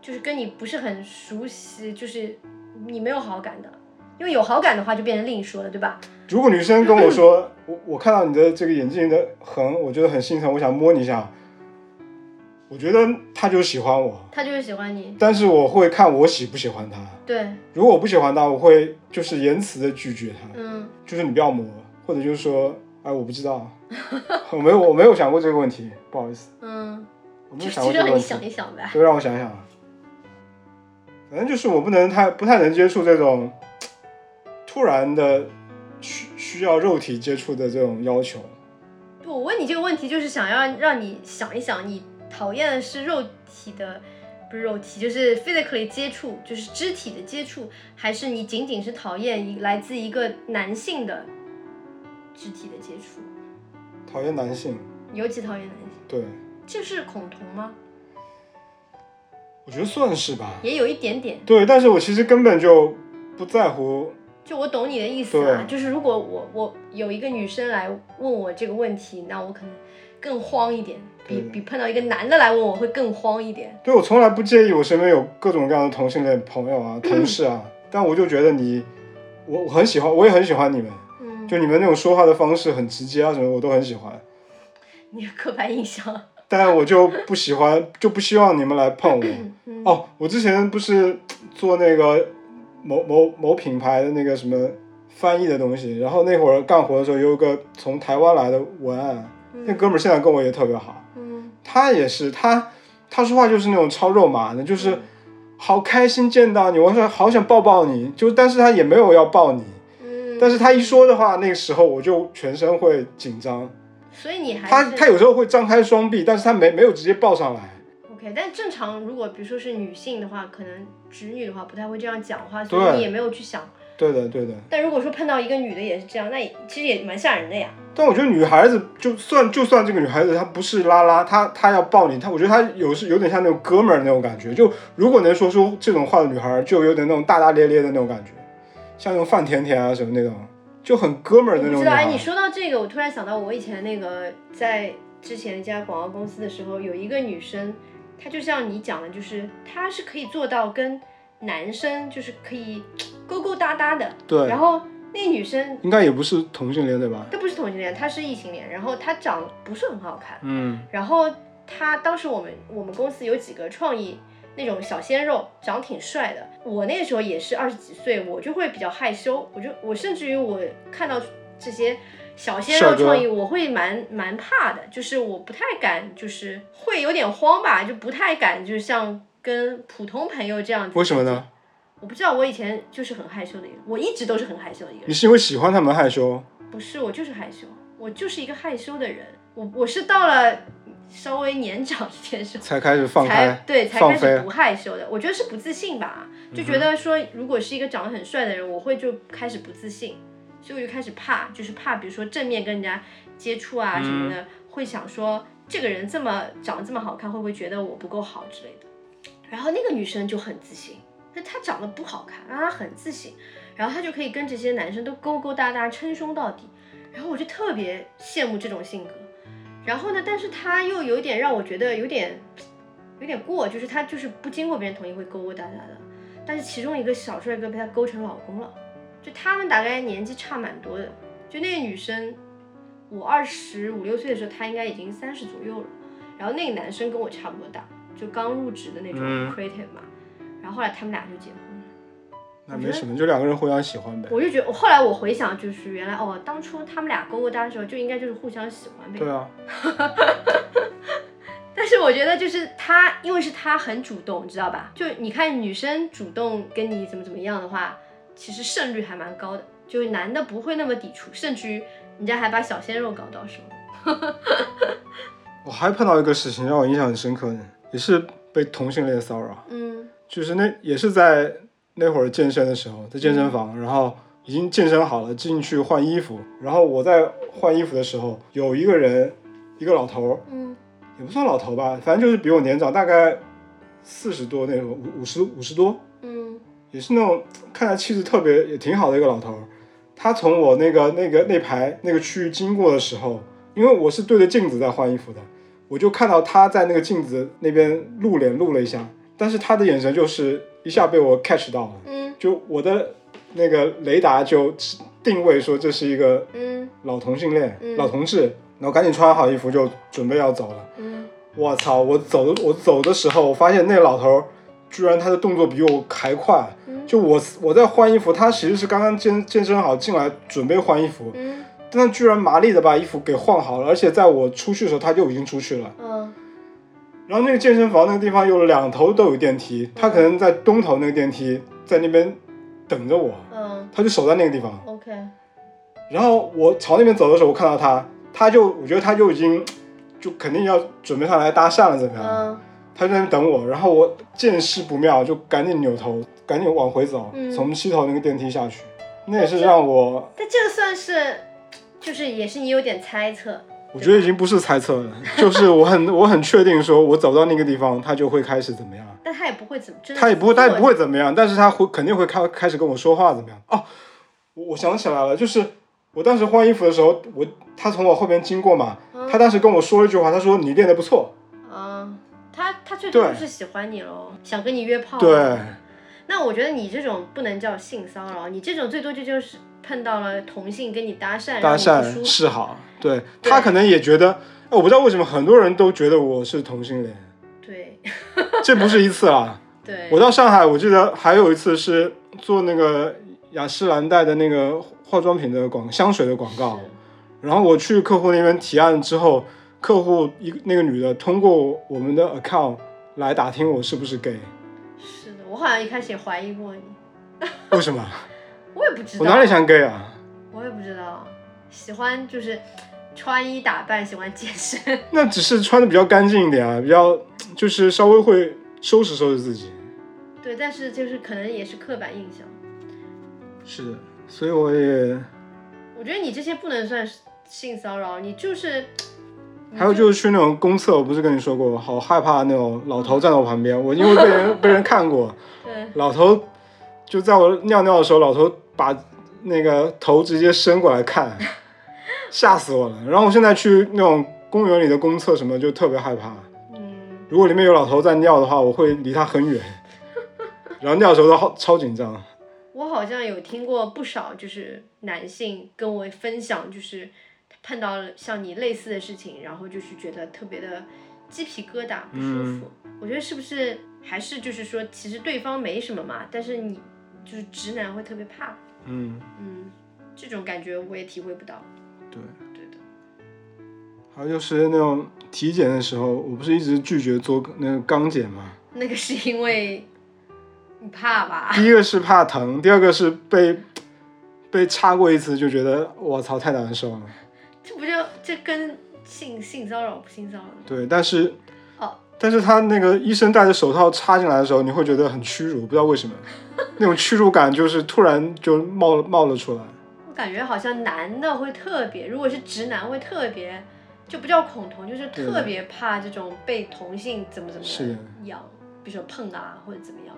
[SPEAKER 2] 就是跟你不是很熟悉，就是你没有好感的，因为有好感的话就变成另说了，对吧？
[SPEAKER 1] 如果女生跟我说，我我看到你的这个眼镜的痕，我觉得很心疼，我想摸你一下，我觉得她就喜欢我。
[SPEAKER 2] 他就是喜欢你，
[SPEAKER 1] 但是我会看我喜不喜欢他。
[SPEAKER 2] 对，
[SPEAKER 1] 如果我不喜欢他，我会就是言辞的拒绝他，
[SPEAKER 2] 嗯
[SPEAKER 1] 就是你不要摸，或者就是说，哎，我不知道，我没有我没有想过这个问题，不好意思，
[SPEAKER 2] 嗯，
[SPEAKER 1] 我没
[SPEAKER 2] 就
[SPEAKER 1] 有想
[SPEAKER 2] 就
[SPEAKER 1] 过这
[SPEAKER 2] 让
[SPEAKER 1] 个
[SPEAKER 2] 你
[SPEAKER 1] 问题
[SPEAKER 2] 想，一想呗。
[SPEAKER 1] 就让我想想啊。反正就是我不能太不太能接受这种突然的需需要肉体接触的这种要求。
[SPEAKER 2] 我问你这个问题，就是想要让你想一想，你讨厌的是肉体的，不是肉体，就是 physically 接触，就是肢体的接触，还是你仅仅是讨厌一来自一个男性的肢体的接触？
[SPEAKER 1] 讨厌男性，
[SPEAKER 2] 尤其讨厌男性，
[SPEAKER 1] 对
[SPEAKER 2] 这是恐同吗？
[SPEAKER 1] 我觉得算是吧。
[SPEAKER 2] 也有一点点。
[SPEAKER 1] 对，但是我其实根本就不在乎
[SPEAKER 2] 就我懂你的意思啊，
[SPEAKER 1] 对
[SPEAKER 2] 就是如果我我有一个女生来问我这个问题，那我可能更慌一点，比
[SPEAKER 1] 对
[SPEAKER 2] 比碰到一个男的来问我会更慌一点。
[SPEAKER 1] 对我从来不介意我身边有各种各样的同性恋朋友啊、同事啊，但我就觉得你，我我很喜欢，我也很喜欢你们，
[SPEAKER 2] 嗯，
[SPEAKER 1] 就你们那种说话的方式很直接啊什么，我都很喜欢。
[SPEAKER 2] 你的刻板印象。
[SPEAKER 1] 但我就不喜欢，就不希望你们来碰我。
[SPEAKER 2] 嗯，
[SPEAKER 1] 哦，我之前不是做那个某某某品牌的那个什么翻译的东西，然后那会儿干活的时候，有一个从台湾来的文案，那哥们儿现在跟我也特别好，
[SPEAKER 2] 嗯
[SPEAKER 1] 他也是他他说话就是那种超肉麻的，就是好开心见到你，我说好想抱抱你，就但是他也没有要抱你，
[SPEAKER 2] 嗯，
[SPEAKER 1] 但是他一说的话，那个时候我就全身会紧张，
[SPEAKER 2] 所以你还
[SPEAKER 1] 他
[SPEAKER 2] 是
[SPEAKER 1] 他有时候会张开双臂，但是他没没有直接抱上来。
[SPEAKER 2] OK，但正常如果比如说是女性的话，可能直女的话不太会这样讲话，
[SPEAKER 1] 对
[SPEAKER 2] 所以你也没有去想。
[SPEAKER 1] 对的，对的。
[SPEAKER 2] 但如果说碰到一个女的也是这样，那也其实也蛮吓人的呀。
[SPEAKER 1] 但我觉得女孩子就算就算这个女孩子她不是拉拉，她她要抱你，她我觉得她有是有点像那种哥们儿那种感觉。就如果能说出这种话的女孩，就有点那种大大咧咧的那种感觉，像那种范甜甜啊什么那种，就很哥们儿
[SPEAKER 2] 我
[SPEAKER 1] 的那种女
[SPEAKER 2] 不知道，
[SPEAKER 1] 孩。
[SPEAKER 2] 哎，你说到这个，我突然想到我以前那个在之前一家广告公司的时候，有一个女生，她就像你讲的，就是她是可以做到跟男生就是可以勾勾搭搭的，
[SPEAKER 1] 对
[SPEAKER 2] 然，后那女生
[SPEAKER 1] 应该也不是同性恋对吧？
[SPEAKER 2] 她不是同性恋，她是异性恋，然后她长得不是很好看。
[SPEAKER 1] 嗯
[SPEAKER 2] 然后他当时我们我们公司有几个创意那种小鲜肉，长挺帅的。我那个时候也是二十几岁，我就会比较害羞，我就我甚至于我看到这些小鲜
[SPEAKER 1] 帅
[SPEAKER 2] 肉
[SPEAKER 1] 哥
[SPEAKER 2] 创意，我会蛮蛮怕的，就是我不太敢，就是会有点慌吧，就不太敢，就像跟普通朋友这样子。
[SPEAKER 1] 为什么呢？
[SPEAKER 2] 我不知道，我以前就是很害羞的一个人，我一直都是很害羞的一个人
[SPEAKER 1] 你。是因为喜欢他们害羞？
[SPEAKER 2] 不是，我就是害羞，我就是一个害羞的人。我我是到了稍微年长一点之后，
[SPEAKER 1] 才开始 放
[SPEAKER 2] 才
[SPEAKER 1] 开，
[SPEAKER 2] 对才
[SPEAKER 1] 放
[SPEAKER 2] 开
[SPEAKER 1] 飞嗯
[SPEAKER 2] 始不害羞的。我觉得是不自信吧，就觉得说如果是一个长得很帅的人，我会就开始不自信，所以我就开始怕，就是怕比如说正面跟人家接触啊什么
[SPEAKER 1] 嗯
[SPEAKER 2] 的，会想说这个人这么长得这么好看，会不会觉得我不够好之类的。然后那个女生就很自信，那她长得不好看，但她很自信，然后她就可以跟这些男生都勾勾搭搭，称兄道弟。然后我就特别羡慕这种性格。然后呢，但是他又有点让我觉得有点有点过，就是他就是不经过别人同意会勾勾搭搭的。但是其中一个小帅哥被他勾成老公了，就他们大概年纪差蛮多的。就那个女生，我二十五六岁的时候，她应该已经三十左右了。然后那个男生跟我差不多大，就刚入职的那种
[SPEAKER 1] 嗯
[SPEAKER 2] creative 嘛。然后后来他们俩就结婚了。
[SPEAKER 1] 那没什么，就两个人互相喜欢呗。
[SPEAKER 2] 我就觉得，我后来我回想，就是原来哦，当初他们俩勾勾搭的时候，就应该就是互相喜欢呗。
[SPEAKER 1] 对啊，
[SPEAKER 2] 但是我觉得就是他，因为是他很主动，知道吧？就你看女生主动跟你怎么怎么样的话，其实胜率还蛮高的，就是男的不会那么抵触，甚至于人家还把小鲜肉搞到手。
[SPEAKER 1] 我还碰到一个事情让我印象很深刻呢，也是被同性恋骚扰。
[SPEAKER 2] 嗯
[SPEAKER 1] 就是那也是在那会儿健身的时候，在健身房，然后已经健身好了，进去换衣服，然后我在换衣服的时候，有一个人，一个老头儿，
[SPEAKER 2] 嗯
[SPEAKER 1] 也不算老头吧，反正就是比我年长，大概四十多那种，五五十五十多，
[SPEAKER 2] 嗯
[SPEAKER 1] 也是那种看起来气质特别也挺好的一个老头儿。他从我那个那个那排那个区域经过的时候，因为我是对着镜子在换衣服的，我就看到他在那个镜子那边露脸露了一下，但是他的眼神就是一下被我 catch 到了，
[SPEAKER 2] 嗯
[SPEAKER 1] 就我的那个雷达就定位说这是一个
[SPEAKER 2] 嗯
[SPEAKER 1] 老同性恋、
[SPEAKER 2] 嗯
[SPEAKER 1] 老同志，然后赶紧穿好衣服就准备要走了。
[SPEAKER 2] 嗯，
[SPEAKER 1] 我操！我走的我走的时候，我发现那老头儿居然他的动作比我还快。
[SPEAKER 2] 嗯
[SPEAKER 1] 就我我在换衣服，他其实是刚刚健健身好进来准备换衣服，
[SPEAKER 2] 嗯
[SPEAKER 1] 但他居然麻利的把衣服给换好了，而且在我出去的时候他就已经出去了。
[SPEAKER 2] 嗯
[SPEAKER 1] 然后那个健身房那个地方有两头都有电梯，他可能在东头那个电梯在那边等着我，
[SPEAKER 2] 嗯
[SPEAKER 1] 他就守在那个地方。
[SPEAKER 2] ，OK，
[SPEAKER 1] 然后我朝那边走的时候，我看到他，他就我觉得他就已经就肯定要准备上来搭讪了，怎么样？
[SPEAKER 2] 嗯
[SPEAKER 1] 他就在那边等我，然后我见势不妙，就赶紧扭头，赶紧往回走，
[SPEAKER 2] 嗯
[SPEAKER 1] 从七头那个电梯下去。那也是让我，
[SPEAKER 2] 但这个算是，就是也是你有点猜测。
[SPEAKER 1] 我觉得已经不是猜测 了，就是我很我很确定，说我走到那个地方，他就会开始怎么样，
[SPEAKER 2] 但他也不会怎么，真的
[SPEAKER 1] 他嗯也不会，他也不
[SPEAKER 2] 会，
[SPEAKER 1] 会怎么样，但是他会肯定会开开始跟我说话，怎么样？哦，我我想起来了，就是我当时换衣服的时候，我他从我后边经过嘛，他当时跟我说了一句话，他说你练得不错，
[SPEAKER 2] 嗯，他他最多
[SPEAKER 1] 对
[SPEAKER 2] 就是喜欢你喽，想跟你约炮。
[SPEAKER 1] 对，
[SPEAKER 2] 那我觉得你这种不能叫性骚扰，你这种最多就就是碰到了同性跟你搭讪，
[SPEAKER 1] 搭
[SPEAKER 2] 让你不舒
[SPEAKER 1] 讪
[SPEAKER 2] 服
[SPEAKER 1] 示好，对
[SPEAKER 2] 对
[SPEAKER 1] 他可能也觉得，哎，我不知道为什么很多人都觉得我是同性恋，
[SPEAKER 2] 对
[SPEAKER 1] 这不是一次啊。
[SPEAKER 2] 对，
[SPEAKER 1] 我到上海，我记得还有一次是做那个雅诗兰黛的那个化妆品的广香水的广告，然后我去客户那边提案之后，客户一那个女的通过我们的 account 来打听我是不是 gay，
[SPEAKER 2] 是的，我好像一开始也怀疑过你，
[SPEAKER 1] 为 什么？
[SPEAKER 2] 我也不知道，
[SPEAKER 1] 我哪里像 gay 啊？
[SPEAKER 2] 我也不知道，喜欢就是穿衣打扮，喜欢健身，
[SPEAKER 1] 那只是穿的比较干净一点啊，比较就是稍微会收拾收拾自己。
[SPEAKER 2] 对，但是就是可能也是刻板印象。
[SPEAKER 1] 是的，所以我也
[SPEAKER 2] 我觉得你这些不能算是性骚扰，你就是，
[SPEAKER 1] 还有就是去那种公厕，我不是跟你说过，我好害怕那种老头站在我旁边，我因为被人被人看过，
[SPEAKER 2] 对，
[SPEAKER 1] 老头就在我尿尿的时候，老头把那个头直接伸过来看，吓死我了。然后我现在去那种公园里的公厕什么就特别害怕，
[SPEAKER 2] 嗯，
[SPEAKER 1] 如果里面有老头在尿的话，我会离他很远，然后尿的时候都好超紧张。
[SPEAKER 2] 我好像有听过不少就是男性跟我分享，就是他碰到了像你类似的事情，然后就是觉得特别的鸡皮疙瘩不舒服。我觉得是不是还是就是说，其实对方没什么嘛，但是你就是直男会特别怕，
[SPEAKER 1] 嗯，
[SPEAKER 2] 嗯，这种感觉我也体会不到。
[SPEAKER 1] 对。
[SPEAKER 2] 对的，
[SPEAKER 1] 还有就是那种体检的时候，我不是一直拒绝做那个肛检吗？
[SPEAKER 2] 那个是因为你怕吧？
[SPEAKER 1] 第一个是怕疼，第二个是被被插过一次就觉得我操太难受了。
[SPEAKER 2] 这不就这跟性性骚扰不性骚扰吗？
[SPEAKER 1] 对，但是
[SPEAKER 2] 哦，
[SPEAKER 1] 但是他那个医生戴着手套插进来的时候，你会觉得很屈辱，不知道为什么，那种屈辱感就是突然就冒冒了出来。
[SPEAKER 2] 我感觉好像男的会特别，如果是直男会特别，就不叫恐同，就是
[SPEAKER 1] 对
[SPEAKER 2] 特别怕这种被同性怎么怎么
[SPEAKER 1] 是的
[SPEAKER 2] 样，比如说碰啊或者怎么样，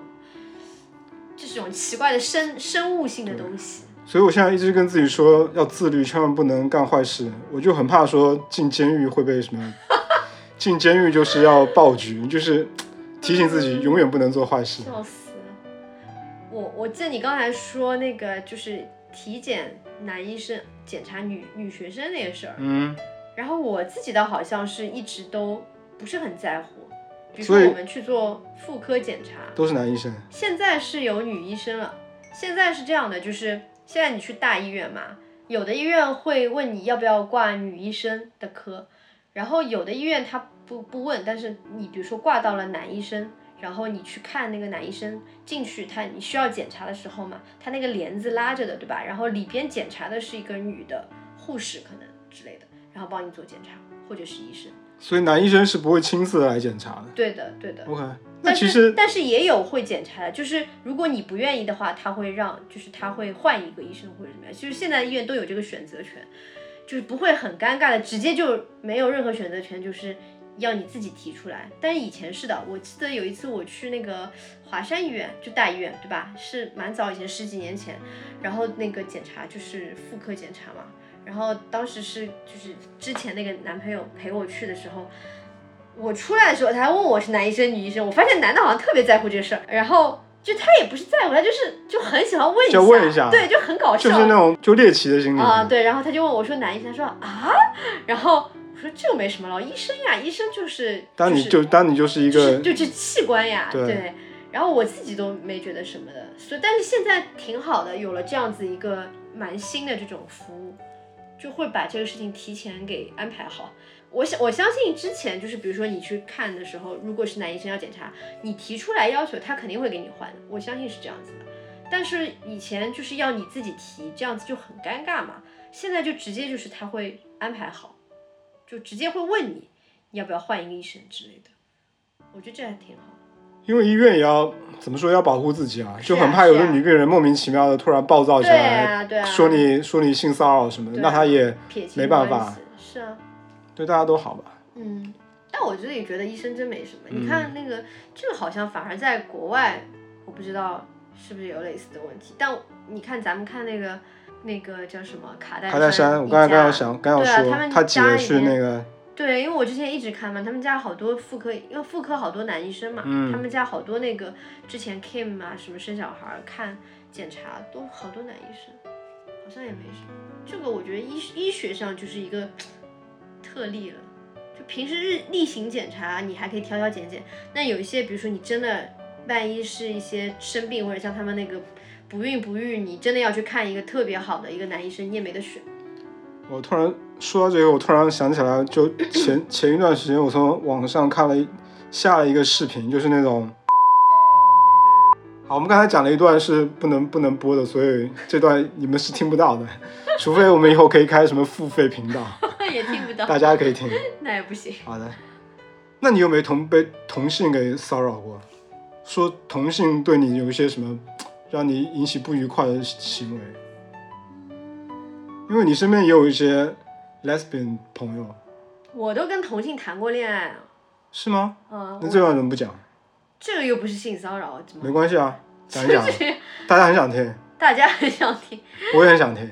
[SPEAKER 2] 这种奇怪的生生物性的东西。
[SPEAKER 1] 所以我现在一直跟自己说要自律，千万不能干坏事。我就很怕说进监狱会被什么， 进监狱就是要爆菊，就是提醒自己永远不能做坏事。
[SPEAKER 2] 笑死！我我记得你刚才说那个就是体检男医生检查女女学生那个事儿，
[SPEAKER 1] 嗯，
[SPEAKER 2] 然后我自己倒好像是一直都不是很在乎，比如说
[SPEAKER 1] 所以
[SPEAKER 2] 我们去做妇科检查，
[SPEAKER 1] 都是男医生。
[SPEAKER 2] 现在是有女医生了。现在是这样的，就是现在你去大医院嘛，有的医院会问你要不要挂女医生的科，然后有的医院他不不问，但是你比如说挂到了男医生，然后你去看那个男医生进去他你需要检查的时候嘛，他那个帘子拉着的对吧？然后里边检查的是一个女的护士可能之类的，然后帮你做检查或者是医生。
[SPEAKER 1] 所以男医生是不会亲自来检查的。
[SPEAKER 2] 对的，对的。
[SPEAKER 1] OK，那
[SPEAKER 2] 但
[SPEAKER 1] 其
[SPEAKER 2] 是
[SPEAKER 1] 实
[SPEAKER 2] 但是也有会检查的，就是如果你不愿意的话，他会让就是他会换一个医生或者怎么样。就是现在医院都有这个选择权，就是不会很尴尬的，直接就没有任何选择权，就是要你自己提出来。但是以前是的，我记得有一次我去那个华山医院，就大医院对吧？是蛮早以前，十几年前，然后那个检查就是妇科检查嘛。然后当时是就是之前那个男朋友陪我去的时候，我出来的时候，他还问我是男医生、女医生，我发现男的好像特别在乎这个事儿，然后就他也不是在乎，他就是就很喜欢问一下，
[SPEAKER 1] 就问一下
[SPEAKER 2] 对，就很搞笑，
[SPEAKER 1] 就是那种嗯就猎奇的心理
[SPEAKER 2] 啊，对，然后他就问我说男医生，他说啊，然后我说这又没什么了，医生呀，医生就是，
[SPEAKER 1] 当你
[SPEAKER 2] 是
[SPEAKER 1] 就当你就是一
[SPEAKER 2] 就是
[SPEAKER 1] 个
[SPEAKER 2] 就是器官呀，
[SPEAKER 1] 对
[SPEAKER 2] 然后我自己都没觉得什么的，所以但是现在挺好的，有了这样子一个蛮新的这种服务，就会把这个事情提前给安排好。我想我相信之前就是，比如说你去看的时候，如果是男医生要检查，你提出来要求，他肯定会给你换的，我相信是这样子的。但是以前就是要你自己提，这样子就很尴尬嘛。现在就直接就是他会安排好，就直接会问你你要不要换一个医生之类的。我觉得这还挺好。
[SPEAKER 1] 因为医院也要怎么说，要保护自己啊，
[SPEAKER 2] 是
[SPEAKER 1] 就
[SPEAKER 2] 啊
[SPEAKER 1] 很怕有
[SPEAKER 2] 是
[SPEAKER 1] 的
[SPEAKER 2] 啊
[SPEAKER 1] 女病人莫名其妙的突然暴躁起
[SPEAKER 2] 对
[SPEAKER 1] 来，
[SPEAKER 2] 啊对啊
[SPEAKER 1] 说你说你性骚扰什么的，
[SPEAKER 2] 对啊
[SPEAKER 1] 那她也
[SPEAKER 2] 撇清
[SPEAKER 1] 没办
[SPEAKER 2] 关
[SPEAKER 1] 法
[SPEAKER 2] 系，是啊，
[SPEAKER 1] 对大家都好吧？
[SPEAKER 2] 嗯。但我自己觉得医生真没什么。
[SPEAKER 1] 嗯
[SPEAKER 2] 你看那个，这个好像反而在国外，我不知道是不是有类似的问题。但你看咱们看那个那个叫什么卡戴
[SPEAKER 1] 卡戴珊，
[SPEAKER 2] 珊
[SPEAKER 1] 我
[SPEAKER 2] 一
[SPEAKER 1] 刚才
[SPEAKER 2] 家
[SPEAKER 1] 刚要想刚要
[SPEAKER 2] 对啊
[SPEAKER 1] 说
[SPEAKER 2] 他，们
[SPEAKER 1] 她姐
[SPEAKER 2] 家里面
[SPEAKER 1] 是那个
[SPEAKER 2] 对，因为我之前一直看嘛，他们家好多妇科，因为妇科好多男医生嘛，
[SPEAKER 1] 嗯
[SPEAKER 2] 他们家好多那个之前 Kim 啊什么生小孩儿看检查都好多男医生，好像也没什么。这个我觉得医医学上就是一个特例了，平时日例行检查你还可以挑挑拣拣，那有一些比如说你真的万一是一些生病或者像他们那个不孕不育，你真的要去看一个特别好的一个男医生，你也没得选。
[SPEAKER 1] 我突然说到这个，我突然想起来，就前 前一段时间，我从网上看了一下了一个视频，就是那种。 好，我们刚才讲了一段是不能不能播的，所以这段你们是听不到的，除非我们以后可以开什么付费频道，
[SPEAKER 2] 也听不到，
[SPEAKER 1] 大家可以听。
[SPEAKER 2] 那也不行。
[SPEAKER 1] 好的，那你有没有同被同性给骚扰过？说同性对你有一些什么让你引起不愉快的行为？因为你身边也有一些 lesbian 朋友，
[SPEAKER 2] 我都跟同性谈过恋爱啊，
[SPEAKER 1] 是吗？
[SPEAKER 2] 嗯，
[SPEAKER 1] 那
[SPEAKER 2] 我
[SPEAKER 1] 这段怎么不讲？
[SPEAKER 2] 这个又不是性骚扰，怎
[SPEAKER 1] 没
[SPEAKER 2] 么？，
[SPEAKER 1] 关系啊，讲一讲
[SPEAKER 2] 就是
[SPEAKER 1] 大家很想听，
[SPEAKER 2] 大家很想听，
[SPEAKER 1] 我也很想听。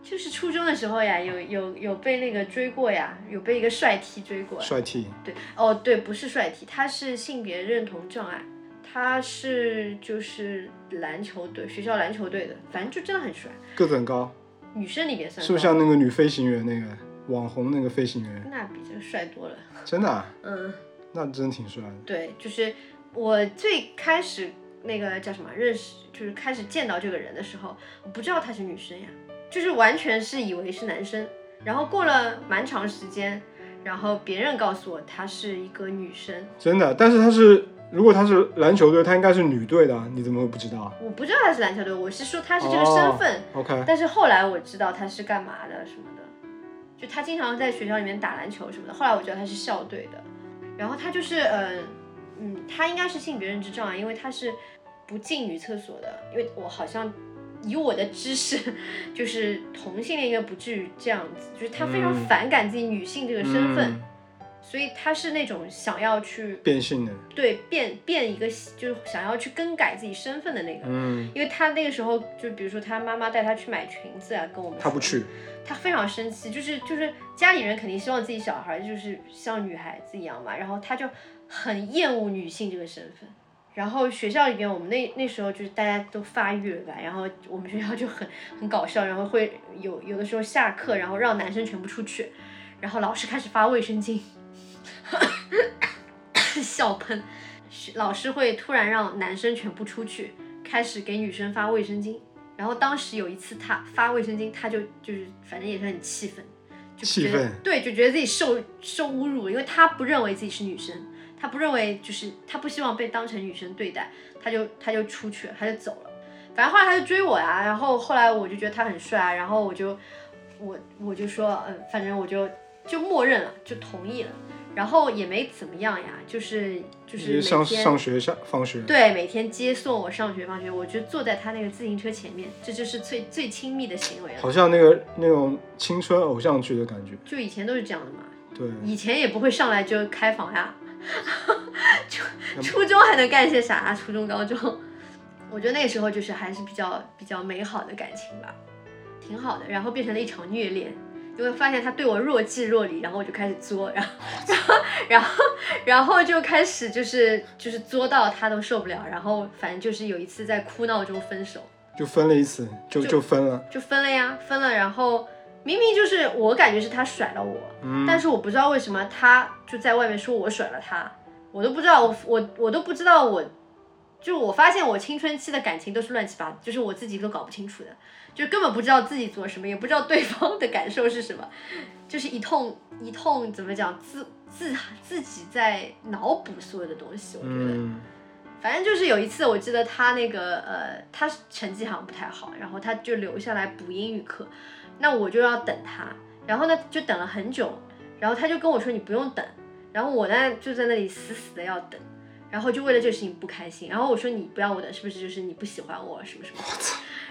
[SPEAKER 2] 就是初中的时候呀，有有有被那个追过呀，有被一个帅 T 追过呀。
[SPEAKER 1] 帅 T，
[SPEAKER 2] 对，哦对，不是帅 T，他是性别认同障碍，他是就是篮球队学校篮球队的，反正就真的很帅，
[SPEAKER 1] 个子很高，
[SPEAKER 2] 女生里面算
[SPEAKER 1] 是不是
[SPEAKER 2] 高
[SPEAKER 1] 像那个女飞行员那个网红那个飞行员？
[SPEAKER 2] 那比这个帅多了，
[SPEAKER 1] 真的、啊，
[SPEAKER 2] 嗯。
[SPEAKER 1] 那真挺帅的。
[SPEAKER 2] 对，就是我最开始那个叫什么认识，就是开始见到这个人的时候，我不知道她是女生呀，就是完全是以为是男生。然后过了蛮长时间，然后别人告诉我她是一个女生，
[SPEAKER 1] 真的，但是他是，如果他是篮球队，他应该是女队的啊，你怎么会不知道
[SPEAKER 2] 我不知道她是篮球队，我是说她是这个身份。
[SPEAKER 1] ？OK，
[SPEAKER 2] 但是后来我知道她是干嘛的什么的，就她经常在学校里面打篮球什么的。后来我知道她是校队的，然后她就是嗯嗯，她应该是性别认知障碍，因为她是不进女厕所的。因为我好像以我的知识，就是同性恋应该不至于这样子，就是她非常
[SPEAKER 1] 嗯
[SPEAKER 2] 反感自己女性这个身份，
[SPEAKER 1] 嗯
[SPEAKER 2] 所以她是那种想要去
[SPEAKER 1] 变性的，
[SPEAKER 2] 对变变一个，就是想要去更改自己身份的那个。
[SPEAKER 1] 嗯，
[SPEAKER 2] 因为她那个时候，就比如说她妈妈带她去买裙子啊，跟我们
[SPEAKER 1] 他不
[SPEAKER 2] 说
[SPEAKER 1] 去，
[SPEAKER 2] 他非常生气，就是就是家里人肯定希望自己小孩就是像女孩子一样嘛，然后他就很厌恶女性这个身份。然后学校里边，我们那那时候就是大家都发育了吧，然后我们学校就很很搞笑，然后会有有的时候下课，然后让男生全部出去，然后老师开始发卫生巾， 笑喷，是老师会突然让男生全部出去，开始给女生发卫生巾。然后当时有一次他发卫生巾，他就就是反正也是很气愤，就
[SPEAKER 1] 气
[SPEAKER 2] 觉得
[SPEAKER 1] 愤
[SPEAKER 2] 对，就觉得自己受受侮辱，因为他不认为自己是女生，他不认为就是他不希望被当成女生对待，他就他就出去了，他就走了。反正后来他就追我呀、然后后来我就觉得他很帅啊，然后我就我我就说，嗯，反正我就就默认了，就同意了，然后也没怎么样呀，就是就是
[SPEAKER 1] 也
[SPEAKER 2] 每
[SPEAKER 1] 上
[SPEAKER 2] 天
[SPEAKER 1] 上学下放学，
[SPEAKER 2] 对，每天接送我上学放学，我就坐在他那个自行车前面，这就是最最亲密的行为了。
[SPEAKER 1] 好像那个那种青春偶像剧的感觉，
[SPEAKER 2] 就以前都是这样的嘛，
[SPEAKER 1] 对，
[SPEAKER 2] 以前也不会上来就开房呀， 初初中还能干些啥、啊？初中、高中，我觉得那个时候就是还是比较比较美好的感情吧，挺好的。然后变成了一场虐恋，因为发现他对我若即若离，然后我就开始作，然后 然后然后就开始就是就是作到他都受不了，然后反正就是有一次在哭闹中分手。
[SPEAKER 1] 就分了一次，就
[SPEAKER 2] 就
[SPEAKER 1] 就分了，
[SPEAKER 2] 就分了呀，分了，然后明明就是我感觉是他甩了我，
[SPEAKER 1] 嗯，
[SPEAKER 2] 但是我不知道为什么他就在外面说我甩了他，我都不知道，我我我都不知道我。就我发现我青春期的感情都是乱七八糟，就是我自己都搞不清楚的，就根本不知道自己做什么，也不知道对方的感受是什么，就是一通一通怎么讲自自自己在脑补所有的东西，我觉得。
[SPEAKER 1] 嗯，
[SPEAKER 2] 反正就是有一次，我记得他那个呃，他成绩好像不太好，然后他就留下来补英语课，那我就要等他，然后呢就等了很久，然后他就跟我说你不用等，然后我呢就在那里死死的要等，然后就为了这个事情不开心，然后我说你不让我等，是不是就是你不喜欢我什么什么？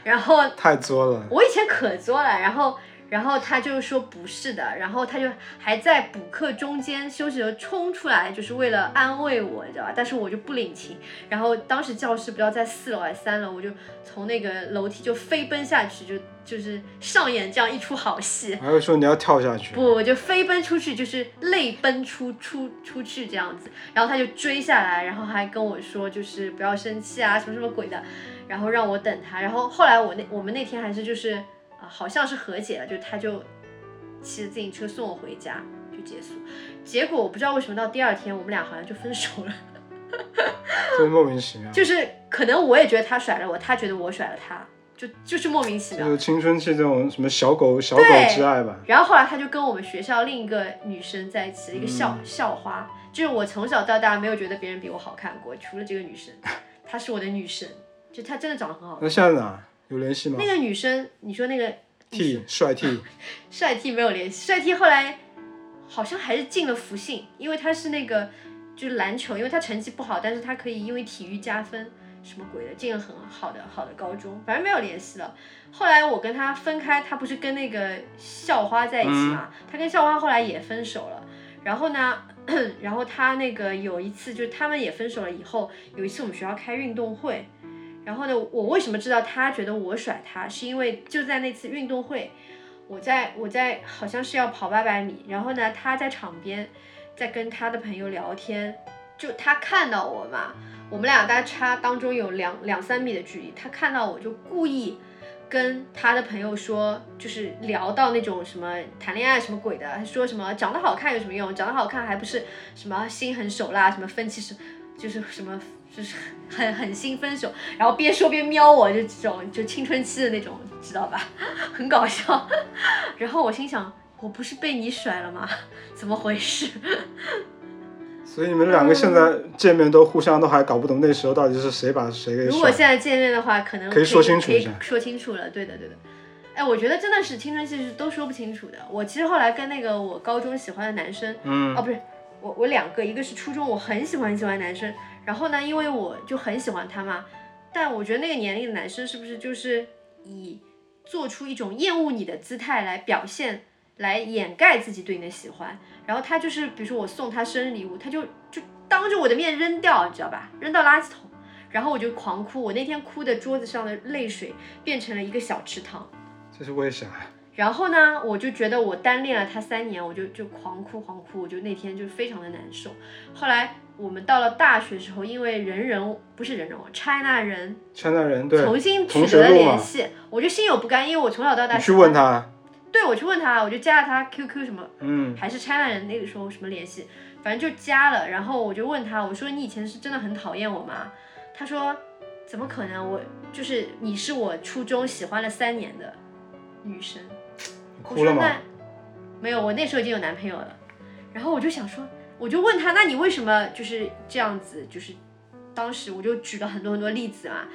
[SPEAKER 2] 然后
[SPEAKER 1] 太作了，
[SPEAKER 2] 我以前可作了，然后然后他就说不是的，然后他就还在补课中间休息的时候冲出来，就是为了安慰我，你知道吧？但是我就不领情，然后当时教室不知道在四楼还是三楼，我就从那个楼梯就飞奔下去，就就是上演这样一出好戏。
[SPEAKER 1] 还有说你要跳下去
[SPEAKER 2] 不，，我就飞奔出去，就是泪奔出出出去这样子，然后他就追下来，然后还跟我说就是不要生气啊，什么什么鬼的，然后让我等他，然后后来我那我们那天呃还是就是啊、好像是和解了，就他就骑着自行车送我回家，就结束。结果我不知道为什么到第二天我们俩好像就分手了，
[SPEAKER 1] 真莫名其妙。
[SPEAKER 2] 就是可能我也觉得他甩了我，他觉得我甩了他，就就是莫名其妙
[SPEAKER 1] 就。是青春期这种什么小狗小狗之爱吧，
[SPEAKER 2] 然后后来他就跟我们学校另一个女生在一起了，一个校、
[SPEAKER 1] 嗯
[SPEAKER 2] 校花，就是我从小到大没有觉得别人比我好看过，除了这个女生，她是我的女神，就她真的长得很好看。
[SPEAKER 1] 那现在哪有联系吗
[SPEAKER 2] 那个女生，你说那个
[SPEAKER 1] ？T 帅 T，
[SPEAKER 2] 帅 T 没有联系，帅 T 后来好像还是进了福信，因为他是那个就是篮球，因为他成绩不好，但是他可以因为体育加分，什么鬼的，进了很好的好的高中，反正没有联系了。后来我跟他分开，他不是跟那个校花在一起嘛，他跟校花后来也分手了。然后呢，嗯然后他那个有一次就是他们也分手了以后，有一次我们学校开运动会。然后呢，我为什么知道他觉得我甩他，是因为就在那次运动会，我在我在好像是要跑八百米，然后呢，他在场边在跟他的朋友聊天，就他看到我嘛，我们俩大概差当中有两两三米的距离，他看到我就故意跟他的朋友说，就是聊到那种什么谈恋爱什么鬼的，说什么长得好看有什么用，长得好看还不是什么心狠手辣，什么分期什就是什么。就是很狠心分手，然后边说边瞄我，就这种就青春期的那种，知道吧？ 很搞笑。然后我心想，我不是被你甩了吗？ 怎么回事？
[SPEAKER 1] 所以你们两个现在
[SPEAKER 2] 嗯
[SPEAKER 1] 见面都互相都还搞不懂那时候到底是谁把谁给
[SPEAKER 2] 如果
[SPEAKER 1] 甩
[SPEAKER 2] 现。在见面的话，可能
[SPEAKER 1] 可以说清楚
[SPEAKER 2] 可以
[SPEAKER 1] 一下
[SPEAKER 2] 说清楚了。对的，对的。哎，我觉得真的是青春期是都说不清楚的。我其实后来跟那个我高中喜欢的男生，
[SPEAKER 1] 嗯
[SPEAKER 2] 哦，，不是，我我两个，一个是初中我很喜欢很喜欢的男生，然后呢，因为我就很喜欢他嘛，但我觉得那个年龄的男生是不是就是以做出一种厌恶你的姿态来表现，来掩盖自己对你的喜欢，然后他就是比如说我送他生日礼物，他就就当着我的面扔掉，你知道吧？扔到垃圾桶，然后我就狂哭，我那天哭的桌子上的泪水变成了一个小池塘。
[SPEAKER 1] 这是为啥？
[SPEAKER 2] 然后呢，我就觉得我单恋了他三年，我就就狂哭狂哭，我就那天就非常的难受。后来我们到了大学时候，因为人人不是人人网，China 人
[SPEAKER 1] 川大人对，
[SPEAKER 2] 重新取
[SPEAKER 1] 同
[SPEAKER 2] 得
[SPEAKER 1] 学
[SPEAKER 2] 了
[SPEAKER 1] 录嘛
[SPEAKER 2] 联，系，我就心有不甘，因为我从小到大
[SPEAKER 1] 你去问
[SPEAKER 2] 喜欢，
[SPEAKER 1] 他，
[SPEAKER 2] 对我去问他，我就加了他 QQ 什么，
[SPEAKER 1] 嗯，
[SPEAKER 2] 还是 China 人那个时候什么联系，反正就加了。然后我就问他，我说你以前是真的很讨厌我吗？他说怎么可能，我就是你是我初中喜欢了三年的女生。
[SPEAKER 1] 你
[SPEAKER 2] 我
[SPEAKER 1] 哭
[SPEAKER 2] 说
[SPEAKER 1] 了
[SPEAKER 2] 那
[SPEAKER 1] 吗？
[SPEAKER 2] 没有，我那时候已经有男朋友了。然后我就想说，我就问他，那你为什么就是这样子？就是当时我就举了很多很多例子嘛，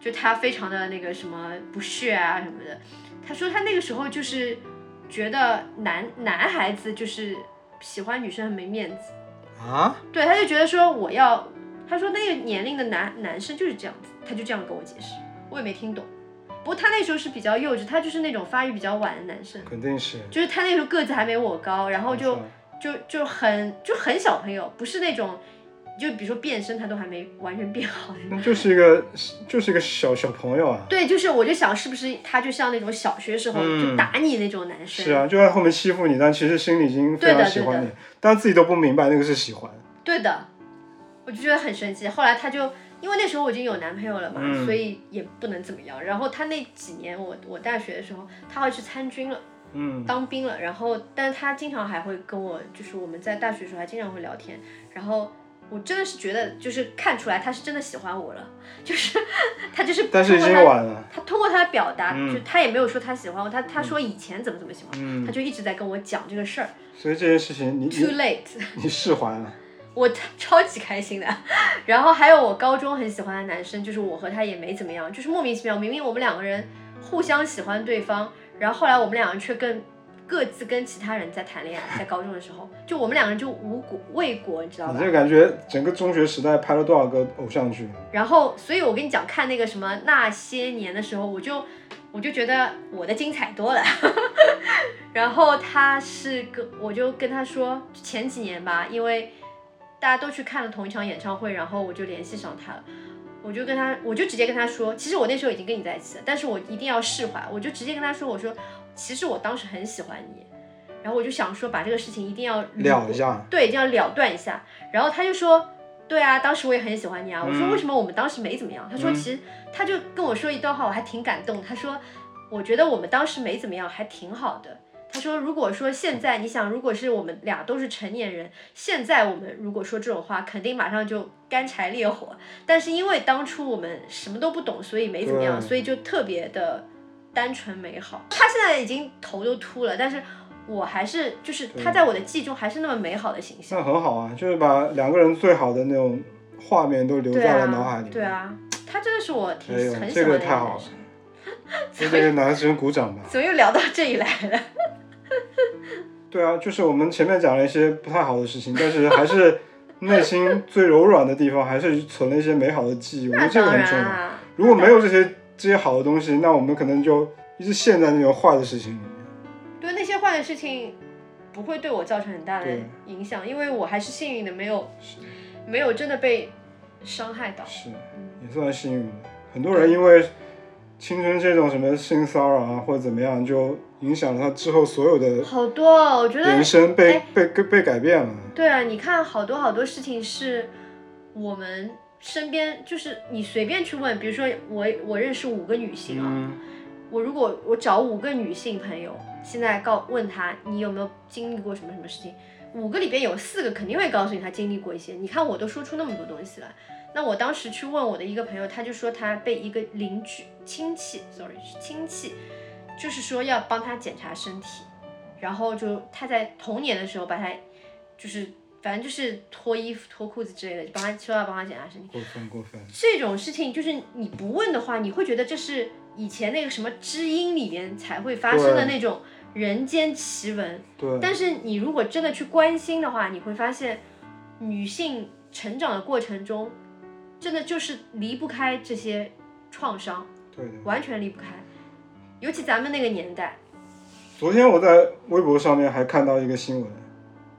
[SPEAKER 2] 就他非常的那个什么不屑啊什么的。他说他那个时候就是觉得男男孩子就是喜欢女生很没面子，
[SPEAKER 1] 啊，
[SPEAKER 2] 对，他就觉得说我要，他说那个年龄的男男生就是这样子，他就这样跟我解释，我也没听懂。不过他那时候是比较幼稚，他就是那种发育比较晚的男生。
[SPEAKER 1] 肯定是。
[SPEAKER 2] 就是他那时候个子还没我高，然后就
[SPEAKER 1] 没错
[SPEAKER 2] 就就很就很小朋友，不是那种就比如说变身他都还没完全变好的。
[SPEAKER 1] 那就是一个就是一个小小朋友啊，
[SPEAKER 2] 对，就是我就想是不是他就像那种小学时候
[SPEAKER 1] 嗯
[SPEAKER 2] 就打你那种男生？
[SPEAKER 1] 是啊，就在后面欺负你，但其实心里已经非
[SPEAKER 2] 对
[SPEAKER 1] 常
[SPEAKER 2] 的
[SPEAKER 1] 喜
[SPEAKER 2] 对
[SPEAKER 1] 欢
[SPEAKER 2] 的
[SPEAKER 1] 你，但自己都不明白那个是喜欢。
[SPEAKER 2] 对的，我就觉得很神奇。后来他就因为那时候我已经有男朋友了嘛，
[SPEAKER 1] 嗯
[SPEAKER 2] 所以也不能怎么样。然后他那几年我我大学的时候，他会去参军了。
[SPEAKER 1] 嗯，
[SPEAKER 2] 当兵了，然后，但他经常还会跟我，就是我们在大学的时候还经常会聊天，然后我真的是觉得，就是看出来他是真的喜欢我了，就是 他就是
[SPEAKER 1] 但是已
[SPEAKER 2] 通过
[SPEAKER 1] 经
[SPEAKER 2] 他
[SPEAKER 1] 晚了。
[SPEAKER 2] 他通过他的表达，
[SPEAKER 1] 嗯
[SPEAKER 2] 就是他也没有说他喜欢我，他他说以前怎么怎么喜欢我，
[SPEAKER 1] 嗯
[SPEAKER 2] 他就一直在跟我讲这个事儿。
[SPEAKER 1] 所以这件事情你
[SPEAKER 2] Too
[SPEAKER 1] 你
[SPEAKER 2] late，
[SPEAKER 1] 你释怀了，
[SPEAKER 2] 我超级开心的。然后还有我高中很喜欢的男生，就是我和他也没怎么样，就是莫名其妙，明明我们两个人互相喜欢对方，然后后来我们两个人却跟各自跟其他人在谈恋爱，在高中的时候，就我们两个人就无果未果，你知道
[SPEAKER 1] 你
[SPEAKER 2] 吧？
[SPEAKER 1] 这感觉整个中学时代拍了多少个偶像剧？
[SPEAKER 2] 然后，所以我跟你讲，看那个什么那些年的时候，我就我就觉得我的精彩多了。 然后他是跟我就跟他说前几年吧，因为大家都去看了同一场演唱会，然后我就联系上他了。我就跟他，我就直接跟他说，其实我那时候已经跟你在一起了，但是我一定要释怀。我就直接跟他说，我说其实我当时很喜欢你，然后我就想说把这个事情一定要捋
[SPEAKER 1] 了
[SPEAKER 2] 过
[SPEAKER 1] 一下，
[SPEAKER 2] 对，这样了断一下。然后他就说，对啊，当时我也很喜欢你啊。我说
[SPEAKER 1] 嗯
[SPEAKER 2] 为什么我们当时没怎么样？他说
[SPEAKER 1] 嗯
[SPEAKER 2] 其实他就跟我说一段话，我还挺感动。他说，我觉得我们当时没怎么样，还挺好的。他说，如果说现在你想，如果是我们俩都是成年人，现在我们如果说这种话，肯定马上就干柴烈火。但是因为当初我们什么都不懂，所以没怎么样，
[SPEAKER 1] 对
[SPEAKER 2] 所以就特别的单纯美好。他现在已经头都秃了，但是我还是就是他
[SPEAKER 1] 对
[SPEAKER 2] 在我的记忆中还是那么美好的形
[SPEAKER 1] 那
[SPEAKER 2] 象。
[SPEAKER 1] 很好啊，就是把两个人最好的那种画面都留
[SPEAKER 2] 对
[SPEAKER 1] 在了脑海
[SPEAKER 2] 啊
[SPEAKER 1] 里。，
[SPEAKER 2] 对，啊，他真的是我挺
[SPEAKER 1] 哎呦，
[SPEAKER 2] 很喜
[SPEAKER 1] 这
[SPEAKER 2] 欢的
[SPEAKER 1] 个
[SPEAKER 2] 一
[SPEAKER 1] 太
[SPEAKER 2] 个
[SPEAKER 1] 好
[SPEAKER 2] 男
[SPEAKER 1] 了
[SPEAKER 2] 生。，
[SPEAKER 1] 为这个男生鼓掌吧。
[SPEAKER 2] 怎么又聊到这里来了？
[SPEAKER 1] 对啊，就是我们前面讲了一些不太好的事情，但是还是内心最柔软的地方，还是存了一些美好的记忆。我觉
[SPEAKER 2] 那
[SPEAKER 1] 得这个
[SPEAKER 2] 当
[SPEAKER 1] 很
[SPEAKER 2] 然
[SPEAKER 1] 重要。
[SPEAKER 2] 啊，
[SPEAKER 1] 如果没有这些这些好的东西，那我们可能就一直陷在那种坏的事情里面。
[SPEAKER 2] 对那些坏的事情，不会对我造成很大的
[SPEAKER 1] 对
[SPEAKER 2] 影响，因为我还是幸运的，没有没有真的被伤害到。
[SPEAKER 1] 是，也算幸运吧。很多人因为青春这种什么性骚扰啊，或者怎么样，就影响了他之后所有的
[SPEAKER 2] 好多、哦，我觉得
[SPEAKER 1] 人生被
[SPEAKER 2] 哎
[SPEAKER 1] 被被被改变了。
[SPEAKER 2] 对啊，你看好多好多事情是我们身边，就是你随便去问，比如说我我认识五个女性啊，
[SPEAKER 1] 嗯，
[SPEAKER 2] 我如果我找五个女性朋友，现在告问她你有没有经历过什么什么事情，五个里边有四个肯定会告诉你她经历过一些。你看我都说出那么多东西来，那我当时去问我的一个朋友，他就说他被一个邻居亲戚，sorry 是亲戚，就是说要帮他检查身体，然后就他在童年的时候把他就是反正就是脱衣服脱裤子之类的，就帮他说要帮他检查身体。
[SPEAKER 1] 嗯过分过分。
[SPEAKER 2] 这种事情就是你不问的话，你会觉得这是以前那个什么知音里面才会发生的
[SPEAKER 1] 对
[SPEAKER 2] 那种人间奇闻。
[SPEAKER 1] 对，
[SPEAKER 2] 但是你如果真的去关心的话，你会发现，女性成长的过程中，真的就是离不开这些创伤，
[SPEAKER 1] 对的。
[SPEAKER 2] 完全离不开。尤其咱们那个年代，
[SPEAKER 1] 昨天我在微博上面还看到一个新闻，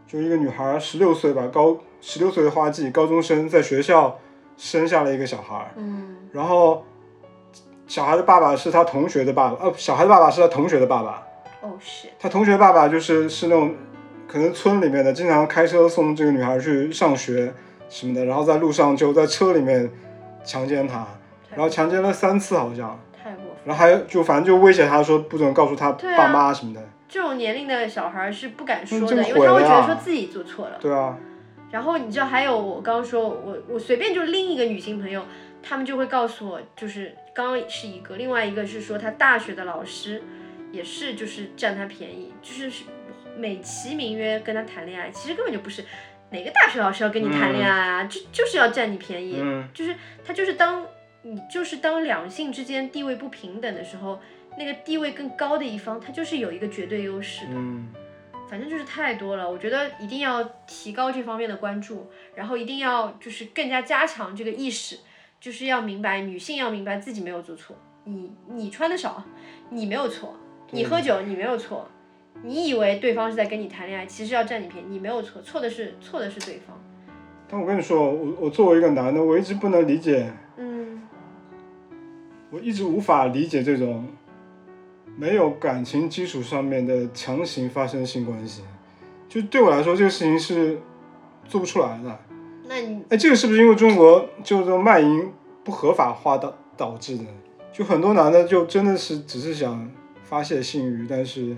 [SPEAKER 1] 就一个女孩十六岁吧，高十六岁的花季高中生在学校生下了一个小孩儿，
[SPEAKER 2] 嗯，
[SPEAKER 1] 然后小孩的爸爸是他同学的爸爸，呃，小孩的爸爸是他同学的爸爸，
[SPEAKER 2] 哦是，
[SPEAKER 1] 他同学爸爸就是是那种可能村里面的，经常开车送这个女孩去上学什么的，然后在路上就在车里面强奸她，然后强奸了三次好像，
[SPEAKER 2] 太过分。
[SPEAKER 1] 然后还就反正就威胁她说不准告诉她
[SPEAKER 2] 对啊
[SPEAKER 1] 爸妈什么的，
[SPEAKER 2] 这种年龄的小孩儿是不敢说
[SPEAKER 1] 嗯
[SPEAKER 2] 的，
[SPEAKER 1] 这么
[SPEAKER 2] 因为他
[SPEAKER 1] 毁
[SPEAKER 2] 会
[SPEAKER 1] 了
[SPEAKER 2] 觉得
[SPEAKER 1] 呀
[SPEAKER 2] 说自己做错了。
[SPEAKER 1] 对啊，
[SPEAKER 2] 然后你知道还有我刚刚说我我随便就另一个女性朋友，她们就会告诉我，就是刚刚是一个，另外一个是说她大学的老师也是就是占她便宜，就是是美其名曰跟她谈恋爱，其实根本就不是。哪个大学老师要跟你谈恋爱啊？就就是要占你便宜，
[SPEAKER 1] 嗯
[SPEAKER 2] 就是他就是当你就是当两性之间地位不平等的时候，那个地位更高的一方，他就是有一个绝对优势的。
[SPEAKER 1] 嗯。
[SPEAKER 2] 反正就是太多了，我觉得一定要提高这方面的关注，然后一定要就是更加加强这个意识，就是要明白女性要明白自己没有做错，你你穿的少，你没有错，你喝酒你没有错，你以为对方是在跟你谈恋爱，其实要占你便宜，你没有错，错的是错的是对方。
[SPEAKER 1] 但我跟你说，我我作为一个男的，我一直不能理解，
[SPEAKER 2] 嗯，
[SPEAKER 1] 我一直无法理解这种没有感情基础上面的强行发生性关系。就对我来说，这个事情是做不出来的。
[SPEAKER 2] 那你
[SPEAKER 1] 哎，这个是不是因为中国就是卖淫不合法化导导致的？就很多男的就真的是只是想发泄性欲，但是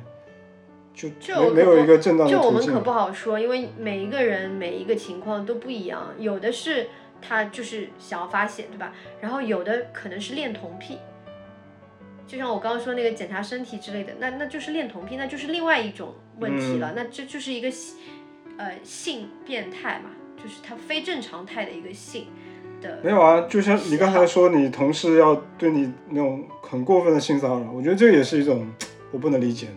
[SPEAKER 1] 就
[SPEAKER 2] 这
[SPEAKER 1] 没
[SPEAKER 2] 我
[SPEAKER 1] 没
[SPEAKER 2] 可不
[SPEAKER 1] 有一个正当的
[SPEAKER 2] 这我
[SPEAKER 1] 途
[SPEAKER 2] 们可
[SPEAKER 1] 径
[SPEAKER 2] 不。好说，因为每一个人每一个情况都不一样，有的是他就是想要发泄，对吧？然后有的可能是恋童癖，就像我刚刚说那个检查身体之类的，那那就是恋童癖，那就是另外一种问题
[SPEAKER 1] 嗯
[SPEAKER 2] 了，那这就是一个性呃性变态嘛，就是他非正常态的一个性的。
[SPEAKER 1] 没有啊，就像你刚才说，你同事要对你那种很过分的性骚扰，我觉得这个也是一种我不能理解的。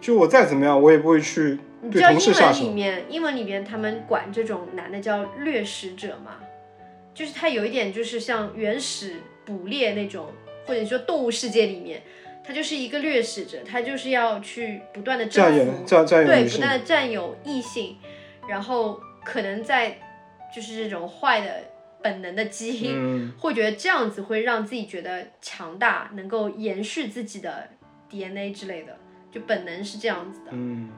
[SPEAKER 1] 就我再怎么样，我也不会去
[SPEAKER 2] 你知
[SPEAKER 1] 对
[SPEAKER 2] 道
[SPEAKER 1] 同
[SPEAKER 2] 英
[SPEAKER 1] 事下
[SPEAKER 2] 文里
[SPEAKER 1] 手。
[SPEAKER 2] 面，英文里面他们管这种男的叫掠食者嘛，就是他有一点就是像原始捕猎那种，或者你说动物世界里面，他就是一个掠食者，他就是要去不断的
[SPEAKER 1] 占有占占有
[SPEAKER 2] 对，
[SPEAKER 1] 女
[SPEAKER 2] 不
[SPEAKER 1] 性
[SPEAKER 2] 断的占有异性，然后可能在就是这种坏的本能的基因，
[SPEAKER 1] 嗯，
[SPEAKER 2] 会觉得这样子会让自己觉得强大，能够延续自己的 DNA 之类的，就本能是这样子的。
[SPEAKER 1] 嗯，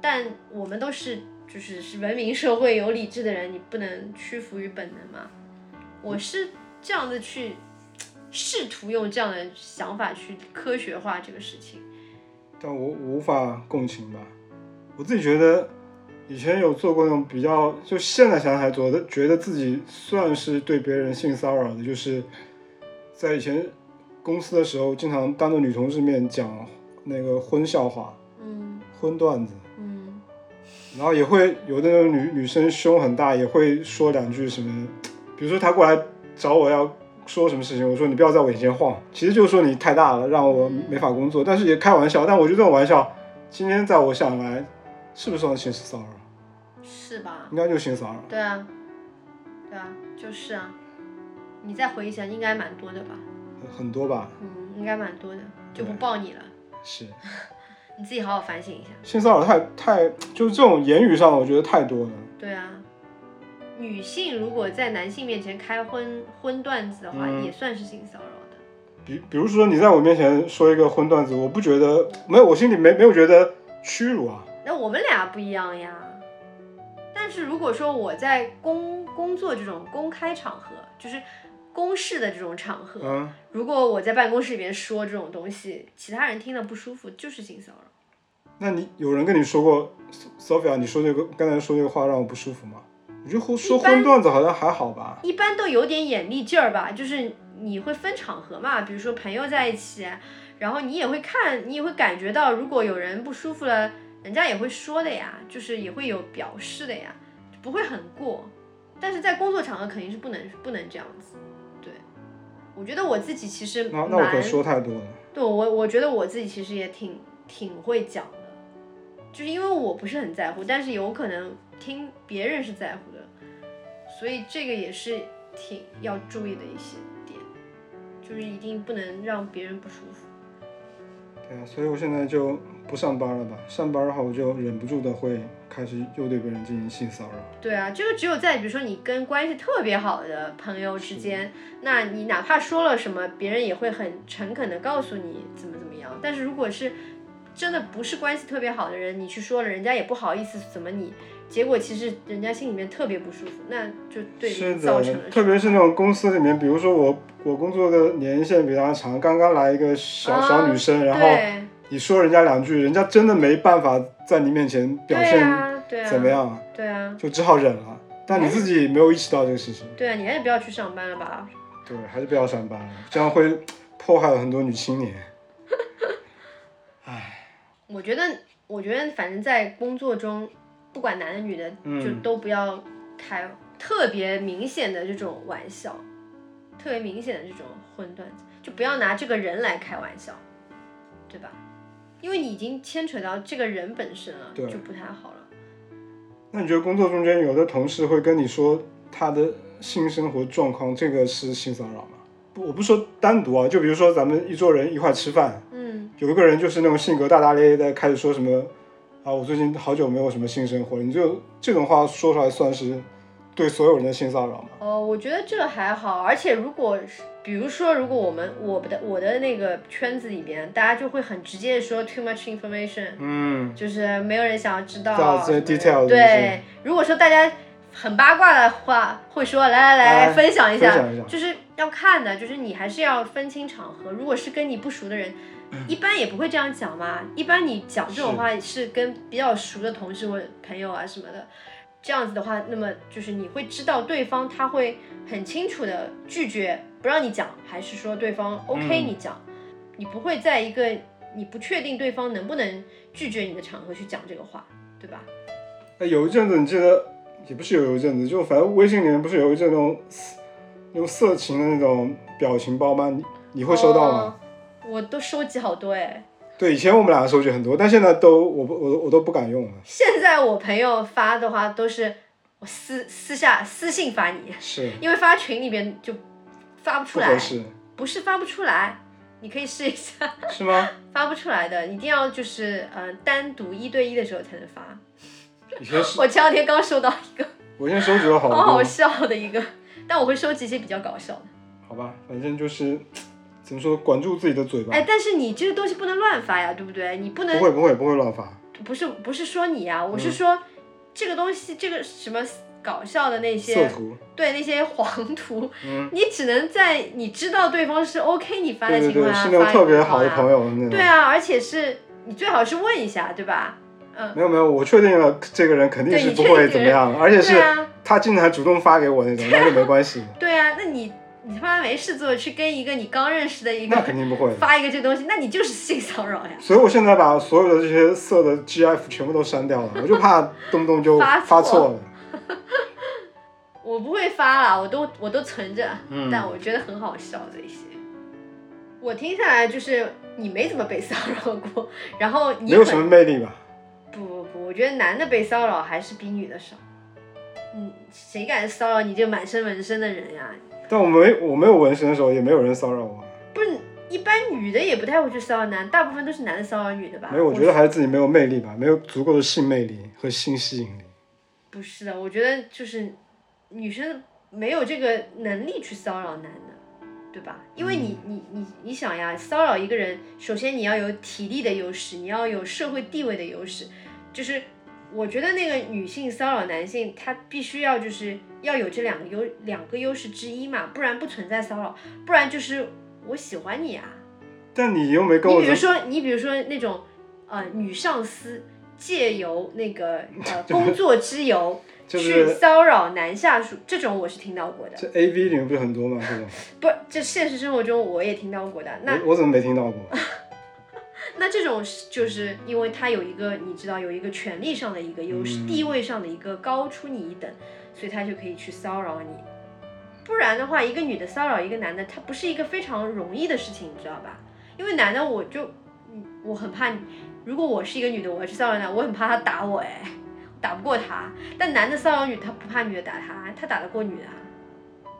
[SPEAKER 2] 但我们都是就是是文明社会有理智的人，你不能屈服于本能嘛。我是这样的去试图用这样的想法去科学化这个事情，
[SPEAKER 1] 但我我无法共情吧。我自己觉得，以前有做过那种比较，就现在想起来做的，觉得自己算是对别人性骚扰的，就是在以前公司的时候，经常当着女同志面讲那个荤笑话、
[SPEAKER 2] 嗯
[SPEAKER 1] 荤段子，
[SPEAKER 2] 嗯
[SPEAKER 1] 然后也会有的那种女女生胸很大，也会说两句什么，比如说她过来找我要说什么事情，我说你不要在我眼前晃，其实就是说你太大了，让我没法工作，但是也开玩笑，但我觉得这种玩笑，今天在我想来，是不是算性骚扰？
[SPEAKER 2] 是吧
[SPEAKER 1] 应？该就是性骚扰。
[SPEAKER 2] 对啊，对啊，就是啊。你再回想，应该蛮多的吧？
[SPEAKER 1] 很多吧，
[SPEAKER 2] 嗯，应该蛮多的，就不
[SPEAKER 1] 对
[SPEAKER 2] 报你了，
[SPEAKER 1] 是
[SPEAKER 2] 你自己好好反省一下。
[SPEAKER 1] 性骚扰太太就是这种言语上的，我觉得太多了。
[SPEAKER 2] 对啊，女性如果在男性面前开荤荤段子的话，
[SPEAKER 1] 嗯
[SPEAKER 2] 也算是性骚扰的。
[SPEAKER 1] 比比如说你在我面前说一个荤段子，我不觉得没有，我心里没没有觉得屈辱啊。
[SPEAKER 2] 那我们俩不一样呀。但是如果说我在工工作这种公开场合，就是公示的这种场合，
[SPEAKER 1] 嗯，
[SPEAKER 2] 如果我在办公室里面说这种东西，其他人听了不舒服，就是性骚扰。
[SPEAKER 1] 那你有人跟你说过，So- Sophia，你说这个刚才说这个话让我不舒服吗？我觉得说
[SPEAKER 2] 一般
[SPEAKER 1] 荤段子好像还好吧。
[SPEAKER 2] 一般都有点眼力劲儿吧，就是你会分场合嘛，比如说朋友在一起，然后你也会看，你也会感觉到，如果有人不舒服了，人家也会说的呀，就是也会有表示的呀，不会很过。但是在工作场合肯定是不能不能这样子，对。我觉得我自己其实
[SPEAKER 1] 那
[SPEAKER 2] 蛮，
[SPEAKER 1] 那我可能说太多了。
[SPEAKER 2] 对我我觉得我自己其实也挺挺会讲的，就是因为我不是很在乎，但是有可能听别人是在乎的，所以这个也是挺要注意的一些点，就是一定不能让别人不舒服。
[SPEAKER 1] 对啊，所以我现在就不上班了吧。上班的话，我就忍不住的会开始又对别人进行性骚扰。
[SPEAKER 2] 对啊，这个只有在比如说你跟关系特别好的朋友之间，那你哪怕说了什么，别人也会很诚恳的告诉你怎么怎么样。但是如果是真的不是关系特别好的人，你去说了，人家也不好意思怎么你，结果其实人家心里面特别不舒服，那就对
[SPEAKER 1] 是
[SPEAKER 2] 你造成
[SPEAKER 1] 的，
[SPEAKER 2] 了
[SPEAKER 1] 特别
[SPEAKER 2] 伤
[SPEAKER 1] 是那种公司里面，比如说我我工作的年限比他长，刚刚来一个小、
[SPEAKER 2] 啊
[SPEAKER 1] 小女生，然后
[SPEAKER 2] 对
[SPEAKER 1] 你说人家两句，人家真的没办法在你面前表
[SPEAKER 2] 对
[SPEAKER 1] 现
[SPEAKER 2] 啊对啊哎
[SPEAKER 1] 怎么样啊，
[SPEAKER 2] 对啊
[SPEAKER 1] 就只好忍了。但你自己没有意识到这个事情，
[SPEAKER 2] 对啊，你还是不要去上班了吧。
[SPEAKER 1] 对，还是不要上班了，这样会迫害了很多女青年。
[SPEAKER 2] 我觉得，我觉得反正在工作中，不管男的女的，
[SPEAKER 1] 嗯
[SPEAKER 2] 就都不要开特别明显的这种玩笑，特别明显的这种混段子，就不要拿这个人来开玩笑，对吧？因为你已经牵扯到这个人本身了，
[SPEAKER 1] 对
[SPEAKER 2] 就不太好了。
[SPEAKER 1] 那你觉得工作中间有的同事会跟你说他的性生活状况，这个是性骚扰吗？不，我不说单独啊，就比如说咱们一桌人一块吃饭，
[SPEAKER 2] 嗯，
[SPEAKER 1] 有一个人就是那种性格大大咧咧的，开始说什么啊，我最近好久没有什么性生活了，你就这种话说出来算是对所有人的性骚扰吗？
[SPEAKER 2] 哦，我觉得这还好，而且如果是比如说，如果我们我的我的那个圈子里边，大家就会很直接的说 too much information，
[SPEAKER 1] 嗯，
[SPEAKER 2] 就是没有人想要知道
[SPEAKER 1] 知道
[SPEAKER 2] 什么
[SPEAKER 1] 这
[SPEAKER 2] 的
[SPEAKER 1] detail 的
[SPEAKER 2] 对，如果说大家很八卦的话，会说来来来
[SPEAKER 1] 来
[SPEAKER 2] 分享一
[SPEAKER 1] 哎分
[SPEAKER 2] 下，
[SPEAKER 1] 享一下
[SPEAKER 2] 就是要看的，就是你还是要分清场合。如果是跟你不熟的人，一般也不会这样讲嘛。一般你讲这
[SPEAKER 1] 嗯
[SPEAKER 2] 种
[SPEAKER 1] 是
[SPEAKER 2] 话是跟比较熟的同事或者朋友啊什么的。这样子的话，那么就是你会知道对方他会很清楚的拒绝不让你讲，还是说对
[SPEAKER 1] 嗯
[SPEAKER 2] 方 OK 你讲，你不会在一个你不确定对方能不能拒绝你的场合去讲这个话，对吧？
[SPEAKER 1] 哎，有一阵子你记得，也不是有一阵子，就反正微信里面不是有一阵那种色那种色情的那种表情包吗？你你会收到吗？
[SPEAKER 2] 哦？我都收集好多哎，
[SPEAKER 1] 对，以前我们两个收集很多，但现在都我不我我都不敢用了。
[SPEAKER 2] 现在我朋友发的话都是我私私下私信发你，
[SPEAKER 1] 是
[SPEAKER 2] 因为发群里边就发不出
[SPEAKER 1] 不
[SPEAKER 2] 来
[SPEAKER 1] 合，适，
[SPEAKER 2] 不是发不出来，你可以试一下。
[SPEAKER 1] 是吗？
[SPEAKER 2] 发不出来的，一定要就是嗯、呃单独一对一的时候才能发。
[SPEAKER 1] 以前是，
[SPEAKER 2] 我前两天刚收到一个，
[SPEAKER 1] 我现在收集了好
[SPEAKER 2] 好
[SPEAKER 1] 多，
[SPEAKER 2] 好笑的一个，但我会收集一些比较搞笑的。
[SPEAKER 1] 好吧，反正就是怎么说，管住自己的嘴巴，
[SPEAKER 2] 哎，但是你这个东西不能乱发呀，对不对？你不能
[SPEAKER 1] 不会不嗯会不会乱发。
[SPEAKER 2] 不是不是说你啊呀、我是说、这个东西，这个什么搞笑的那
[SPEAKER 1] 色
[SPEAKER 2] 些，
[SPEAKER 1] 图，
[SPEAKER 2] 对那些黄图，
[SPEAKER 1] 嗯，
[SPEAKER 2] 你只能在你知道对方是 OK 你发
[SPEAKER 1] 对
[SPEAKER 2] 的
[SPEAKER 1] 对对，
[SPEAKER 2] 情况下啊
[SPEAKER 1] 是
[SPEAKER 2] 发
[SPEAKER 1] 那种特别好的
[SPEAKER 2] 一个
[SPEAKER 1] 朋友那种。
[SPEAKER 2] 啊对啊，而且是你最好是问一下，对吧？嗯，
[SPEAKER 1] 没有没有，我确定了，这个人肯定
[SPEAKER 2] 对
[SPEAKER 1] 是
[SPEAKER 2] 你
[SPEAKER 1] 不
[SPEAKER 2] 确
[SPEAKER 1] 会
[SPEAKER 2] 定
[SPEAKER 1] 怎么样，而且
[SPEAKER 2] 对
[SPEAKER 1] 是
[SPEAKER 2] 啊，
[SPEAKER 1] 他竟然还主动发给我那种，那就没关 系，
[SPEAKER 2] 对啊，那你你他妈没事做去跟一个你刚认识的一
[SPEAKER 1] 那肯
[SPEAKER 2] 个
[SPEAKER 1] 定不会。
[SPEAKER 2] 发一个这东西，那你就是性骚扰呀。
[SPEAKER 1] 所以我现在把所有的这些色的 GF 全部都删掉了，我就怕动不动就
[SPEAKER 2] 发
[SPEAKER 1] 发
[SPEAKER 2] 错
[SPEAKER 1] 错了。
[SPEAKER 2] 我不会发啦，我都我都存着，
[SPEAKER 1] 嗯
[SPEAKER 2] 但我觉得很好笑这些。我听下来就是你没怎么被骚扰过，然后你
[SPEAKER 1] 没有
[SPEAKER 2] 很
[SPEAKER 1] 什么魅力吧？
[SPEAKER 2] 不不不，我觉得男的被骚扰还是比女的少。嗯，谁敢骚扰你这个满身纹身的人呀？
[SPEAKER 1] 但我没我没有纹身的时候，也没有人骚扰我。
[SPEAKER 2] 不是，一般女的也不太会去骚扰男，大部分都是男的骚扰女的吧？
[SPEAKER 1] 没有，我觉得还是自己没有魅力吧，没有足够的性魅力和性吸引力。
[SPEAKER 2] 不是的，我觉得就是女生没有这个能力去骚扰男的，对吧？因为你、你你你想呀，骚扰一个人，首先你要有体力的优势，你要有社会地位的优势，就是我觉得那个女性骚扰男性，他必须要就是要有这两个优两个优势之一嘛，不然不存在骚扰，不然就是我喜欢你啊。
[SPEAKER 1] 但你又没跟
[SPEAKER 2] 你
[SPEAKER 1] 我
[SPEAKER 2] 比如
[SPEAKER 1] 怎么，
[SPEAKER 2] 说，你比如说那种呃女上司借由那个 呃工作之由
[SPEAKER 1] 就是
[SPEAKER 2] 去骚扰男下属，这种我是听到过的。
[SPEAKER 1] 这 A V 里面不是很多吗？这种
[SPEAKER 2] 不，这现实生活中我也听到过的。 那
[SPEAKER 1] 我我怎么没听到过？
[SPEAKER 2] 那这种是就是因为他有一个你知道有一个权利上的一个优势，
[SPEAKER 1] 嗯
[SPEAKER 2] 地位上的一个高出你一等，所以他就可以去骚扰你。不然的话，一个女的骚扰一个男的，他不是一个非常容易的事情，你知道吧？因为男的我就，嗯我很怕你，如果我是一个女的，我要去骚扰男，我很怕他打我，哎，我打不过他。但男的骚扰女，他不怕女的打他，他打得过女的啊，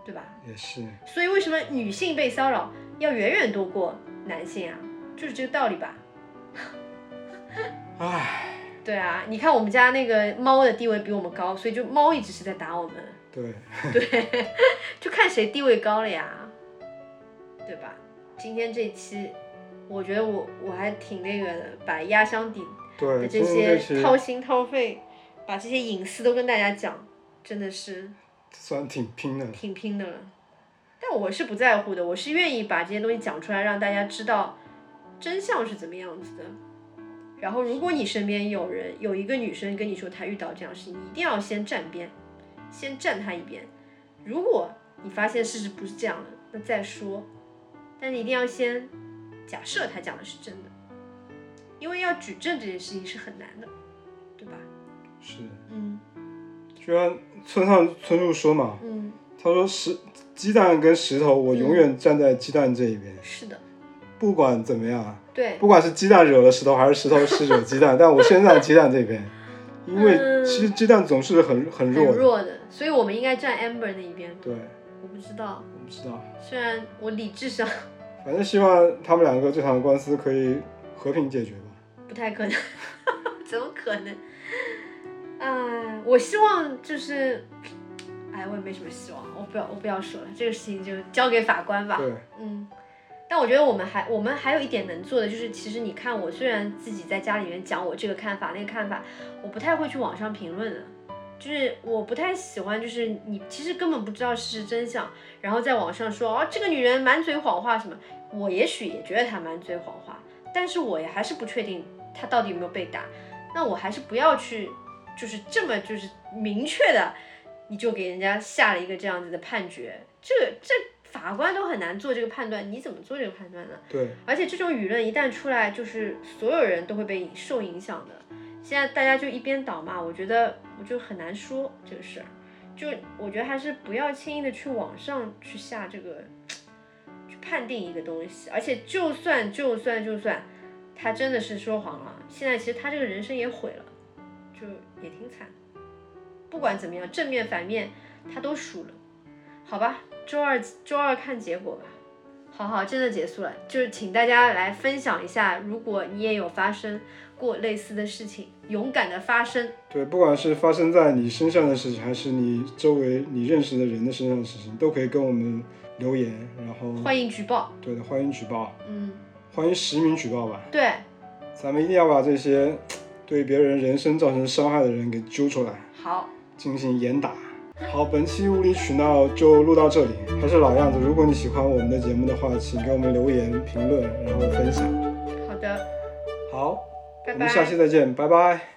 [SPEAKER 2] 对吧？
[SPEAKER 1] 也是，
[SPEAKER 2] 所以为什么女性被骚扰要远远多过男性啊？就是这个道理吧。
[SPEAKER 1] 唉，
[SPEAKER 2] 对啊，你看我们家那个猫的地位比我们高，所以就猫一直是在打我们，
[SPEAKER 1] 对，
[SPEAKER 2] 对， 就看谁地位高了呀，对吧？今天这一期，我觉得我我还挺那个的，把压箱底的
[SPEAKER 1] 对，
[SPEAKER 2] 这
[SPEAKER 1] 嗯今天这
[SPEAKER 2] 些
[SPEAKER 1] 期
[SPEAKER 2] 掏心掏肺，把这些隐私都跟大家讲，真的是
[SPEAKER 1] 算挺拼的。
[SPEAKER 2] 挺拼的了。但我是不在乎的，我是愿意把这些东西讲出来，让大家知道真相是怎么样子的。然后，如果你身边有人有一个女生跟你说她遇到这样的事，你一定要先站边，先站她一边。如果你发现事实不是这样的，那再说。但你一定要先假设她讲的是真的，因为要举证这件事情是很难的，对吧？
[SPEAKER 1] 是，
[SPEAKER 2] 嗯
[SPEAKER 1] 就像村上春树说嘛，
[SPEAKER 2] 嗯，
[SPEAKER 1] 他说石鸡蛋跟石头，我永远站在鸡蛋这一边，
[SPEAKER 2] 是的，
[SPEAKER 1] 不管怎么样，
[SPEAKER 2] 对
[SPEAKER 1] 不管是鸡蛋惹了石头，还是石头是惹鸡蛋， 但我先站鸡蛋这边，因为
[SPEAKER 2] 嗯
[SPEAKER 1] 其实鸡蛋总是很很弱
[SPEAKER 2] 很
[SPEAKER 1] 的。
[SPEAKER 2] 弱的，所以我们应该站 Amber 那一边。
[SPEAKER 1] 对，
[SPEAKER 2] 我不知道，
[SPEAKER 1] 我不知道，
[SPEAKER 2] 虽然我理智上
[SPEAKER 1] 反正希望他们两个这场官司可以和平解决吧。
[SPEAKER 2] 不太可能， 怎么可能？哎，我希望就是，哎，我也没什么希望，我不要，我不要说了，这个事情就交给法官吧。
[SPEAKER 1] 对，
[SPEAKER 2] 嗯，但我觉得我们还我们还有一点能做的就是，其实你看我虽然自己在家里面讲我这个看法那个看法，我不太会去网上评论的，就是我不太喜欢，就是你其实根本不知道事实真相，然后在网上说哦这个女人满嘴谎话什么，我也许也觉得她满嘴谎话，但是我也还是不确定她到底有没有被打，那我还是不要去，就是这么就是明确的，你就给人家下了一个这样子的判决，这个这法官都很难做这个判断，你怎么做这个判断呢？
[SPEAKER 1] 对，
[SPEAKER 2] 而且这种舆论一旦出来，就是所有人都会被受影响的。现在大家就一边倒嘛，我觉得我就很难说这个事儿。就我觉得还是不要轻易的去网上去下这个，去判定一个东西。而且就算就算就算他真的是说谎了，现在其实他这个人生也毁了，就也挺惨。不管怎么样，正面反面他都输了，好吧？周二周二看结果吧。好好，真的结束了，就是请大家来分享一下，如果你也有发生过类似的事情，勇敢的发声。
[SPEAKER 1] 对，不管是发生在你身上的事情，还是你周围你认识的人的身上的事情，都可以跟我们留言，然后
[SPEAKER 2] 欢迎举报。
[SPEAKER 1] 对的，欢迎举报，
[SPEAKER 2] 嗯，
[SPEAKER 1] 欢迎实名举报吧。
[SPEAKER 2] 对，
[SPEAKER 1] 咱们一定要把这些对别人人身造成伤害的人给揪出来，
[SPEAKER 2] 好，
[SPEAKER 1] 进行严打。好，本期无理取闹就录到这里。还是老样子，如果你喜欢我们的节目的话，请给我们留言、评论，然后分享。
[SPEAKER 2] 好的，
[SPEAKER 1] 好，
[SPEAKER 2] 拜
[SPEAKER 1] 我
[SPEAKER 2] 拜
[SPEAKER 1] 们。下期再见，拜拜。